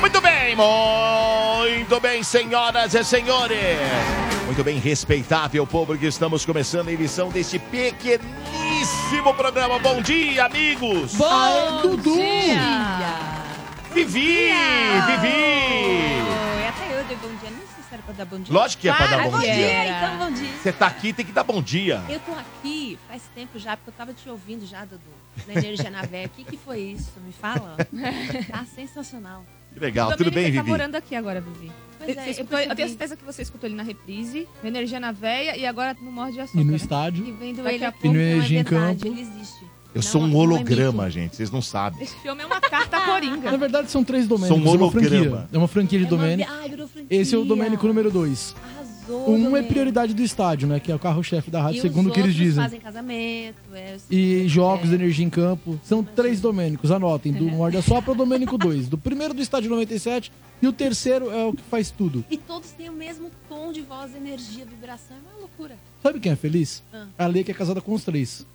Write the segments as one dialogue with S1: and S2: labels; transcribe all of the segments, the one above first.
S1: Muito bem, muito bem, senhoras e senhores. Muito bem, respeitável povo que estamos começando a edição deste pequeníssimo programa. Bom dia, amigos.
S2: Bom
S3: Dudu.
S1: Vivi, Vivi.
S4: Oi, até eu dei bom dia. Não sei se era pra dar bom dia.
S1: Lógico que é pra dar
S4: Ah,
S1: bom dia.
S4: Então, bom dia.
S1: Você tá aqui, tem que dar bom dia.
S4: Eu tô aqui faz tempo já, porque eu tava te ouvindo já, Dudu. Na energia na véia. O que, que foi isso? Me fala. Tá sensacional.
S1: Que legal, tudo bem,
S5: tá
S1: Vivi?
S5: morando aqui agora, Vivi.
S4: Pois é,
S5: Você
S4: eu
S5: escutou- eu, tenho
S4: percebi.
S5: certeza que você escutou ele na reprise, no Energia na Veia e agora no Morde a
S6: E
S5: Sombra.
S6: no
S5: né?
S6: estádio.
S4: E vendo
S5: Daqui
S4: ele
S5: a
S4: aqui,
S6: pouco-
S4: não é
S6: Inueja em
S4: verdade,
S6: campo.
S4: ele existe.
S1: Eu sou
S4: Não,
S1: um
S4: não é
S1: holograma,
S4: mito.
S1: gente, vocês não sabem.
S5: Esse filme é uma carta coringa.
S6: Na verdade, são três domênicos.
S1: São
S6: é uma franquia.
S1: holograma.
S6: É uma franquia de
S4: É uma-
S6: domênico.
S4: Ai, virou franquia.
S6: Esse é o domênico número dois.
S4: Arrasou,
S6: Um é
S4: Domênico.
S6: prioridade do estádio, né? Que é o carro-chefe da rádio,
S4: E
S6: segundo
S4: os
S6: o que eles
S4: outros
S6: dizem.
S4: fazem casamento. É, É
S6: E jogos de energia em campo. São três domênicos, anotem. Do Morde a Sopra ao Domênico 2. Do primeiro do estádio 97. E o terceiro é o que faz tudo.
S4: E todos têm o mesmo tom de voz, energia, vibração. É uma loucura.
S6: Sabe quem é feliz?
S4: Ah.
S6: A Lei que é casada com os três.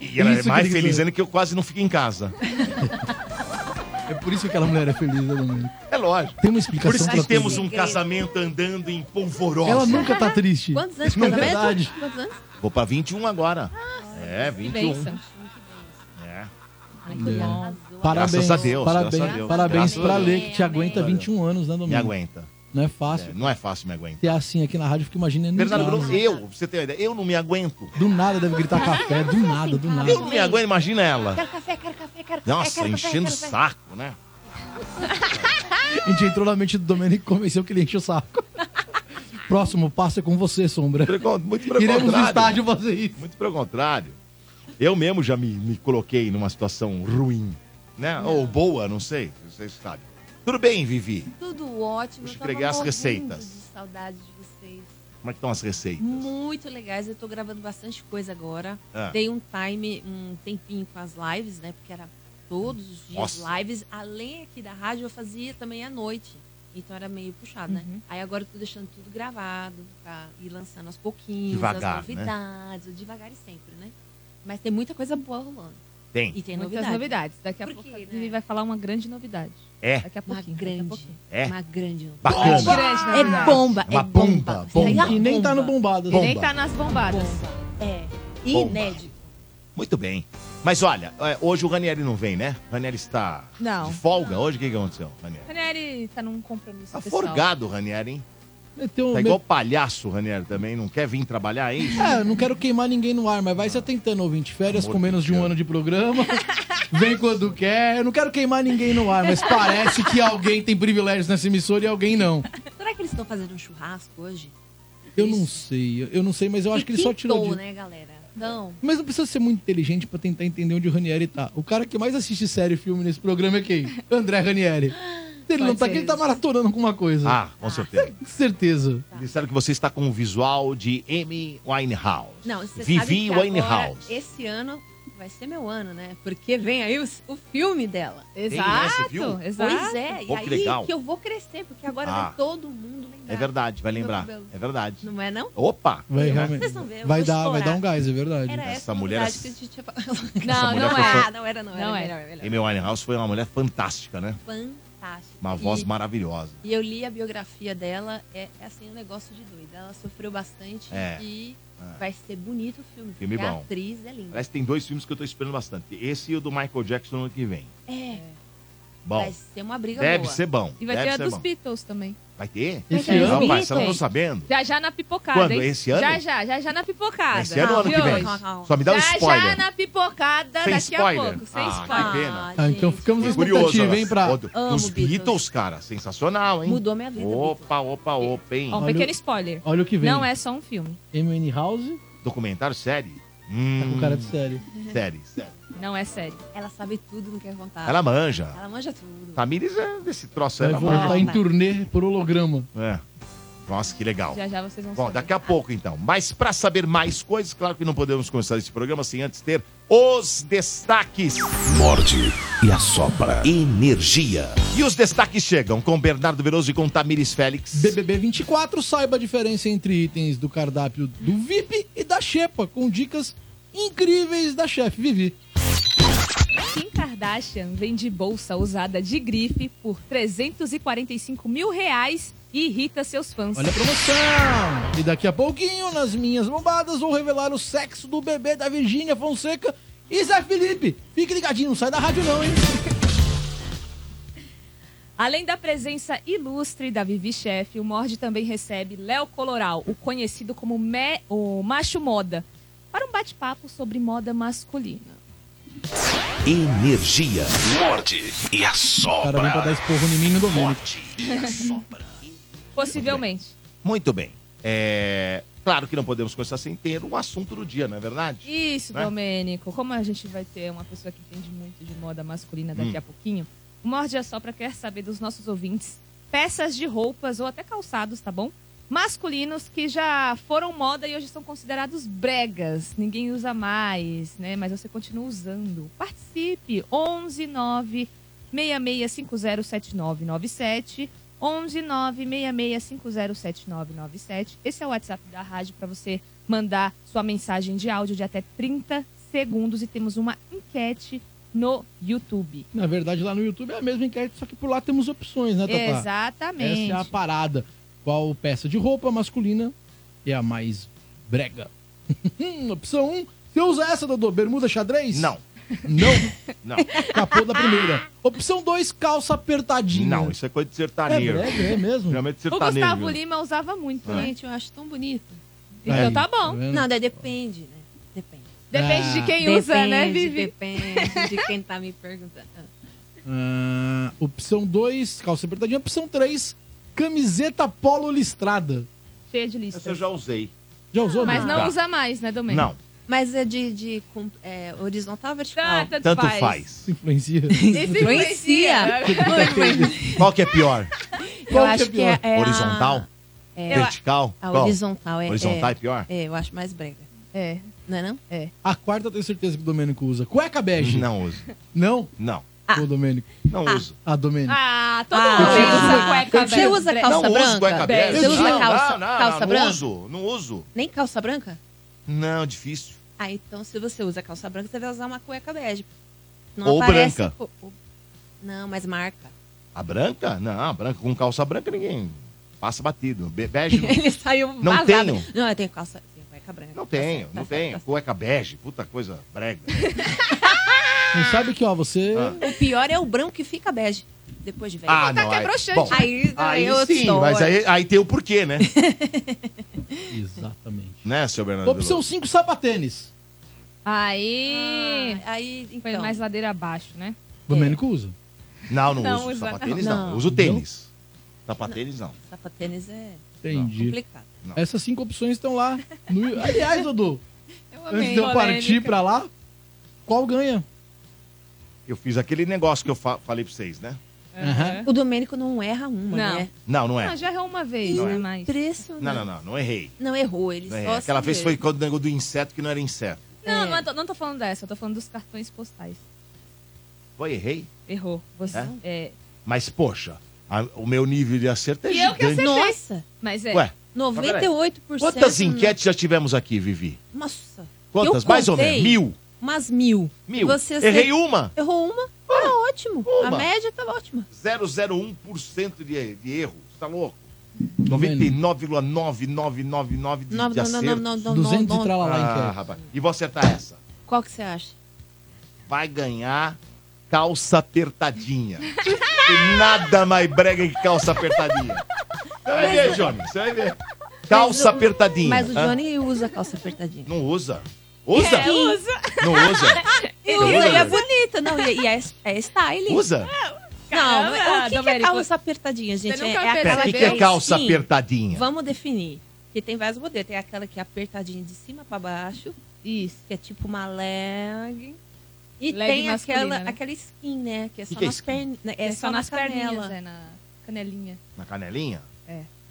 S1: E ela
S6: Isso
S1: é
S6: que
S1: mais
S6: eles
S1: feliz
S6: dizem.
S1: ainda que eu quase não fico em casa.
S6: É por isso que aquela mulher é feliz, né, Domênico?
S1: É lógico.
S6: Tem uma
S1: Por
S6: explicação
S1: isso
S6: pra
S1: que
S6: tudo.
S1: temos um casamento andando em polvorosa.
S6: Ela nunca tá triste.
S4: Quantos anos de
S6: Não é
S4: casamento?
S6: verdade.
S4: Quantos anos?
S1: Vou pra 21 agora. é, 21.
S5: Benção.
S1: É.
S4: Ai, que arrasou.
S6: Parabéns.
S1: Graças a Deus,
S6: Parabéns,
S1: graças a Deus.
S6: parabéns
S1: Graças
S6: pra
S1: a
S6: Lê,
S4: Deus.
S6: que te aguenta
S1: Amém.
S6: 21 anos, né, Domingo?
S1: Me aguenta.
S6: Não é
S1: É,
S6: fácil.
S1: não é fácil me aguentar.
S6: Ter assim aqui na rádio, fica imaginando.
S4: um.
S1: Bernardo
S6: nada.
S1: Bruno, eu, pra você ter uma ideia, eu não me aguento.
S6: Do nada deve gritar café, do nada, do nada.
S1: Eu não me aguento, imagina ela.
S4: Ah. Quero café, quero café, quero café.
S1: Nossa,
S4: quero café,
S1: enchendo o
S4: quero café.
S1: saco, né?
S6: A gente entrou na mente do Domênico e convenceu que ele enche o saco. Próximo passo é com você, Sombra.
S1: Precon- Muito pelo
S6: Iremos no
S1: contrário.
S6: estádio fazer isso.
S1: Muito pelo contrário. Eu mesmo já me, me coloquei numa situação ruim, né? Ou boa, não sei. Vocês sabem. Tudo bem, Vivi?
S4: Tudo ótimo.
S1: Vou
S4: eu
S1: te
S4: tava
S1: entregar as
S4: morrendo
S1: receitas.
S4: de saudade de vocês.
S1: Como é que estão as receitas?
S4: Muito legais. Eu tô gravando bastante coisa agora.
S1: Ah.
S4: Dei um time, um tempinho com as lives, né? Porque era todos os dias
S1: Nossa.
S4: lives. Além aqui da rádio, eu fazia também à noite. Então era meio puxado,
S5: Uhum.
S4: né? Aí agora eu tô deixando tudo gravado pra ir lançando aos pouquinhos.
S1: Devagar, né?
S4: as novidades, devagar e sempre, né? Mas tem muita coisa boa rolando.
S1: Tem.
S4: E tem
S5: Muitas
S4: novidade.
S5: novidades. Daqui a
S4: Por
S5: pouco
S4: quê,
S5: a
S4: né?
S5: Vivi vai falar uma grande novidade.
S1: É.
S5: Daqui a
S4: Uma
S5: pouquinho. daqui a
S4: grande.
S5: pouquinho.
S1: É.
S4: Uma grande novidade.
S1: Bacana.
S5: Grande
S4: É
S5: novidade.
S4: bomba,
S1: Uma
S4: é bomba.
S1: bomba,
S4: Isso aí é
S1: bomba.
S6: E nem tá no
S4: bomba.
S6: bombado.
S5: E nem tá nas bombadas.
S4: Bomba. É.
S1: Bomba.
S4: Inédito.
S1: Muito bem. Mas olha, é, hoje o Ranieri não vem, né? O Ranieri está
S5: Não.
S1: de folga hoje? O que, que aconteceu, Ranieri?
S5: Ranieri tá num compromisso
S1: Tá
S5: pessoal.
S1: forgado o Ranieri, hein?
S6: Tem um
S1: Tá igual palhaço o Ranieri também. Não quer vir trabalhar, hein?
S6: É, não quero queimar ninguém no ar, mas vai se atentando, ouvinte. Férias
S1: Amor
S6: com
S1: de
S6: menos de um
S1: Deus.
S6: ano de programa. Vem quando quer. Eu não quero queimar ninguém no ar, mas parece que alguém tem privilégios nessa emissora e alguém não.
S4: Será que eles estão fazendo um churrasco hoje?
S6: Eu não sei, eu- eu não sei, mas eu acho que ele só tirou.
S4: Quintou,
S6: de-
S4: né, galera? Não.
S6: Mas não precisa ser muito inteligente pra tentar entender onde o Ranieri tá. O cara que mais assiste série e filme nesse programa é quem? André Ranieri. Se ele não
S5: Pode
S6: tá
S5: ser
S6: aqui, ele tá
S5: isso.
S6: maratonando alguma coisa.
S1: Ah, com certeza.
S6: Com certeza.
S4: tá.
S1: Disseram que você está com o visual de Amy Winehouse.
S4: Não, você
S1: Vivi
S4: sabe que agora,
S1: Winehouse.
S4: esse ano vai ser meu ano, né? Porque vem aí o, o filme dela.
S1: né? Você
S5: Exato,
S1: viu?
S5: exato.
S4: Pois é, e
S1: Pô, que
S4: aí
S1: legal.
S4: que eu vou crescer, porque agora
S1: Ah.
S4: vai todo mundo lembrar.
S1: É verdade, vai lembrar.
S4: Meu cabelo.
S1: É verdade.
S4: Não é, não?
S1: Opa!
S6: Vai,
S4: Vocês
S6: realmente.
S4: vão ver, eu
S6: Vai
S4: vou
S6: dar, vai
S4: estourar.
S6: dar um gás, é verdade.
S4: Era
S1: Essa
S4: essa,
S1: mulher- é
S4: novidade que a gente tinha falado.
S5: Não,
S1: mulher
S5: não
S1: foi
S5: é.
S4: Ah, não era, não.
S5: Não
S4: era,
S5: era.
S4: melhor, melhor.
S1: Amy Winehouse foi uma mulher fantástica, né?
S4: Fantástica.
S1: Uma voz
S4: E-
S1: maravilhosa.
S4: E eu li a biografia dela, é, é assim um negócio de doido. Ela sofreu bastante
S1: É.
S4: e
S1: É.
S4: vai ser bonito o filme.
S1: Filme
S4: porque
S1: bom.
S4: A atriz é linda.
S1: Parece que tem dois filmes que eu tô esperando bastante. Esse e o do Michael Jackson no ano que vem.
S4: É, vai
S1: Bom,
S4: ser uma briga
S1: deve
S4: boa.
S1: ser bom.
S5: E vai
S1: deve
S5: ter a
S1: ser
S5: dos
S1: bom.
S5: Beatles também.
S1: Vai ter?
S6: Esse
S5: Mas é
S6: ano.
S5: isso.
S1: Rapaz, eu não tô
S5: Beatles.
S1: sabendo.
S5: Já já na pipocada,
S1: Quando?
S5: hein?
S1: Esse ano?
S5: Já já, já já na pipocada.
S1: Esse ano ou ano que
S5: Viu?
S1: vem?
S4: Calma, calma. né?
S1: Só me dá um
S5: já já
S1: spoiler.
S5: na pipocada
S1: Sem
S5: daqui
S1: spoiler.
S5: a pouco. Sem
S1: Ah,
S5: spoiler.
S1: que pena.
S6: Ah, então
S4: gente,
S6: ficamos na
S1: Fiquei
S6: expectativa,
S1: né?
S6: hein, pra...
S1: Ó, do-
S4: Amo
S1: Os
S4: Beatles.
S1: Beatles, cara, sensacional,
S6: assim.
S1: hein?
S4: Mudou minha vida. Beatles.
S1: Opa, opa, opa, hein?
S5: Ó, um
S6: Olha
S5: pequeno
S6: o-
S5: spoiler.
S6: Olha o que vem.
S5: Não é só um filme.
S6: MN House,
S1: Documentário, série? Hum,
S6: Tá com cara de sério.
S4: Tá.
S1: série, série.
S5: Não é sério.
S4: Ela sabe tudo, não quer contar.
S1: Ela manja.
S4: Ela manja tudo.
S1: Tamires é desse troço,
S6: Vai
S1: ela manja.
S6: voltar em turnê por holograma.
S1: É. Nossa, que legal.
S5: Já já vocês vão
S1: Bom,
S5: saber.
S1: daqui a pouco então. Mas para saber mais coisas, claro que não podemos começar esse programa sem antes ter os destaques.
S3: Morde e assopra. Energia.
S1: E os destaques chegam com Bernardo Veloso e com Tamires Félix.
S6: BBB 24, saiba a diferença entre itens do cardápio do VIP e da Xepa, com dicas incríveis da chefe Vivi.
S5: Kim Kardashian vende bolsa usada de grife por 345 mil reais e irrita seus fãs.
S6: Olha a promoção! E daqui a pouquinho, nas minhas bombadas, vou revelar o sexo do bebê da Virgínia Fonseca e Zé Felipe. Fique ligadinho, não sai da rádio não, hein?
S5: Além da presença ilustre da Vivi Chef, o Mord também recebe Léo Coloral, o conhecido como me- o macho moda, para um bate-papo sobre moda masculina.
S3: Energia. Morde e
S6: O cara vem pra dar
S3: assopra.
S6: esporro em mim no domingo.
S5: Possivelmente.
S1: Muito bem. É, Claro que não podemos começar sem ter o assunto do dia, não é verdade?
S5: Isso,
S1: Né?
S5: Domênico. Como a gente vai ter uma pessoa que entende muito de moda masculina daqui a pouquinho, o Morde é a Sopra quer saber dos nossos ouvintes peças de roupas ou até calçados, tá bom? Masculinos que já foram moda e hoje são considerados bregas. Ninguém usa mais, né? Mas você continua usando. Participe! 11 9 66507997 11 9 66507997. Esse é o WhatsApp da rádio para você mandar sua mensagem de áudio de até 30 segundos e temos uma enquete no YouTube.
S6: Na verdade, lá no YouTube é a mesma enquete, só que por lá temos opções, né, Tatá?
S5: Exatamente.
S6: Essa é a parada. Qual peça de roupa masculina é a mais brega? Opção 1. Você usa essa, Dodô? Bermuda xadrez?
S1: Não,
S6: Não.
S1: não,
S6: Capô da primeira. Opção 2. Calça apertadinha.
S1: não. Isso é coisa de
S6: é
S1: sertanejo.
S6: brega, é mesmo?
S1: Realmente
S5: O
S1: sertanejo. né?
S5: Gustavo Lima usava muito, né?
S4: Gente, eu acho tão bonito.
S5: Então
S6: Aí,
S5: tá bom.
S6: vendo?
S4: Não, daí depende, né? Depende.
S5: Depende de quem usa, né, Vivi?
S4: Depende de quem tá me perguntando.
S6: Ah, opção 2. Calça apertadinha. Opção 3. Camiseta polo listrada.
S5: Cheia de
S1: Essa eu
S5: lista.
S1: já usei.
S6: Já usou?
S5: Ah, Mas
S6: Dudu?
S5: não
S1: Tá.
S5: usa mais, né, Domênico?
S1: Não,
S4: Mas é de, de com- é, horizontal ou
S5: Tá,
S4: vertical?
S5: tanto,
S1: tanto
S5: faz.
S1: faz.
S6: Isso influencia.
S5: Isso
S4: Influencia.
S1: Qual que é pior?
S6: Qual
S4: Eu
S6: que é
S4: acho que é, é a-
S1: Horizontal?
S4: É, a,
S1: Vertical? Qual?
S4: horizontal. É,
S1: Horizontal é pior?
S4: É, eu acho mais brega.
S5: É.
S4: Não é não?
S6: A quarta eu tenho certeza que o Domênico usa. Cueca
S4: É.
S6: bege.
S1: Não uso.
S6: Não?
S1: Não,
S6: Ô, Domênico.
S1: não uso.
S6: Ah, Domênico.
S5: Ah, todo
S4: Ah,
S5: mundo usa
S4: ah,
S5: cueca
S4: você
S5: velha.
S4: usa calça-
S1: não uso
S4: branca?
S1: cueca
S5: Bege.
S1: bege.
S4: Você usa
S1: não,
S4: calça-
S1: não, não,
S4: calça
S1: não
S4: branca?
S1: uso, não uso.
S4: Nem calça branca?
S1: Não, difícil.
S4: Ah, então se você usa calça branca, você vai usar uma cueca bege.
S1: Ou
S4: aparece
S1: branca.
S4: co- o- Não, mas marca.
S1: A branca? Não, a branca com calça branca ninguém passa batido. Be bege não-
S4: Ele saiu
S1: Não
S4: vazado.
S1: tenho.
S4: Não, eu tenho calça, tenho cueca branca.
S1: não
S4: Tá
S1: tenho,
S4: certo,
S1: não
S4: tá certo,
S1: tenho.
S4: tá certo.
S1: Cueca bege, puta coisa brega.
S6: Não sabe que, ó, você...
S1: Ah.
S4: O pior é o branco que fica bege depois de velho.
S1: Ah,
S5: tá
S1: não.
S5: que é broxante.
S1: bom,
S4: aí,
S1: aí
S4: eu
S1: sim,
S4: estou.
S1: mas aí, aí tem o porquê, né?
S6: Exatamente.
S1: né, seu Bernardo?
S6: Opção 5, sapatênis.
S5: Aí.
S4: Ah, aí, então.
S5: Foi mais ladeira abaixo, né?
S6: Domênico usa.
S1: Não, não,
S5: Não
S1: uso.
S5: usa.
S1: Sapatênis não.
S4: Não.
S1: Uso tênis. Sapatênis não.
S4: Sapatênis é
S6: Entendi.
S4: complicado.
S6: Essas cinco opções estão lá. no- Aliás, Dudu,
S5: Eu
S6: antes de eu partir pra lá, qual ganha?
S1: Eu fiz aquele negócio que eu fa- falei pra vocês, né?
S6: Aham.
S4: O Domênico não erra uma,
S5: Não.
S4: né?
S1: Não, não
S5: Ah,
S1: é.
S5: já errou uma vez,
S1: Não
S5: né?
S1: é.
S5: Mas...
S4: Impressionante.
S1: Não, não, não. Não errei.
S4: Não errou, ele
S1: Não
S4: só
S1: errei. Aquela
S4: se
S1: vez
S4: vê.
S1: foi quando o negócio do inseto que não era inseto.
S5: Não,
S4: É.
S5: não, tô, não tô falando dessa, eu tô falando dos cartões postais.
S1: Foi, errei.
S5: Errou. Você. É.
S1: Mas, poxa, a- o meu nível de acerto é
S5: E eu que
S1: gigante.
S4: Nossa,
S5: Mas é.
S1: Ué,
S4: 98%.
S1: quantas
S4: não-
S1: enquetes já tivemos aqui, Vivi?
S4: Nossa,
S1: Quantas? Mais ou menos?
S4: contei.
S1: Mil.
S4: umas mil.
S1: Mil.
S4: Você
S1: Errei
S4: acertou-
S1: uma.
S4: Errou uma, tá ótimo.
S1: Uma.
S4: A média tá ótima.
S1: 0,01% de, de erro. Você tá louco?
S6: Domênico.
S1: 99,9999 de,
S4: Não,
S1: de
S4: não, não,
S1: acerto.
S4: não, não, não,
S6: 200
S4: não,
S6: e trala
S1: Ah,
S6: lá em
S1: rapaz. E vou acertar essa.
S4: Qual que você acha?
S1: Vai ganhar calça apertadinha. Tem nada mais brega que calça apertadinha. Você vai ver, Johnny. Você vai ver. Calça
S4: Mas o-
S1: apertadinha.
S4: Mas o
S1: Hã?
S4: Johnny usa calça apertadinha.
S1: Não usa. Usa?
S5: É, usa.
S1: Não usa?
S4: Ele
S1: usa,
S4: usa, e é
S1: né?
S4: bonita. Não, e e é, é styling.
S1: Usa?
S4: Não, o
S5: Caramba,
S4: que que, é
S5: Domênico.
S4: calça apertadinha, gente?
S5: Você
S4: É,
S5: nunca
S4: é
S5: fez
S1: Pera,
S4: aquela
S1: o que,
S5: saber.
S1: que é calça
S4: calcinha.
S1: apertadinha?
S4: Vamos definir. Porque tem vários modelos. Tem aquela que é apertadinha de cima pra baixo,
S5: Isso.
S4: que é tipo uma leg. E
S5: Leg
S4: tem
S5: masculina,
S4: aquela,
S5: né?
S4: aquela skin, né? Que é só
S1: que é
S4: nas
S1: skin?
S4: pernas. É,
S5: É
S4: só, nas
S5: perninhas,
S4: canelas.
S5: é na canelinha.
S1: Na canelinha?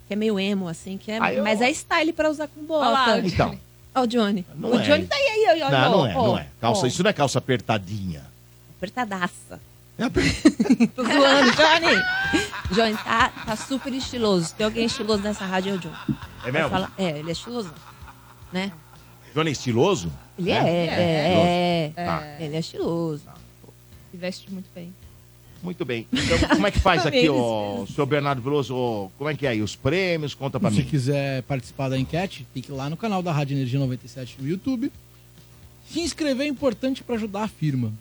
S4: Que é meio emo, assim. Que é,
S1: Ah, eu-
S4: mas é style pra usar com bota.
S5: Olha lá, o
S1: Então.
S5: Johnny.
S4: Ó, o Johnny.
S1: Não
S4: o
S1: é.
S4: Johnny tá aí, aí, aí, ó,
S1: Não,
S4: ó,
S1: não é,
S4: ó,
S1: não é. Calça,
S4: ó.
S1: isso não é calça apertadinha.
S4: Apertadaça.
S1: É aper-
S4: Tô zoando, Johnny. Johnny tá, tá super estiloso. Tem alguém estiloso nessa rádio, é o Johnny.
S1: É
S4: Vai
S1: mesmo?
S4: falar- é, ele é estiloso. Né?
S1: Johnny é estiloso?
S4: Ele é, é, é, é.
S1: Tá.
S4: Ele é estiloso.
S5: E veste muito bem.
S1: Muito bem. Então, como é que faz aqui,
S4: Eles
S1: o senhor Bernardo Veloso? ô, como é que é aí? Os prêmios? Conta pra
S6: Se
S1: mim.
S6: quiser participar da enquete, fique lá no canal da Rádio Energia 97 no YouTube. Se inscrever é importante para ajudar a firma.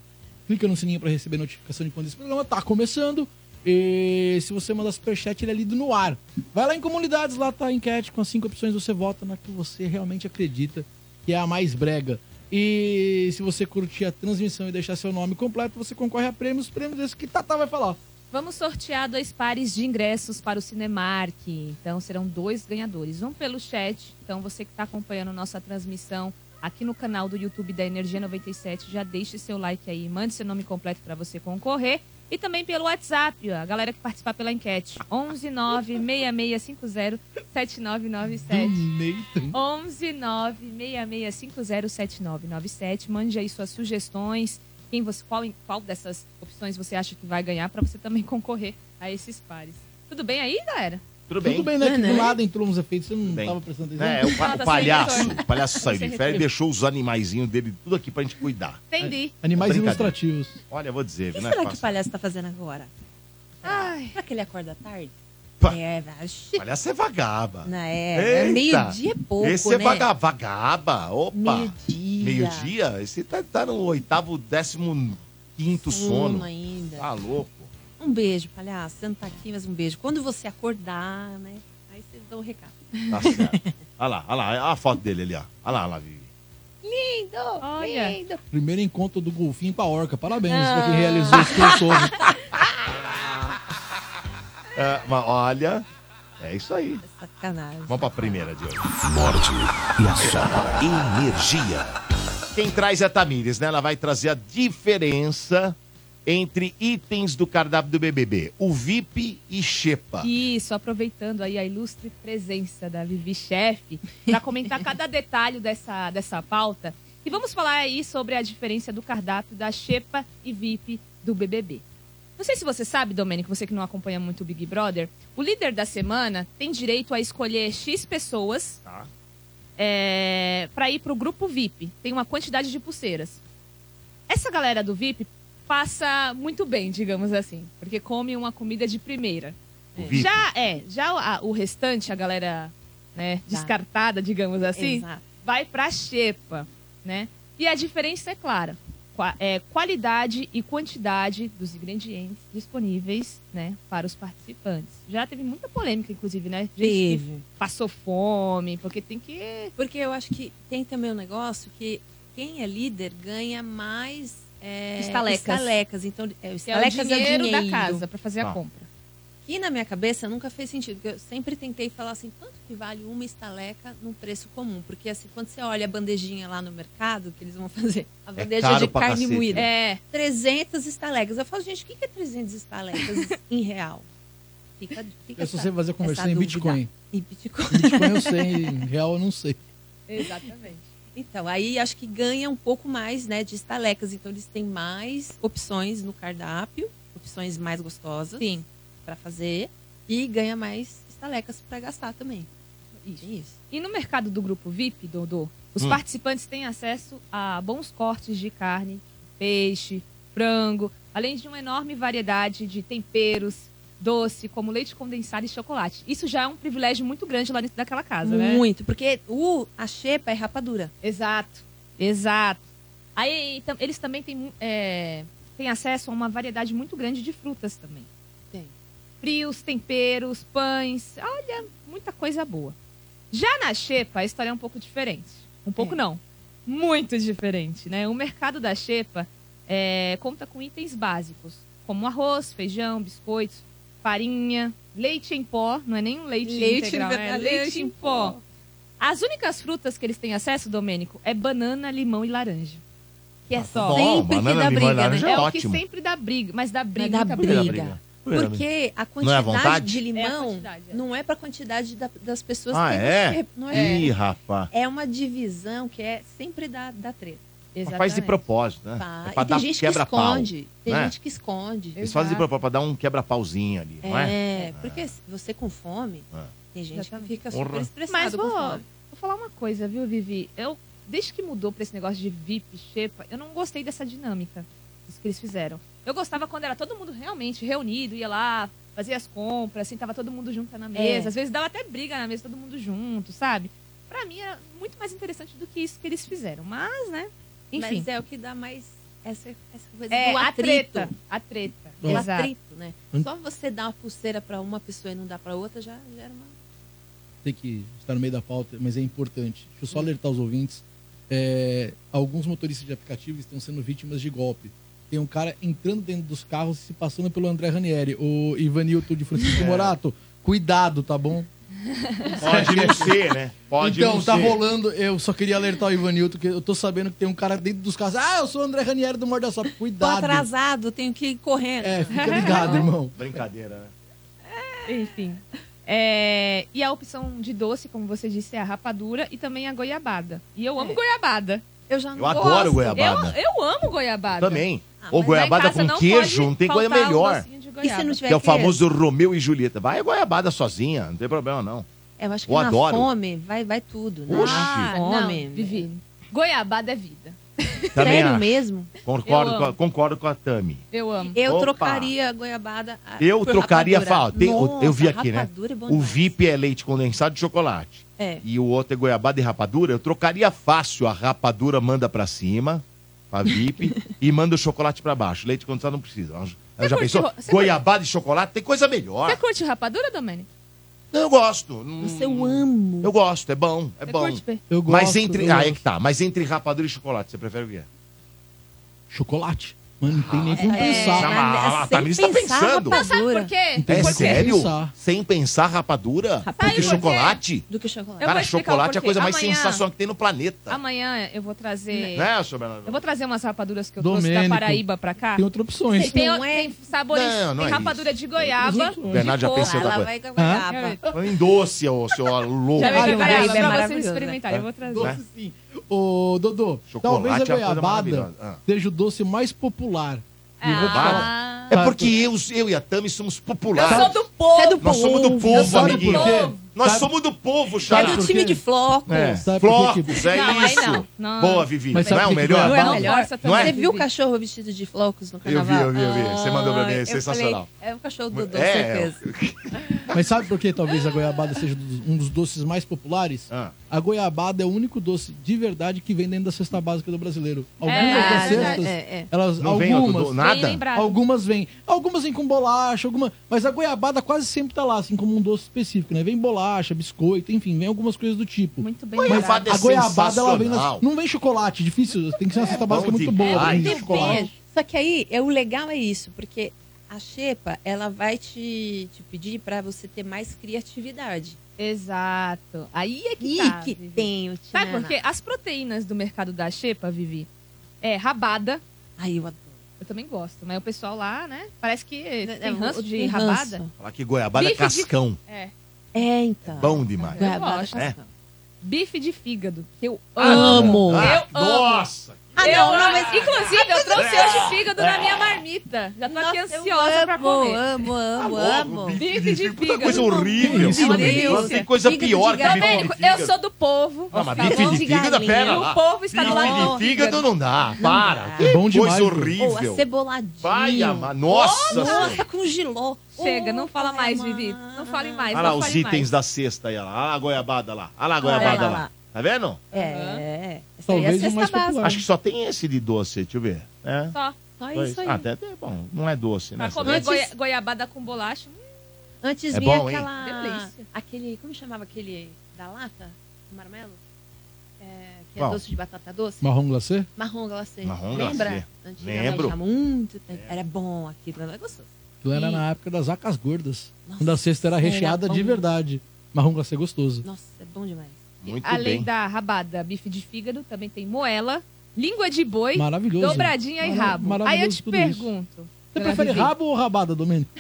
S6: Clica no sininho para receber notificação de quando esse programa tá começando. E se você mandar superchat, ele é lido no ar. Vai lá em comunidades, lá tá a enquete com as cinco opções, você vota na que você realmente acredita que é a mais brega. E se você curtir a transmissão e deixar seu nome completo, você concorre a prêmios, prêmios desses que Tatá vai falar.
S5: Vamos sortear dois pares de ingressos para o Cinemark. Então serão dois ganhadores. Um pelo chat. Então você que está acompanhando nossa transmissão aqui no canal do YouTube da Energia 97, já deixe seu like aí, mande seu nome completo para você concorrer. E também pelo WhatsApp, ó, a galera que participar pela enquete. 11
S1: É.
S5: 7997
S6: Nathan.
S5: 11966507997. Mande aí suas sugestões, quem você, qual, qual dessas opções você acha que vai ganhar para você também concorrer a esses pares. Tudo bem aí, galera?
S1: Tudo bem. é.
S6: Tudo bem, né? Que
S4: Né,
S6: do
S4: né?
S6: lado entrou uns efeitos, você não
S1: Bem.
S6: tava prestando atenção.
S1: É, o, pa-
S5: Ela tá
S1: o
S5: sem
S1: palhaço.
S5: retorno.
S1: O palhaço saiu
S5: Sem
S1: de férias e
S5: retorno.
S1: deixou os animaizinhos dele tudo aqui pra gente cuidar.
S5: Entendi.
S6: Animais
S1: Brincadeira.
S6: ilustrativos.
S1: Olha, eu vou dizer,
S4: O que
S1: viu, né?
S4: será que o
S1: Fácil.
S4: palhaço tá fazendo agora? Será que ele acorda tarde?
S1: Pa-
S4: É,
S1: O
S4: acho
S1: palhaço é vagaba.
S4: que não é.
S1: Eita.
S4: Meio-dia é pouco,
S1: Esse é
S4: né?
S1: vaga- vagaba. Opa.
S4: Meio-dia.
S1: Meio-dia? Esse tá, tá no oitavo, décimo quinto
S4: Sono
S1: sono.
S4: ainda.
S1: Tá louco.
S4: Um beijo, palhaço. Você não tá aqui, mas um beijo. Quando você acordar, né? Aí vocês dão o recado.
S1: Tá certo. Olha lá, olha lá, olha a foto dele ali, ó. Olha lá, olha lá, Vivi.
S5: Olha.
S6: Primeiro encontro do golfinho com a orca. Parabéns,
S4: Ah.
S6: você que realizou esse consolo.
S1: É, mas olha, é isso aí.
S4: Sacanagem.
S1: Vamos pra primeira de hoje.
S3: Morde e assopra. Energia.
S1: Quem traz é a Tamires, né? Ela vai trazer a diferença entre itens do cardápio do BBB, o VIP e Xepa.
S5: Isso, aproveitando aí a ilustre presença da Vivi Chefe para comentar cada detalhe dessa, dessa pauta. E vamos falar aí sobre a diferença do cardápio da Xepa e VIP do BBB. Não sei se você sabe, Domênico, você que não acompanha muito o Big Brother, o líder da semana tem direito a escolher X pessoas
S1: Tá.
S5: para ir para o grupo VIP. Tem uma quantidade de pulseiras. Essa galera do VIP passa muito bem, digamos assim, porque come uma comida de primeira.
S1: O VIP.
S5: Já é, já o- a- o restante, a galera né, descartada, digamos assim,
S4: Exato.
S5: vai pra xepa, né? E a diferença é clara. Qua- é, qualidade e quantidade dos ingredientes disponíveis, né, para os participantes. Já teve muita polêmica, inclusive, né? Gente que
S4: Teve.
S5: passou fome, porque tem que.
S4: Porque eu acho que tem também um negócio que quem é líder ganha mais é,
S5: Estalecas.
S4: estalecas. Então, é, o
S5: É o
S4: estalecas
S5: dinheiro,
S4: é o
S5: da
S4: dinheiro.
S5: casa para fazer
S1: Tá.
S5: a compra.
S4: Que na minha cabeça nunca fez sentido. porque Eu sempre tentei falar assim, quanto que vale uma estaleca num preço comum? Porque assim, quando você olha a bandejinha lá no mercado, que eles vão fazer a bandeja
S1: É caro
S4: de
S1: pra
S4: carne
S1: cacete,
S4: moída.
S5: É,
S4: 300 estalecas. Eu falo, gente, o que que é 300 estalecas em real? Fica, fica
S6: Eu só
S4: essa-
S6: sei fazer conversão
S4: essa
S6: em
S4: dúvida.
S6: Bitcoin.
S4: Em Bitcoin.
S6: Bitcoin eu sei, em real eu não sei.
S5: É, exatamente.
S4: Então, aí acho que ganha um pouco mais, né, de estalecas. Então, eles têm mais opções no cardápio, opções mais gostosas
S5: Sim.
S4: para fazer e ganha mais estalecas para gastar também.
S5: Isso.
S4: Isso.
S5: E no mercado do grupo VIP, Dodô, os
S1: Hum.
S5: participantes têm acesso a bons cortes de carne, peixe, frango, além de uma enorme variedade de temperos, doce, como leite condensado e chocolate. Isso já é um privilégio muito grande lá dentro daquela casa, né?
S4: Muito, porque o a xepa é rapadura.
S5: Exato, exato. Aí tam- eles também têm, mu- é, têm acesso a uma variedade muito grande de frutas também.
S4: Tem.
S5: Frios, temperos, pães, olha, muita coisa boa. Já na Xepa, a história é um pouco diferente. Um pouco
S4: É.
S5: não, muito diferente, né? O mercado da Xepa é, conta com itens básicos, como arroz, feijão, biscoitos, farinha, leite em pó, não é nem um leite, integral, é leite em pó As únicas frutas que eles têm acesso, Domênico, é banana, limão e laranja. Que é só.
S1: Ah, bom,
S4: sempre
S1: banana,
S4: que
S1: limão
S4: dá
S1: e
S4: briga,
S1: laranja.
S4: né?
S1: já
S5: é
S1: é
S5: o que
S1: ótimo.
S5: sempre dá briga, mas dá briga.
S4: Mas dá
S5: muita
S1: Por
S4: briga.
S1: que dá briga?
S4: Porque
S1: Não é
S4: a
S1: à
S4: quantidade
S1: vontade?
S4: de
S5: É a
S4: limão
S5: quantidade, é.
S4: não é para a quantidade da- das pessoas
S1: Ah,
S4: que
S1: é?
S4: você- não é?
S1: Ih, rapaz.
S4: É uma divisão que é sempre da, da treta.
S1: Mas Faz de
S5: Exatamente.
S1: propósito, né?
S4: Pá,
S1: É pra
S4: e tem
S1: dar
S4: gente que
S1: quebra-pau.
S4: esconde. Tem
S1: né?
S4: gente que esconde.
S1: Eles fazem de
S5: Exato.
S1: propósito pra dar um quebra-pauzinho ali, não é?
S4: É, porque se você com fome,
S1: É.
S4: tem gente que
S5: Exatamente.
S4: fica
S1: Porra.
S4: super
S5: Mas
S4: estressado
S5: vou,
S4: com fome.
S5: vou falar uma coisa, viu, Vivi? Eu, desde que mudou pra esse negócio de VIP, xepa, eu não gostei dessa dinâmica. Isso que eles fizeram. Eu gostava quando era todo mundo realmente reunido, ia lá, fazia as compras, assim, tava todo mundo junto na mesa.
S4: É.
S5: Às vezes dava até briga na mesa, todo mundo junto, sabe? Pra mim era muito mais interessante do que isso que eles fizeram. Mas, né? Enfim.
S4: Mas é o que dá mais essa, essa coisa
S5: é,
S4: do
S5: a
S4: atrito.
S5: treta. A treta.
S4: O
S5: Exato.
S4: atrito, né?
S6: Hum.
S4: Só você dar uma pulseira pra uma pessoa e não dar pra outra já gera uma.
S6: Sei que está no meio da pauta, mas é importante. Deixa eu só alertar os ouvintes. É, alguns motoristas de aplicativo estão sendo vítimas de golpe. Tem um cara entrando dentro dos carros e se passando pelo André Ranieri. O Ivanilton de Francisco
S1: É.
S6: Morato, cuidado, tá bom?
S1: Pode não ser, né? Pode
S6: então,
S1: não
S6: tá
S1: ser.
S6: rolando. Eu só queria alertar o Ivanilton, que eu tô sabendo que tem um cara dentro dos carros. Ah, eu sou o André Ranieri do Morda Sop.
S4: Tô
S6: Cuidado.
S4: atrasado, tenho que ir correndo.
S6: É, fica ligado, irmão.
S1: Brincadeira, né?
S5: Enfim. É, e a opção de doce, como você disse, é a rapadura e também a goiabada. E eu amo
S4: É.
S5: goiabada.
S4: Eu já não
S1: Eu adoro
S4: gosto.
S1: goiabada.
S5: Eu, eu amo goiabada.
S1: Também.
S4: Ah,
S1: Ou
S4: mas lá em
S1: goiabada
S5: Casa
S1: com
S5: não
S1: queijo,
S5: pode
S1: não tem coisa
S5: faltar um
S1: melhor.
S5: docinho de
S4: E se
S5: goiaba.
S4: não
S1: Que
S4: tiver
S1: é o
S4: assim, queijo?
S1: famoso Romeu e Julieta. Vai a goiabada sozinha, não tem problema não.
S4: Eu acho que
S1: Eu
S4: na
S1: adoro.
S4: fome vai, vai tudo, né?
S1: Oxi.
S4: Na
S5: Ah, não,
S4: fome.
S5: Vivi. Goiabada é vida.
S1: Também
S4: Sério
S1: acho.
S4: mesmo?
S1: Concordo,
S5: Eu
S1: com a,
S5: amo.
S1: concordo com a Tami.
S5: Eu amo.
S4: Eu
S1: Opa.
S4: trocaria a goiabada. a-
S1: Eu
S4: por
S1: trocaria
S4: rapadura.
S1: fala, tem- eu- eu vi
S4: Nossa,
S1: aqui, né?
S4: rapadura é bom
S1: O
S4: demais.
S1: VIP é leite condensado de chocolate.
S4: É.
S1: E o outro é goiabada e rapadura. Eu trocaria fácil a rapadura, manda pra cima, pra VIP, e manda o chocolate pra baixo. Leite condensado não precisa. já
S5: curte
S1: pensou?
S5: ro- você
S1: Goiabada e chocolate tem coisa melhor.
S5: Você curte rapadura, Domênico?
S1: Não, Eu gosto. Hum.
S4: Nossa, eu
S5: um
S4: amo.
S1: Eu gosto, é bom, é
S5: Você
S1: bom.
S5: curte? Pe-
S6: Eu gosto.
S1: Mas entre.
S6: eu
S1: Ah, é
S6: gosto.
S1: que tá. Mas entre rapadura e chocolate, você prefere o quê?
S6: Chocolate. Mano, não tem nem como
S4: Ah,
S6: pensar.
S1: Chama- a
S4: sem
S1: Tamiris tá
S4: pensar,
S1: pensando.
S4: rapaz,
S5: Sabe
S4: Rapadura.
S5: por quê?
S1: É
S6: Tem
S5: Por
S6: que
S5: quê?
S1: sério?
S6: pensar.
S1: Sem pensar rapadura?
S4: Rapadura.
S1: Porque
S5: Sabe por quê?
S1: chocolate?
S4: Do que o chocolate.
S5: Eu-
S1: Cara,
S5: vou explicar o
S1: chocolate é
S5: porquê.
S1: a coisa mais
S5: Amanhã-
S1: sensacional que tem no planeta.
S5: Amanhã eu vou trazer.
S1: Né, seu Bernardo?
S5: Eu vou trazer umas rapaduras que eu trouxe
S6: Domênico.
S5: da Paraíba pra cá.
S6: Tem outras opções.
S5: Tem, tem,
S4: Não é-
S5: tem sabores.
S1: um Não, não
S5: tem
S1: é
S5: rapadura de goiaba.
S6: O
S1: Bernardo já
S5: de
S1: pensou
S4: Ah,
S1: outra
S4: lá
S1: coisa.
S4: vai com a goiaba.
S5: coco.
S1: Põe Em doce, ô, seu louco.
S5: Já veio
S6: Olha,
S5: pra
S4: Paraíba é
S5: Paraíba pra vocês
S4: maravilhoso, né?
S5: experimentarem. Eu vou trazer.
S6: Doce sim. Ô, Dodô,
S1: Chocolate
S6: talvez
S1: é uma
S6: a
S1: coisa
S6: goiabada
S1: maravilhosa. Ah.
S6: seja o doce mais popular. E eu vou te falar.
S5: Ah,
S1: É porque eu, eu e a Tami somos populares.
S5: eu sou do povo.
S4: Você é do
S1: Nós somos do povo,
S6: Sabe
S1: amiguinho.
S6: por quê?
S1: Nós
S6: Sabe-
S1: somos do povo,
S4: É
S1: Xará.
S6: Sabe
S4: do
S6: por
S4: time
S6: quê?
S4: de flocos.
S1: É.
S6: Sabe por que que-
S1: Flocos, é
S5: Não, aí
S1: isso.
S5: não. Não.
S1: Boa, Vivi.
S6: Mas
S1: não
S6: sabe
S1: é o
S6: por que que
S1: melhor?
S6: goiabada-
S4: Não é o melhor?
S5: Força
S1: Não é?
S4: Você viu o cachorro vestido de flocos no carnaval?
S1: vi, eu vi, eu vi. Você mandou pra mim, é
S4: Ah, eu
S1: sensacional.
S4: falei, é o cachorro do Dodô,
S1: É,
S4: certeza.
S6: Mas sabe por que talvez a goiabada seja dos- um dos doces mais populares?
S1: Ah.
S6: A goiabada é o único doce de verdade que vem dentro da cesta básica do brasileiro. Algumas
S5: É,
S6: das cestas,
S4: é verdade, é, é.
S6: elas
S1: Não vem outro do-
S6: algumas,
S5: Bem
S1: nada?
S5: lembrado.
S6: algumas vêm. Algumas vêm com bolacha, alguma, mas a goiabada quase sempre tá lá, assim como um doce específico, né? Vem bolacha, biscoito, enfim, vem algumas coisas do tipo.
S5: Muito bem.
S1: Mas
S5: lembrado.
S1: fada é
S6: a goiabada ela vem
S1: sensacional.
S6: nas, não vem chocolate, difícil, tem que ser uma cesta básica
S1: bom
S6: muito boa, né?
S1: demais.
S6: vem
S1: Ai,
S6: chocolate.
S4: Depende. Só que aí, é, o legal é isso, porque a xepa, ela vai te, te pedir pra você ter mais criatividade.
S5: Exato. Aí é que
S4: E
S5: tá.
S4: que né?
S5: Vivi.
S4: tenho,
S5: Sabe
S4: Tiana.
S5: por quê? As proteínas do mercado da xepa, Vivi, é rabada.
S4: Aí eu adoro.
S5: Eu também gosto, mas o pessoal lá, né? Parece que
S4: É,
S5: tem
S4: o-
S5: ranço
S4: o-
S5: de
S4: tem
S5: rabada.
S4: ranço.
S1: Falar que goiabada é
S5: Bife de-
S1: cascão.
S5: É.
S4: É, então.
S1: Bom demais.
S5: É.
S4: Goiabada
S5: gosto.
S4: cascão.
S5: Bife de fígado, que eu
S4: Amo.
S5: amo.
S1: Ah,
S5: Eu amo.
S1: Nossa!
S4: Ah,
S5: eu
S4: não, não,
S5: amo.
S4: mas-
S5: Inclusive, eu trouxe hoje fígado na minha marmita. Já tô aqui
S4: Nossa, eu
S5: ansiosa pra comer.
S4: Amo, amo,
S1: Tá
S4: amo.
S1: louco,
S5: Bife de
S1: Puta
S5: fígado.
S1: coisa horrível.
S5: É uma
S1: Não
S5: delícia.
S1: tem coisa
S4: Fígado
S1: pior que
S4: de
S1: bife de
S5: Domênico,
S1: fígado.
S5: eu sou do povo.
S1: Não, mas
S5: tá
S1: bife de
S5: bom?
S4: de
S1: fígado, é
S4: galinha.
S1: pera
S5: E
S1: lá.
S5: o povo está do lado
S1: Bife de
S5: do Hum.
S1: fígado não dá, para.
S4: dá.
S1: Que
S6: É bom
S1: coisa
S5: né?
S6: demais,
S4: Ou
S1: horrível.
S4: a ceboladinha.
S1: Vai, amar. Nossa senhora.
S4: Nossa, com giló.
S5: Chega, não fala
S4: Vai,
S5: mais,
S4: amar.
S5: Vivi. Não fale mais.
S1: Olha lá
S5: não
S1: os
S5: fale
S1: itens
S5: mais.
S1: da cesta aí, olha lá. Olha lá a goiabada lá. Olha lá a goiabada
S4: lá,
S1: lá.
S4: lá.
S1: Tá vendo?
S4: É. Essa aí é a
S6: Talvez o
S4: cesta
S6: mais
S4: básica.
S6: popular.
S1: Acho que só tem esse de doce, deixa eu ver. É.
S5: Só.
S4: Só
S1: Dois.
S4: isso aí.
S1: Ah, até, até bom, não é doce, né?
S5: Pra
S1: essa
S5: comer
S1: daí.
S4: Antes-
S5: goia- goiabada com bolacha. hum,
S4: Antes
S1: É
S4: vinha
S1: bom, hein?
S4: aquela.
S5: Delícia.
S4: Aquele. Como chamava aquele da lata? Do marmelo? É, que é
S1: Qual?
S4: doce de batata doce?
S6: Marrom glacê?
S4: Marrom glacê.
S1: Marrom
S4: Lembra?
S1: glacê.
S4: Antigamente,
S1: Lembro. É.
S4: há muito tempo. Era bom aquilo, era gostoso.
S6: Tu era
S4: Ih.
S6: na época das vacas gordas.
S4: Nossa,
S6: Quando a cesta era
S4: era
S6: recheada
S4: bom.
S6: de verdade. Marrom glacê gostoso.
S4: Nossa, é bom demais.
S1: Muito
S5: Além
S1: bem.
S5: da rabada, bife de fígado, também tem moela, língua de boi,
S6: Maravilhoso.
S5: dobradinha e
S6: Mara-
S5: rabo. Aí eu
S6: maravilhoso
S5: te
S6: tudo isso.
S5: pergunto.
S6: Você prefere
S5: Vivi,
S6: rabo ou rabada, Domênico?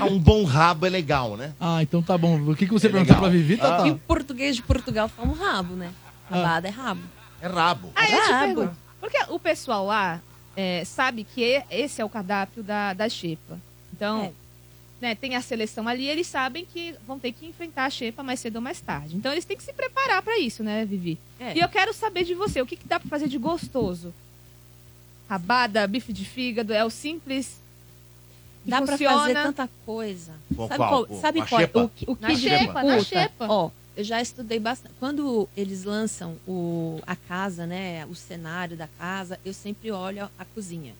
S1: Ah, Um bom rabo é legal, né?
S6: Ah, então tá bom. O que, que você
S1: É
S6: perguntou
S1: legal.
S6: pra Vivi, Tá,
S1: Ah.
S6: Tatá?
S4: E o português de Portugal fala um rabo, né? Rabada é rabo.
S1: É rabo.
S4: Ah,
S5: Aí Ah. eu te
S4: Rabo.
S5: pergunto. Porque o pessoal lá é, sabe que e- esse é o cardápio da, da xepa. Então,
S4: É.
S5: né, tem a seleção ali, eles sabem que vão ter que enfrentar a xepa mais cedo ou mais tarde. Então, eles têm que se preparar pra isso, né, Vivi?
S4: É.
S5: E eu quero saber de você, o que, que dá pra fazer de gostoso? Rabada, bife de fígado, é o simples. que
S4: Dá pra
S5: funciona.
S4: fazer tanta coisa.
S1: Qual-
S4: sabe
S1: qual?
S4: qual?
S1: Qual?
S4: sabe
S1: A
S4: qual? é?
S1: xepa?
S4: O, que- o
S5: Na
S4: que
S1: xepa,
S5: xepa, na
S4: dificulta?
S5: xepa.
S4: Ó, eu já estudei bastante. Quando eles lançam o, a casa, né? O cenário da casa, eu sempre olho a cozinha.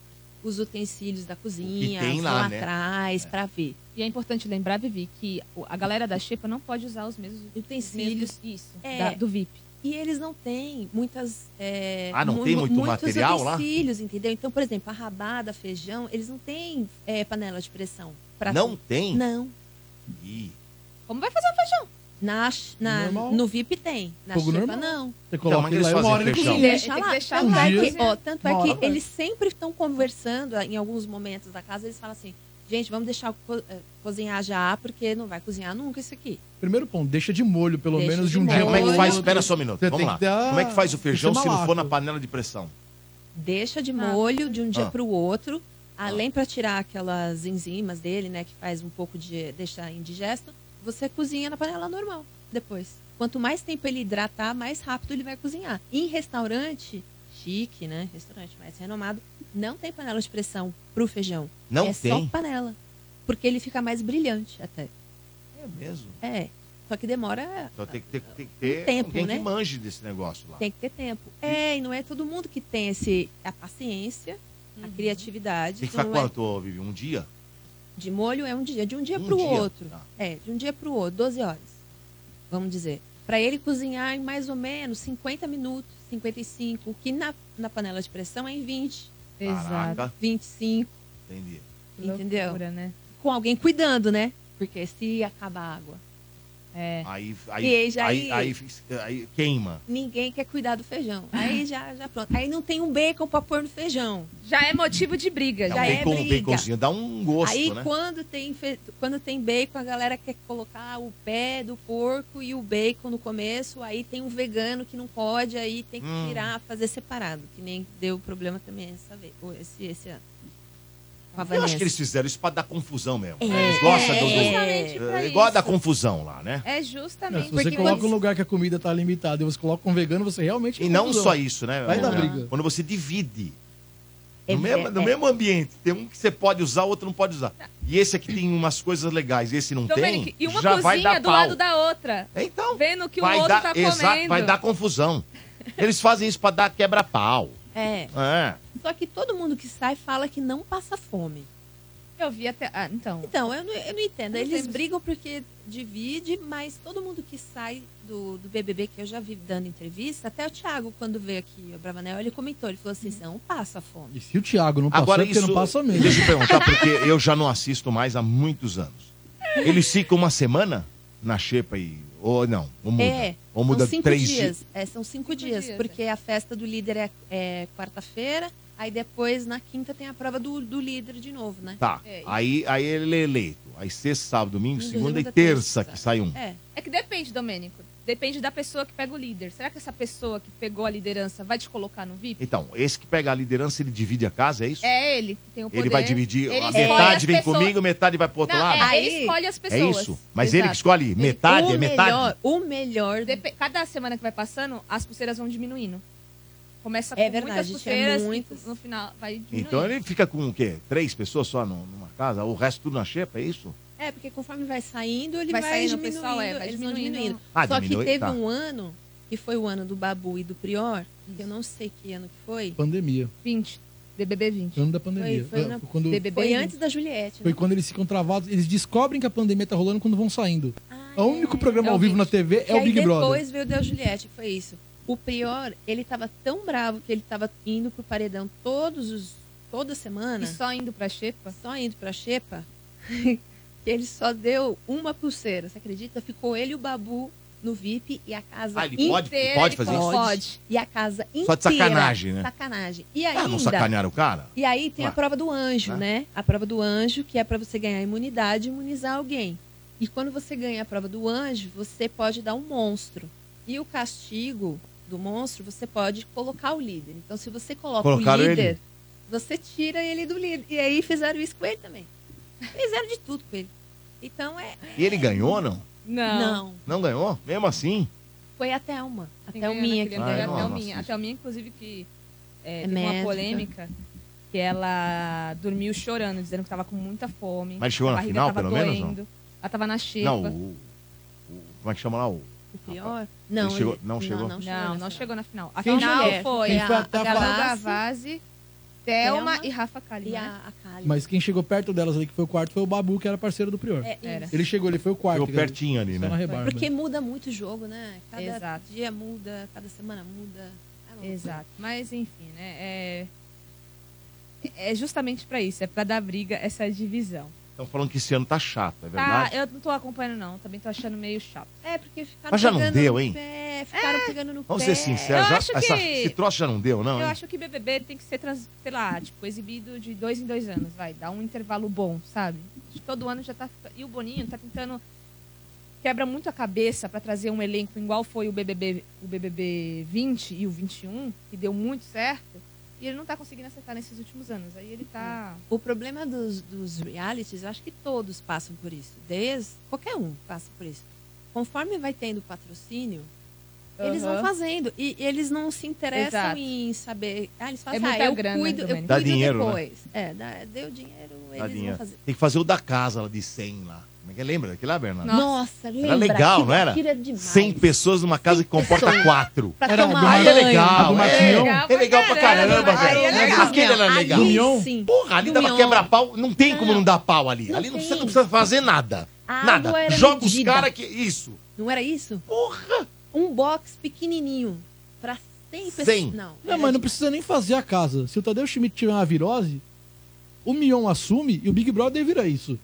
S4: Os utensílios da cozinha,
S1: tem
S4: vão
S1: lá, né?
S4: atrás, pra ver.
S5: E é importante lembrar, Vivi, que o- a galera da xepa não pode usar os mesmos
S4: Utensílios.
S5: mesmos- isso,
S4: É.
S5: da- do VIP.
S4: E eles não têm muitas. é,
S1: Ah, não tem muito
S4: muitos
S1: material lá?
S4: utensílios, entendeu? Então, por exemplo, a rabada, feijão, eles não têm é, panela de pressão. pra-
S1: Não tem?
S4: Não.
S1: Ih,
S5: Como vai fazer o feijão?
S4: Na, na,
S6: Normal.
S4: no VIP tem. Na
S6: Fogo
S4: xepa,
S6: normal.
S4: não.
S6: Você
S1: Então,
S6: coloca
S1: mas
S6: ele lá
S1: eles
S6: e uma
S1: fazem
S6: hora ele
S1: feijão.
S4: Tem que
S6: cozinha.
S4: deixar
S5: Tem que
S4: lá.
S5: deixar
S4: tanto,
S6: lá,
S4: é
S6: né?
S4: que, ó, tanto é
S6: Uma hora
S4: que
S6: vai.
S4: eles sempre estão conversando, ah, em alguns momentos da casa, eles falam assim, gente, vamos deixar co- eh, cozinhar já, porque não vai cozinhar nunca isso aqui.
S6: Primeiro ponto, deixa de molho, pelo
S4: Deixa
S6: menos de
S4: de
S6: um
S4: molho.
S6: dia
S1: Como é que
S6: pro
S1: faz?
S6: outro.
S1: Espera só um minuto.
S6: Você
S1: Vamos
S6: tem
S1: lá.
S6: que dar-
S1: Como é que faz o feijão
S6: tem que
S1: se
S6: ser
S1: não for na
S6: malaco.
S1: panela de pressão?
S4: Deixa de
S5: Ah.
S4: molho de um dia
S1: Ah.
S4: para o outro, além para tirar aquelas enzimas dele, né, que faz um pouco de deixar indigesto, você cozinha na panela normal depois. Quanto mais tempo ele hidratar, mais rápido ele vai cozinhar. Em restaurante chique, né, restaurante mais renomado, não tem panela de pressão pro feijão.
S1: Não
S4: é
S1: tem.
S4: só panela. Porque ele fica mais brilhante até.
S1: É mesmo.
S4: É. Só que demora.
S1: Então tem que ter, tem que ter
S4: tempo,
S1: alguém
S4: né?
S1: que manje desse negócio lá.
S4: Tem que ter tempo. É, e não é todo mundo que tem esse, a paciência, a criatividade.
S1: Tem que
S4: Então,
S1: ficar
S4: não é-
S1: quanto, ô, Vivi? Um dia?
S4: de molho é um dia. De um dia
S1: Um
S4: pro
S1: dia.
S4: outro.
S1: Tá.
S4: É, de um dia pro outro. 12 horas. Vamos dizer. Para ele cozinhar em mais ou menos 50 minutos, 55, o que na, na panela de pressão é em 20,
S1: Caraca,
S4: 25,
S1: entendi.
S4: Entendeu?
S5: Loucura, né?
S4: com alguém cuidando, né? Porque se acabar a água,
S5: É.
S1: Aí,
S4: E
S1: aí,
S4: aí
S1: aí,
S4: já é.
S1: aí,
S4: aí-
S1: aí queima.
S4: ninguém quer cuidar do feijão. Aí já, já pronto. Aí não tem um bacon pra pôr no feijão.
S5: Já é motivo de briga,
S1: Dá
S5: já
S1: um
S4: é
S1: bacon, um
S4: briga.
S1: baconzinho, dá um gosto,
S4: aí
S1: né?
S4: quando, tem fe- quando tem bacon, a galera quer colocar o pé do porco e o bacon no começo. Aí tem um vegano que não pode, aí tem que
S1: Hum.
S4: tirar, fazer separado. Que nem deu problema também essa vez, ou esse, esse ano. Com
S1: Eu
S4: a
S1: acho
S4: Vanessa.
S1: que eles fizeram isso pra dar confusão mesmo.
S4: É,
S1: eles gostam
S4: é,
S1: do... do-
S5: justamente pra
S1: eh, gosta da
S5: isso.
S1: confusão lá, né?
S5: É
S6: Não,
S5: justamente
S6: se você
S4: Porque
S6: coloca
S4: quando-
S6: um lugar que a comida tá limitada e você coloca um vegano, você realmente.
S1: E não
S6: confusão.
S1: só isso, né?
S6: Vai dar
S1: Ana?
S6: briga.
S1: Quando você divide.
S4: É
S1: no mesmo,
S4: ver-
S1: no
S4: é.
S1: mesmo ambiente. Tem um que você pode usar, outro não pode usar. E esse aqui tem umas coisas legais, esse não
S5: Domenic,
S1: um tem.
S5: e uma
S1: já vai
S5: cozinha
S1: dar
S5: do
S1: pau.
S5: lado da outra,
S1: Então,
S5: vendo que o
S1: vai
S5: outro
S1: dar,
S5: tá
S1: exa-
S5: comendo.
S1: vai dar confusão. Eles fazem isso pra dar quebra-pau.
S4: É.
S1: É.
S4: Só que todo mundo que sai fala que não passa fome.
S5: Eu vi até. Ah, então.
S4: Então, eu não, eu não entendo.
S5: Eu não
S4: Eles
S5: sei, mas-
S4: brigam porque divide, mas todo mundo que sai do, do BBB, que eu já vi dando entrevista, até o Thiago, quando veio aqui, o Bravanel, ele comentou, ele falou assim, não passa fome.
S6: E se o Thiago não passou,
S1: Agora
S6: é porque
S1: isso-
S6: não passa mesmo.
S1: Deixa eu perguntar, porque eu já não assisto mais há muitos anos. Eles ficam uma semana na xepa e. Ou não, ou muda.
S4: É,
S1: ou muda
S4: são cinco
S1: três
S4: dias. É, são cinco, dias,
S5: dias,
S4: porque a festa do líder é, é quarta-feira, aí depois, na quinta, tem a prova do, do líder de novo, né?
S1: Tá.
S5: É, e-
S1: Aí, aí ele é eleito. Aí sexta, sábado, domingo,
S4: Domingo,
S1: segunda e
S4: segunda,
S1: terça
S4: terça.
S1: que sai um.
S4: É,
S5: É que depende, Domênico. Depende da pessoa que pega o líder. Será que essa pessoa que pegou a liderança vai te colocar no VIP?
S1: Então, esse que pega a liderança, ele divide a casa, é isso?
S5: É ele que tem o poder.
S1: ele vai dividir.
S5: Ele
S1: a
S5: escolhe
S1: metade
S5: as
S1: vem
S5: pessoas.
S1: comigo, metade vai pro outro
S5: Não,
S1: lado.
S5: é,
S4: Aí-
S5: ele escolhe as pessoas.
S1: É isso. Mas ele que
S5: Exato.
S1: escolhe metade,
S4: o
S1: é metade.
S4: melhor, o melhor
S5: Depe- Cada semana que vai passando, as pulseiras vão diminuindo. Começa
S4: É
S5: com
S4: verdade,
S5: muitas
S4: tinha
S5: pulseiras
S4: muitas.
S5: e no final vai diminuindo.
S1: Então ele fica com o quê? Três pessoas só no- numa casa? O resto tudo na xepa, é isso?
S4: É, porque conforme vai saindo, ele
S5: Vai
S4: vai,
S5: saindo, o
S4: diminuindo,
S5: pessoal, é, vai
S4: eles vão
S5: diminuindo.
S4: diminuindo.
S1: Ah,
S4: Só
S1: diminui,
S4: que teve
S1: tá.
S4: um ano, que foi o ano do Babu e do Prior, que eu não sei que ano que foi.
S6: Pandemia.
S5: 20. DBB 20.
S6: Ano da pandemia.
S4: Foi- foi na-
S6: quando,
S5: Bebê.
S4: Foi antes da Juliette,
S6: foi
S4: né?
S6: quando eles ficam travados. Eles descobrem que a pandemia tá rolando quando vão saindo.
S4: Ah,
S6: o único programa
S5: É o
S6: ao vivo na
S5: Big-
S6: TV
S4: E
S6: é o
S4: aí
S6: Big Brother.
S4: depois veio o da Juliette, foi isso. O Prior, ele tava tão bravo que ele tava indo pro paredão todos os, toda semana,
S5: E só indo pra xepa?
S4: só indo pra Xepa, que ele só deu uma pulseira, você acredita? Ficou ele e o Babu no VIP e a casa
S1: Ah, ele pode-
S5: Inteira
S1: pode
S5: de
S1: fazer
S5: cor-
S1: isso?
S5: Pode.
S4: E a casa inteira.
S1: Só de sacanagem, né?
S4: Sacanagem. E
S1: Ah, não
S4: ainda,
S1: sacanearam o cara?
S4: e aí tem
S1: Ué.
S4: a prova do anjo,
S1: Né?
S4: né? A prova do anjo, que é pra você ganhar imunidade e imunizar alguém. E quando você ganha a prova do anjo, você pode dar um monstro. E o castigo do monstro, você pode colocar o líder. Então, se você coloca
S1: Colocaram
S4: o
S1: ele?
S4: líder, você tira ele do líder. E aí fizeram isso com ele também. Fizeram de tudo com ele. Então é.
S1: E ele ganhou, não?
S5: Não.
S4: Não.
S1: Não ganhou? Mesmo assim?
S4: Foi a Thelma. A
S5: Tem
S4: Thelminha que
S5: ganhando,
S1: Ah,
S5: né,
S1: eu
S4: ganhou.
S1: não
S5: A
S1: assisto.
S5: Thelminha, a Thelminha, inclusive, que é,
S4: É
S5: teve uma
S4: médica.
S5: polêmica que ela dormiu chorando, dizendo que tava com muita fome.
S1: Mas chegou
S5: a
S1: na
S5: barriga
S1: final, pelo
S5: tava doendo,
S1: menos? Não,
S5: Ela tava na xepa.
S1: não o, o- Como é que chama lá? O,
S4: O pior? Não,
S1: chegou- não chegou?
S4: Não,
S5: Não,
S4: nessa
S5: não chegou na final. A
S6: Quem
S5: final
S4: chegou?
S5: foi
S6: Quem foi
S5: a,
S6: a
S5: a Gabi
S4: Gavassi,
S5: Gavazzi, Thelma
S4: Thelma
S5: e Rafa
S4: E
S5: Kalim. né?
S4: a, a Kali.
S6: Mas quem chegou perto delas ali, que foi o quarto, foi o Babu, que era parceiro do Prior.
S4: É,
S5: Era.
S4: isso.
S6: Ele chegou, ele foi o quarto.
S1: chegou
S6: cara.
S1: pertinho ali,
S6: Só na
S1: né?
S6: rebarba.
S4: Porque muda muito o jogo, né? Cada
S5: Exato.
S4: dia muda, cada semana muda. É louco.
S5: Exato. Mas, enfim, né? É, é justamente pra isso, é pra dar briga essa divisão.
S1: Estão falando que esse ano tá chato, é
S5: Tá,
S1: verdade?
S5: eu não tô acompanhando, não. Também tô achando meio chato.
S4: É, porque ficaram
S1: Mas já não
S4: pegando
S1: deu,
S4: no
S1: hein?
S4: pé,
S5: É.
S4: ficaram pegando no
S1: Vamos ser
S4: pé.
S1: sinceros,
S5: eu
S1: já,
S5: acho
S1: essa,
S5: que-
S1: esse troço já não deu, não,
S5: Eu
S1: hein?
S5: acho que BBB tem que ser, trans, sei lá, tipo, exibido de dois em dois anos, vai. Dá um intervalo bom, sabe? Acho que todo ano já tá... fica- E o Boninho tá tentando... Quebra muito a cabeça pra trazer um elenco igual foi o BBB, o BBB 20 e o 21, que deu muito certo. E ele não tá conseguindo acertar nesses últimos anos. Aí ele tá...
S4: O problema dos, dos realities, eu acho que todos passam por isso. Desde, qualquer um passa por isso. Conforme vai tendo patrocínio, eles vão
S5: Aham.
S4: fazendo. E, e eles não se interessam
S5: Exato.
S4: em saber. Ah, eles falam
S5: É
S4: assim,
S5: muita
S4: ah, eu
S5: grana,
S4: cuido, eu
S5: Domênico.
S4: cuido
S1: Dá dinheiro, né?
S4: depois. É, dá, deu dinheiro, eles
S1: dinheiro.
S4: vão fazer.
S1: Tem que fazer o da casa lá de 100 lá. Como é que é? Lembra daquele lá, Bernardo?
S5: Nossa,
S4: lembra?
S1: legal,
S4: Aquilo-
S1: não era?
S4: aquilo é demais.
S1: 100 pessoas numa casa que comporta
S4: pessoas.
S1: 4.
S4: Pra
S6: Era
S4: tomar
S6: do
S1: Aí é
S4: banho.
S6: A do
S1: legal, é,
S6: Matinho.
S1: é legal pra caramba,
S5: Aí é
S1: velho.
S5: legal.
S1: Aquele era
S4: Ali
S1: legal.
S6: Mignon?
S4: sim.
S1: Porra, ali
S4: Do
S1: dava
S4: Mion.
S1: quebra-pau. Não tem como não dar pau ali.
S4: Não
S1: ali não
S4: tem.
S1: precisa, não precisa fazer nada.
S4: A água
S1: Nada.
S4: Ah, era
S1: Joga os
S4: medida.
S1: caras que. Isso.
S4: Não era isso?
S1: Porra!
S4: Um box pequenininho. Pra 100
S1: Cem.
S4: pessoas. Não,
S6: Não,
S4: era tipo,
S6: mas não
S4: demais.
S6: precisa nem fazer a casa. Se o Tadeu Schmidt tiver uma virose, o Mion assume e o Big Brother vira isso.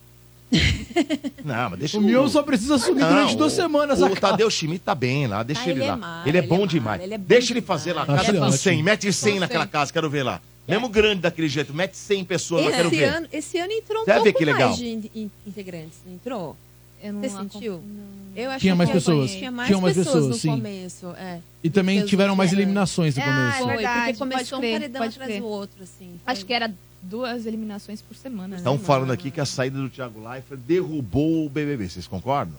S1: Não, mas deixa
S6: O Mion só precisa assumir
S1: Não,
S6: durante duas
S1: o-
S6: semanas
S1: O
S6: a casa.
S1: Tadeu Schmidt tá bem lá, deixa
S4: Ah,
S1: ele
S4: ele é
S1: lá.
S4: mal,
S1: ele é
S4: ele
S1: bom
S4: é mal,
S1: demais.
S4: ele é bom
S1: deixa ele fazer lá a
S4: demais.
S1: casa
S6: Ele é
S1: com
S6: ótimo.
S1: 100. Mete 100
S5: Com
S1: naquela
S5: 100. casa,
S1: casa, quero ver lá. Mesmo grande daquele jeito, mete 100 pessoas, lá, quero
S4: É. Esse
S1: ver.
S4: ano, esse ano entrou um
S1: Você vai ver
S4: pouco
S1: que legal.
S4: mais de in- in- integrantes, não entrou?
S5: É. Eu não
S4: Você sentiu?
S5: acompanho, não.
S4: Eu achei
S6: Tinha mais
S4: que
S6: pessoas.
S4: Tinha mais
S6: Tinha mais
S4: pessoas,
S6: pessoas,
S4: no
S6: sim.
S4: começo. É.
S6: E também
S4: Deus
S6: tiveram mais
S4: do céu.
S6: eliminações no
S5: É,
S6: começo.
S4: Foi,
S5: verdade,
S4: porque começou
S5: pode crer,
S4: um paredão
S5: pode
S4: atrás
S5: crer.
S4: do outro, assim. Foi-
S5: Acho que era duas eliminações por semana. né?
S1: Estão falando aqui que a saída do Thiago Leifert derrubou o BBB. Vocês concordam?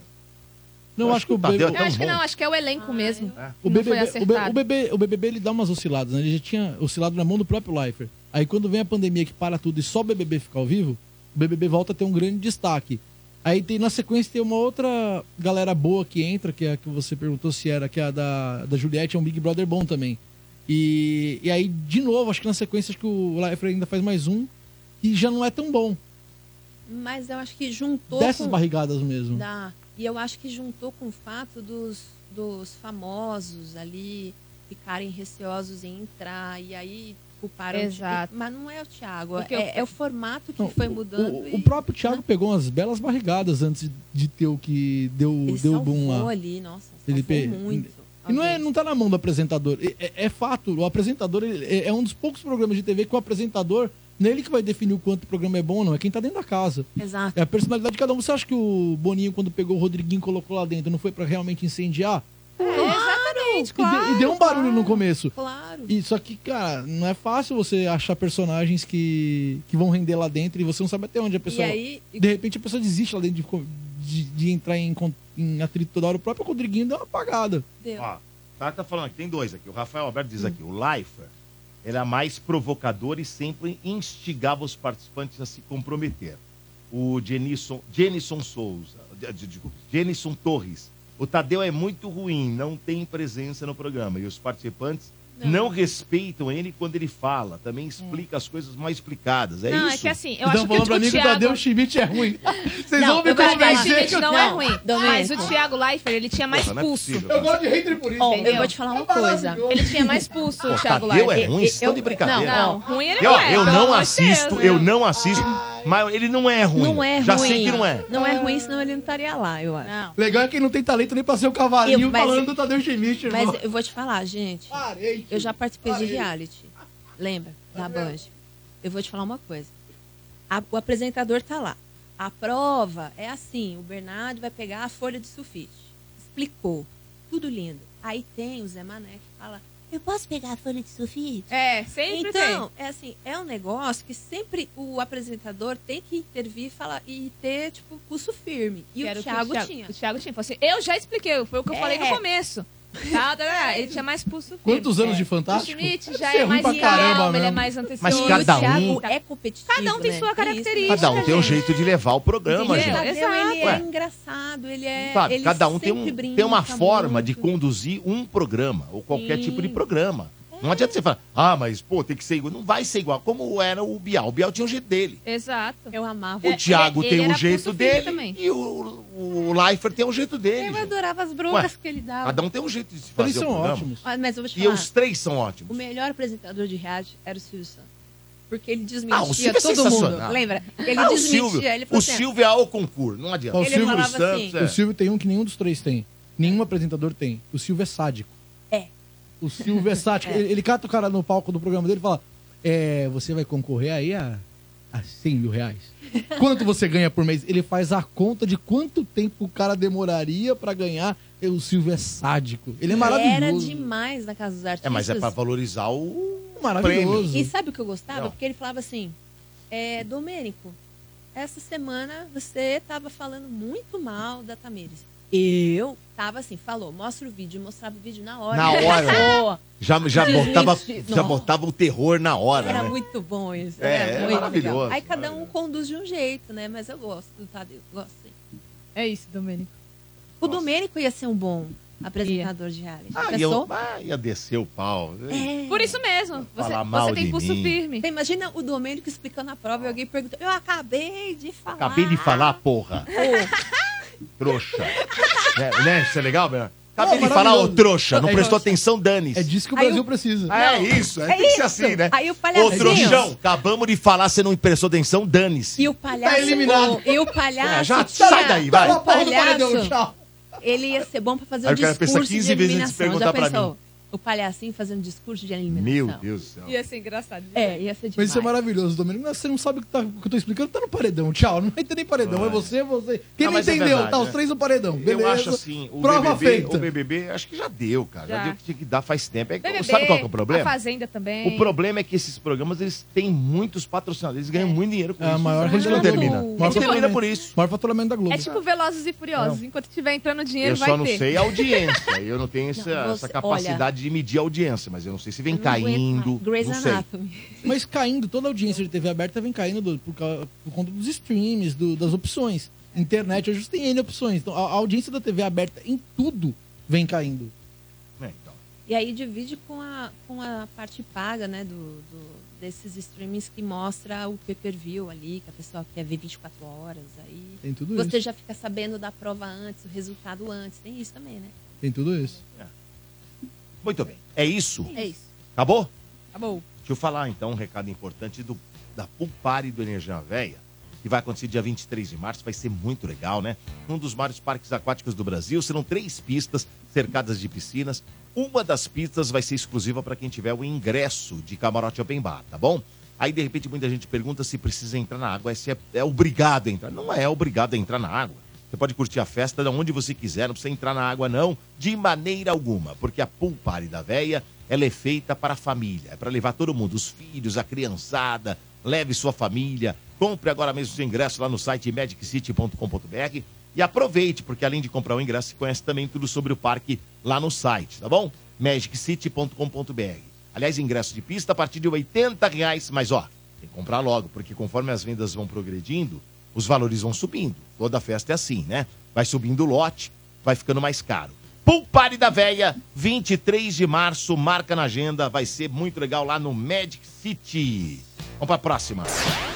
S6: Não, acho que o
S1: o Tadeu
S6: Bebo-
S1: até
S5: Eu acho que
S1: bom.
S5: não, acho que é o elenco mesmo.
S6: O
S5: Não foi
S6: BBB, o, Be-
S5: acertado.
S6: o BB o BBB, ele dá umas osciladas, né? Ele já tinha oscilado na mão do próprio Leifert. Aí quando vem a pandemia que para tudo e só o BBB fica ao vivo, o BBB volta a ter um grande destaque. Aí tem, na sequência tem uma outra galera boa que entra, que é a que você perguntou se era, que é a da, da Juliette, é um Big Brother bom também. E, e aí, de novo, acho que na sequência acho que o Leifert ainda faz mais um, e já não é tão bom.
S4: Mas eu acho que juntou
S6: dessas
S4: com...
S6: barrigadas mesmo.
S4: Dá. E eu acho que juntou com o fato dos, dos famosos ali ficarem receosos em entrar e aí culparam. o Thi-
S5: Exato.
S4: Mas não é o Thiago,
S5: Porque
S4: é, é o formato que
S6: Não,
S4: foi
S6: o-
S4: mudando.
S6: O,
S4: e né?
S6: o próprio Thiago pegou umas belas barrigadas antes de ter o que deu,
S4: ele
S6: deu o
S4: salvou
S6: boom lá.
S4: ali, nossa, salvou
S6: Ele pe-
S4: muito.
S6: E não, é,
S4: alguém.
S6: não tá na mão do apresentador. É- É, é fato, o apresentador ele- é, é um dos poucos programas de TV que o apresentador, não é ele que vai definir o quanto o programa é bom ou não, é quem tá dentro da casa.
S4: Exato.
S6: É a personalidade de cada um. Você acha que o Boninho, quando pegou o Rodriguinho e colocou lá dentro, não foi pra realmente incendiar?
S4: É,
S5: Exatamente,
S6: E de- e, deu um barulho no começo.
S4: Claro.
S6: E, só que, cara, não é fácil você achar personagens que, que vão render lá dentro e você não sabe até onde a
S4: E
S6: pessoa.
S4: aí,
S6: De repente a pessoa desiste lá dentro de, co- de- de entrar em, con- em atrito toda hora. O próprio Rodriguinho deu uma apagada.
S4: deu.
S1: Ó, tá, tá falando aqui, tem dois aqui. O Rafael Alberto
S5: Hum.
S1: diz aqui, o Leifert era mais provocador e sempre instigava os participantes a se comprometer. O Jenison, Jenison Souza, de- de- desculpa, Jenison Torres. O Tadeu é muito ruim, não tem presença no programa. E os participantes não, respeitam ele quando ele fala. Também explica as coisas mal explicadas. É
S5: É. não,
S1: isso?
S5: é que assim, eu
S6: Então
S5: acho que o,
S6: pra mim
S5: o
S6: que o
S5: Thiago...
S6: Tadeu Schmidt é ruim. Vocês
S4: tipo, Não,
S6: vão me
S4: eu gosto de
S5: Tadeu
S4: Schmidt,
S6: convencer
S5: Schmidt
S6: que eu...
S5: não é
S4: Não,
S5: ruim, mas
S4: Domênico.
S5: o Thiago Leifert, ele tinha mais
S1: Porra, não é
S5: pulso.
S1: possível,
S6: Eu
S1: cara.
S6: gosto de hater por isso.
S4: Ó, eu
S5: entendeu?
S4: vou te falar uma
S6: É maravilhoso.
S4: coisa.
S5: Ele tinha mais pulso,
S1: Pô,
S5: o Thiago
S1: Tadeu é
S5: Leifert.
S1: ruim, vocês estão de brincadeira.
S5: Não, ruim ele
S1: E, ó,
S5: não é.
S1: eu
S5: pelo
S1: não
S5: amor de
S1: assisto,
S5: Deus,
S1: eu
S5: né?
S1: não assisto Mas ele não é ruim.
S4: Não é
S1: Já
S4: ruim.
S1: sei que não é.
S4: Não é ruim, senão ele não estaria lá, eu acho.
S7: Não.
S6: Legal é quem não tem talento nem pra ser o cavalinho
S4: Eu- mas-
S6: falando do Tadeu Schmidt, irmão.
S4: Mas eu vou te falar, gente.
S6: Parei.
S4: Eu já participei de
S6: Olha aí.
S4: reality. Lembra? Da Band. Eu vou te falar uma coisa. A- o apresentador tá lá. A prova é assim: o Bernardo vai pegar a folha de sulfite. Explicou. Tudo lindo. Aí tem o Zé Mané que fala: Eu posso pegar a folha de sulfite?
S5: É, sempre
S4: Então, é assim, é um negócio que sempre o apresentador tem que intervir e falar, e ter, tipo, pulso firme. E
S5: tem.
S4: o
S5: Era que
S4: Thiago, tinha.
S5: O Thiago tinha. Falou assim, eu já expliquei, foi o que eu
S4: É.
S5: falei no começo. Tá, tá, tá, ele tinha mais pulso firme.
S6: Quantos anos
S5: É.
S6: de Fantástico?
S5: O Schmidt já
S6: Deve ser
S5: é
S6: ruim
S5: mais
S6: pra caramba
S5: calmo, ele é
S6: mesmo.
S5: mais antecipado.
S1: né? Mas
S4: E
S1: cada
S4: o Thiago
S1: um-
S4: é competitivo.
S5: Cada um tem
S4: né?
S5: sua
S4: É isso,
S5: característica.
S4: né?
S1: Cada um tem um
S5: gente.
S1: jeito de levar o programa,
S4: Entendeu?
S1: gente.
S5: gente.
S4: Então, ele
S1: Ué.
S4: é engraçado, ele é.
S1: Sabe,
S4: ele
S1: cada um tem,
S4: sempre
S1: um,
S4: brinca
S1: tem uma forma
S4: muito.
S1: de conduzir um programa, ou qualquer
S4: Sim.
S1: tipo de programa. Não adianta você falar, ah, mas pô, tem que ser igual. Não vai ser igual. Como era o Bial? O Bial tinha um jeito dele.
S5: Exato.
S4: Eu amava.
S1: O
S5: É,
S1: Thiago
S5: ele-
S1: tem
S5: ele
S1: um
S5: era
S1: jeito
S5: pulso firme
S1: dele
S5: também.
S1: e o, o Leifert tem um jeito dele.
S4: Eu
S1: gente.
S4: adorava as broncas
S1: Ué,
S4: que ele dava.
S1: Cada um tem um jeito de se fazer
S6: Eles são
S1: o programa.
S6: ótimos.
S4: Ah, Mas eu vou te
S1: E
S4: falar,
S1: os três são
S4: o
S1: ótimos.
S4: melhor apresentador de reality era o Silvio Santos. Porque ele
S1: Ah, o
S4: desmentia
S1: Silvio é
S4: todo
S1: sensacional.
S4: mundo. Lembra? Ele
S1: Ah, o
S4: desmentia,
S1: Silvio.
S4: ele falou
S1: O
S4: assim,
S1: Silvio é ao concurso, não adianta.
S6: O Ele Silvio
S4: falava assim,
S1: é.
S6: O Silvio tem um que nenhum dos três tem. Nenhum apresentador tem. O Silvio é sádico.
S4: É.
S6: O Silvio é sádico. Ele, ele cata o cara no palco do programa dele e fala: É, você vai concorrer aí a, a 100 mil reais. Quanto você ganha por mês? Ele faz a conta de quanto tempo o cara demoraria pra ganhar. E O Silvio é sádico. Ele é
S4: era
S6: maravilhoso.
S4: demais na Casa dos
S1: É,
S4: Artistas.
S1: mas é pra valorizar o.
S6: Maravilhoso.
S4: E sabe o que eu gostava?
S1: Uhum. Não.
S4: Porque ele falava assim: é, Domênico, essa semana você tava falando muito mal da Tamires. Eu tava assim, falou, mostra o vídeo, eu mostrava o vídeo na hora.
S1: Na hora.
S4: Boa.
S1: Já, já,
S4: Desiste.
S1: botava, já
S4: Nossa.
S1: botava o terror na hora.
S4: Era
S1: né?
S4: muito bom isso.
S1: É,
S4: era
S1: é
S4: muito legal.
S1: maravilhoso.
S4: Aí cada um conduz de um jeito, né? Mas eu gosto do Tadeu. Gosto sim.
S5: É isso, Domênico.
S4: O Domênico ia ser um bom apresentador de reality. um
S1: Ah, ia,
S4: Pensou?
S1: ah, ia descer o pau.
S4: É.
S5: Por isso mesmo. Você,
S1: Falar mal
S5: você tem
S1: de
S5: pulso
S1: mim.
S5: firme.
S4: Então, Imagina o Domênico explicando a prova e alguém perguntou: Eu acabei de falar.
S1: Acabei de falar, porra. Trouxa. né, né? Isso é legal, Bernardo? Acabei
S6: Oh,
S1: de falar, ô
S6: maravilhoso.
S1: trouxa. Não
S6: É
S1: prestou
S6: trouxa.
S1: atenção, dane
S6: É disso que o
S4: Aí
S6: Brasil
S4: o-
S6: precisa.
S1: É isso, é, tem que ser assim, né?
S4: Aí é o
S1: Ô,
S4: palhacinho.
S1: trouxão, acabamos de falar, você não prestou atenção, dane-se.
S4: E o palhaço. é
S6: Tá eliminado.
S4: E o palhaço.
S1: É, já
S4: tinha-
S1: sai daí, vai.
S4: O
S6: Porra do paredão,
S4: palhaço,
S6: tchau.
S4: ele ia ser bom pra fazer
S1: Aí
S4: um
S1: o cara pensa
S4: discurso
S1: 15
S4: de
S1: vezes antes de
S4: eliminação.
S1: perguntar
S4: já
S1: pra
S4: pensou?
S1: mim.
S4: O palhacinho fazendo discurso de eliminação.
S1: Meu Deus do céu.
S5: Ia ser assim, engraçado.
S4: É, ia ser demais.
S6: Mas isso é maravilhoso, Domênico. Nossa, Você não sabe o que, tá- o que eu tô explicando, tá no paredão. Tchau, não vai ter nem paredão. É você, você. Quem
S1: Ah,
S6: não
S1: mas é
S6: entendeu,
S1: verdade,
S6: tá
S1: né?
S6: os três no paredão. Beleza.
S1: Eu acho assim, o
S6: Prova
S1: BBB,
S6: feita. É
S1: o BBB, acho que já deu, cara. Já,
S5: Já.
S1: deu o que tinha que dar faz tempo. É que-
S5: BBB,
S1: sabe qual que é o
S5: A
S1: problema?
S5: Fazenda também.
S1: O problema é que esses programas, eles têm muitos patrocinadores, eles ganham muito dinheiro com
S6: É a
S1: isso.
S6: maior
S1: Eles não
S6: rede da
S1: termina.
S6: Globo.
S1: Não
S6: Maior
S1: um termina
S6: faturamento.
S1: por isso.
S6: Maior faturamento da Globo.
S5: É tipo Velozes e Furiosos. Enquanto tiver entrando dinheiro,
S1: Eu
S5: vai
S1: só não
S5: ter.
S1: sei a audiência. Eu não tenho essa,
S4: Não,
S1: essa
S4: você-
S1: capacidade
S4: olha.
S1: de medir a audiência, mas eu não sei se vem
S4: Eu não aguento
S1: caindo.
S4: mais. Grey's
S1: Não sei.
S4: Anatomy.
S6: Mas caindo, toda a audiência de TV aberta vem caindo do- por, causa- por conta dos streams, do- das opções. Internet, hoje tem N opções. Então, a, a audiência da TV aberta em tudo vem caindo.
S1: É, então.
S4: E aí divide com a, com a parte paga, né? Do, do- desses streamings que mostra o pay-per-view ali, que a pessoa quer ver 24 horas. Aí
S6: Tem tudo
S4: você
S6: isso.
S4: já fica sabendo da prova antes, o resultado antes. Tem isso também, né?
S6: Tem tudo isso.
S1: Muito bem. É isso?
S4: É isso.
S1: Acabou?
S4: Acabou.
S1: Deixa eu falar então um recado importante do, da Pulpare do Energia Véia, que vai acontecer dia 23 de março, vai ser muito legal, né? Um dos maiores parques aquáticos do Brasil. Serão três pistas cercadas de piscinas. Uma das pistas vai ser exclusiva para quem tiver o ingresso de camarote open bar, tá bom? Aí, de repente, muita gente pergunta se precisa entrar na água, se é, é obrigado a entrar. Não é obrigado a entrar na água. Você pode curtir a festa de onde você quiser, não precisa entrar na água, não, de maneira alguma, porque a Pulpare da Véia, ela é feita para a família, é para levar todo mundo, os filhos, a criançada, leve sua família, compre agora mesmo seu ingresso lá no site magiccity.com.br e aproveite, porque além de comprar o ingresso, você conhece também tudo sobre o parque lá no site, tá bom? magiccity.com.br. Aliás, ingresso de pista a partir de R$ 80 reais, mas ó, tem que comprar logo, porque conforme as vendas vão progredindo, os valores vão subindo. Toda festa é assim, né? Vai subindo o lote, vai ficando mais caro. Pulpare da Véia, 23 de março, marca na agenda, vai ser muito legal lá no Magic City. Vamos pra próxima.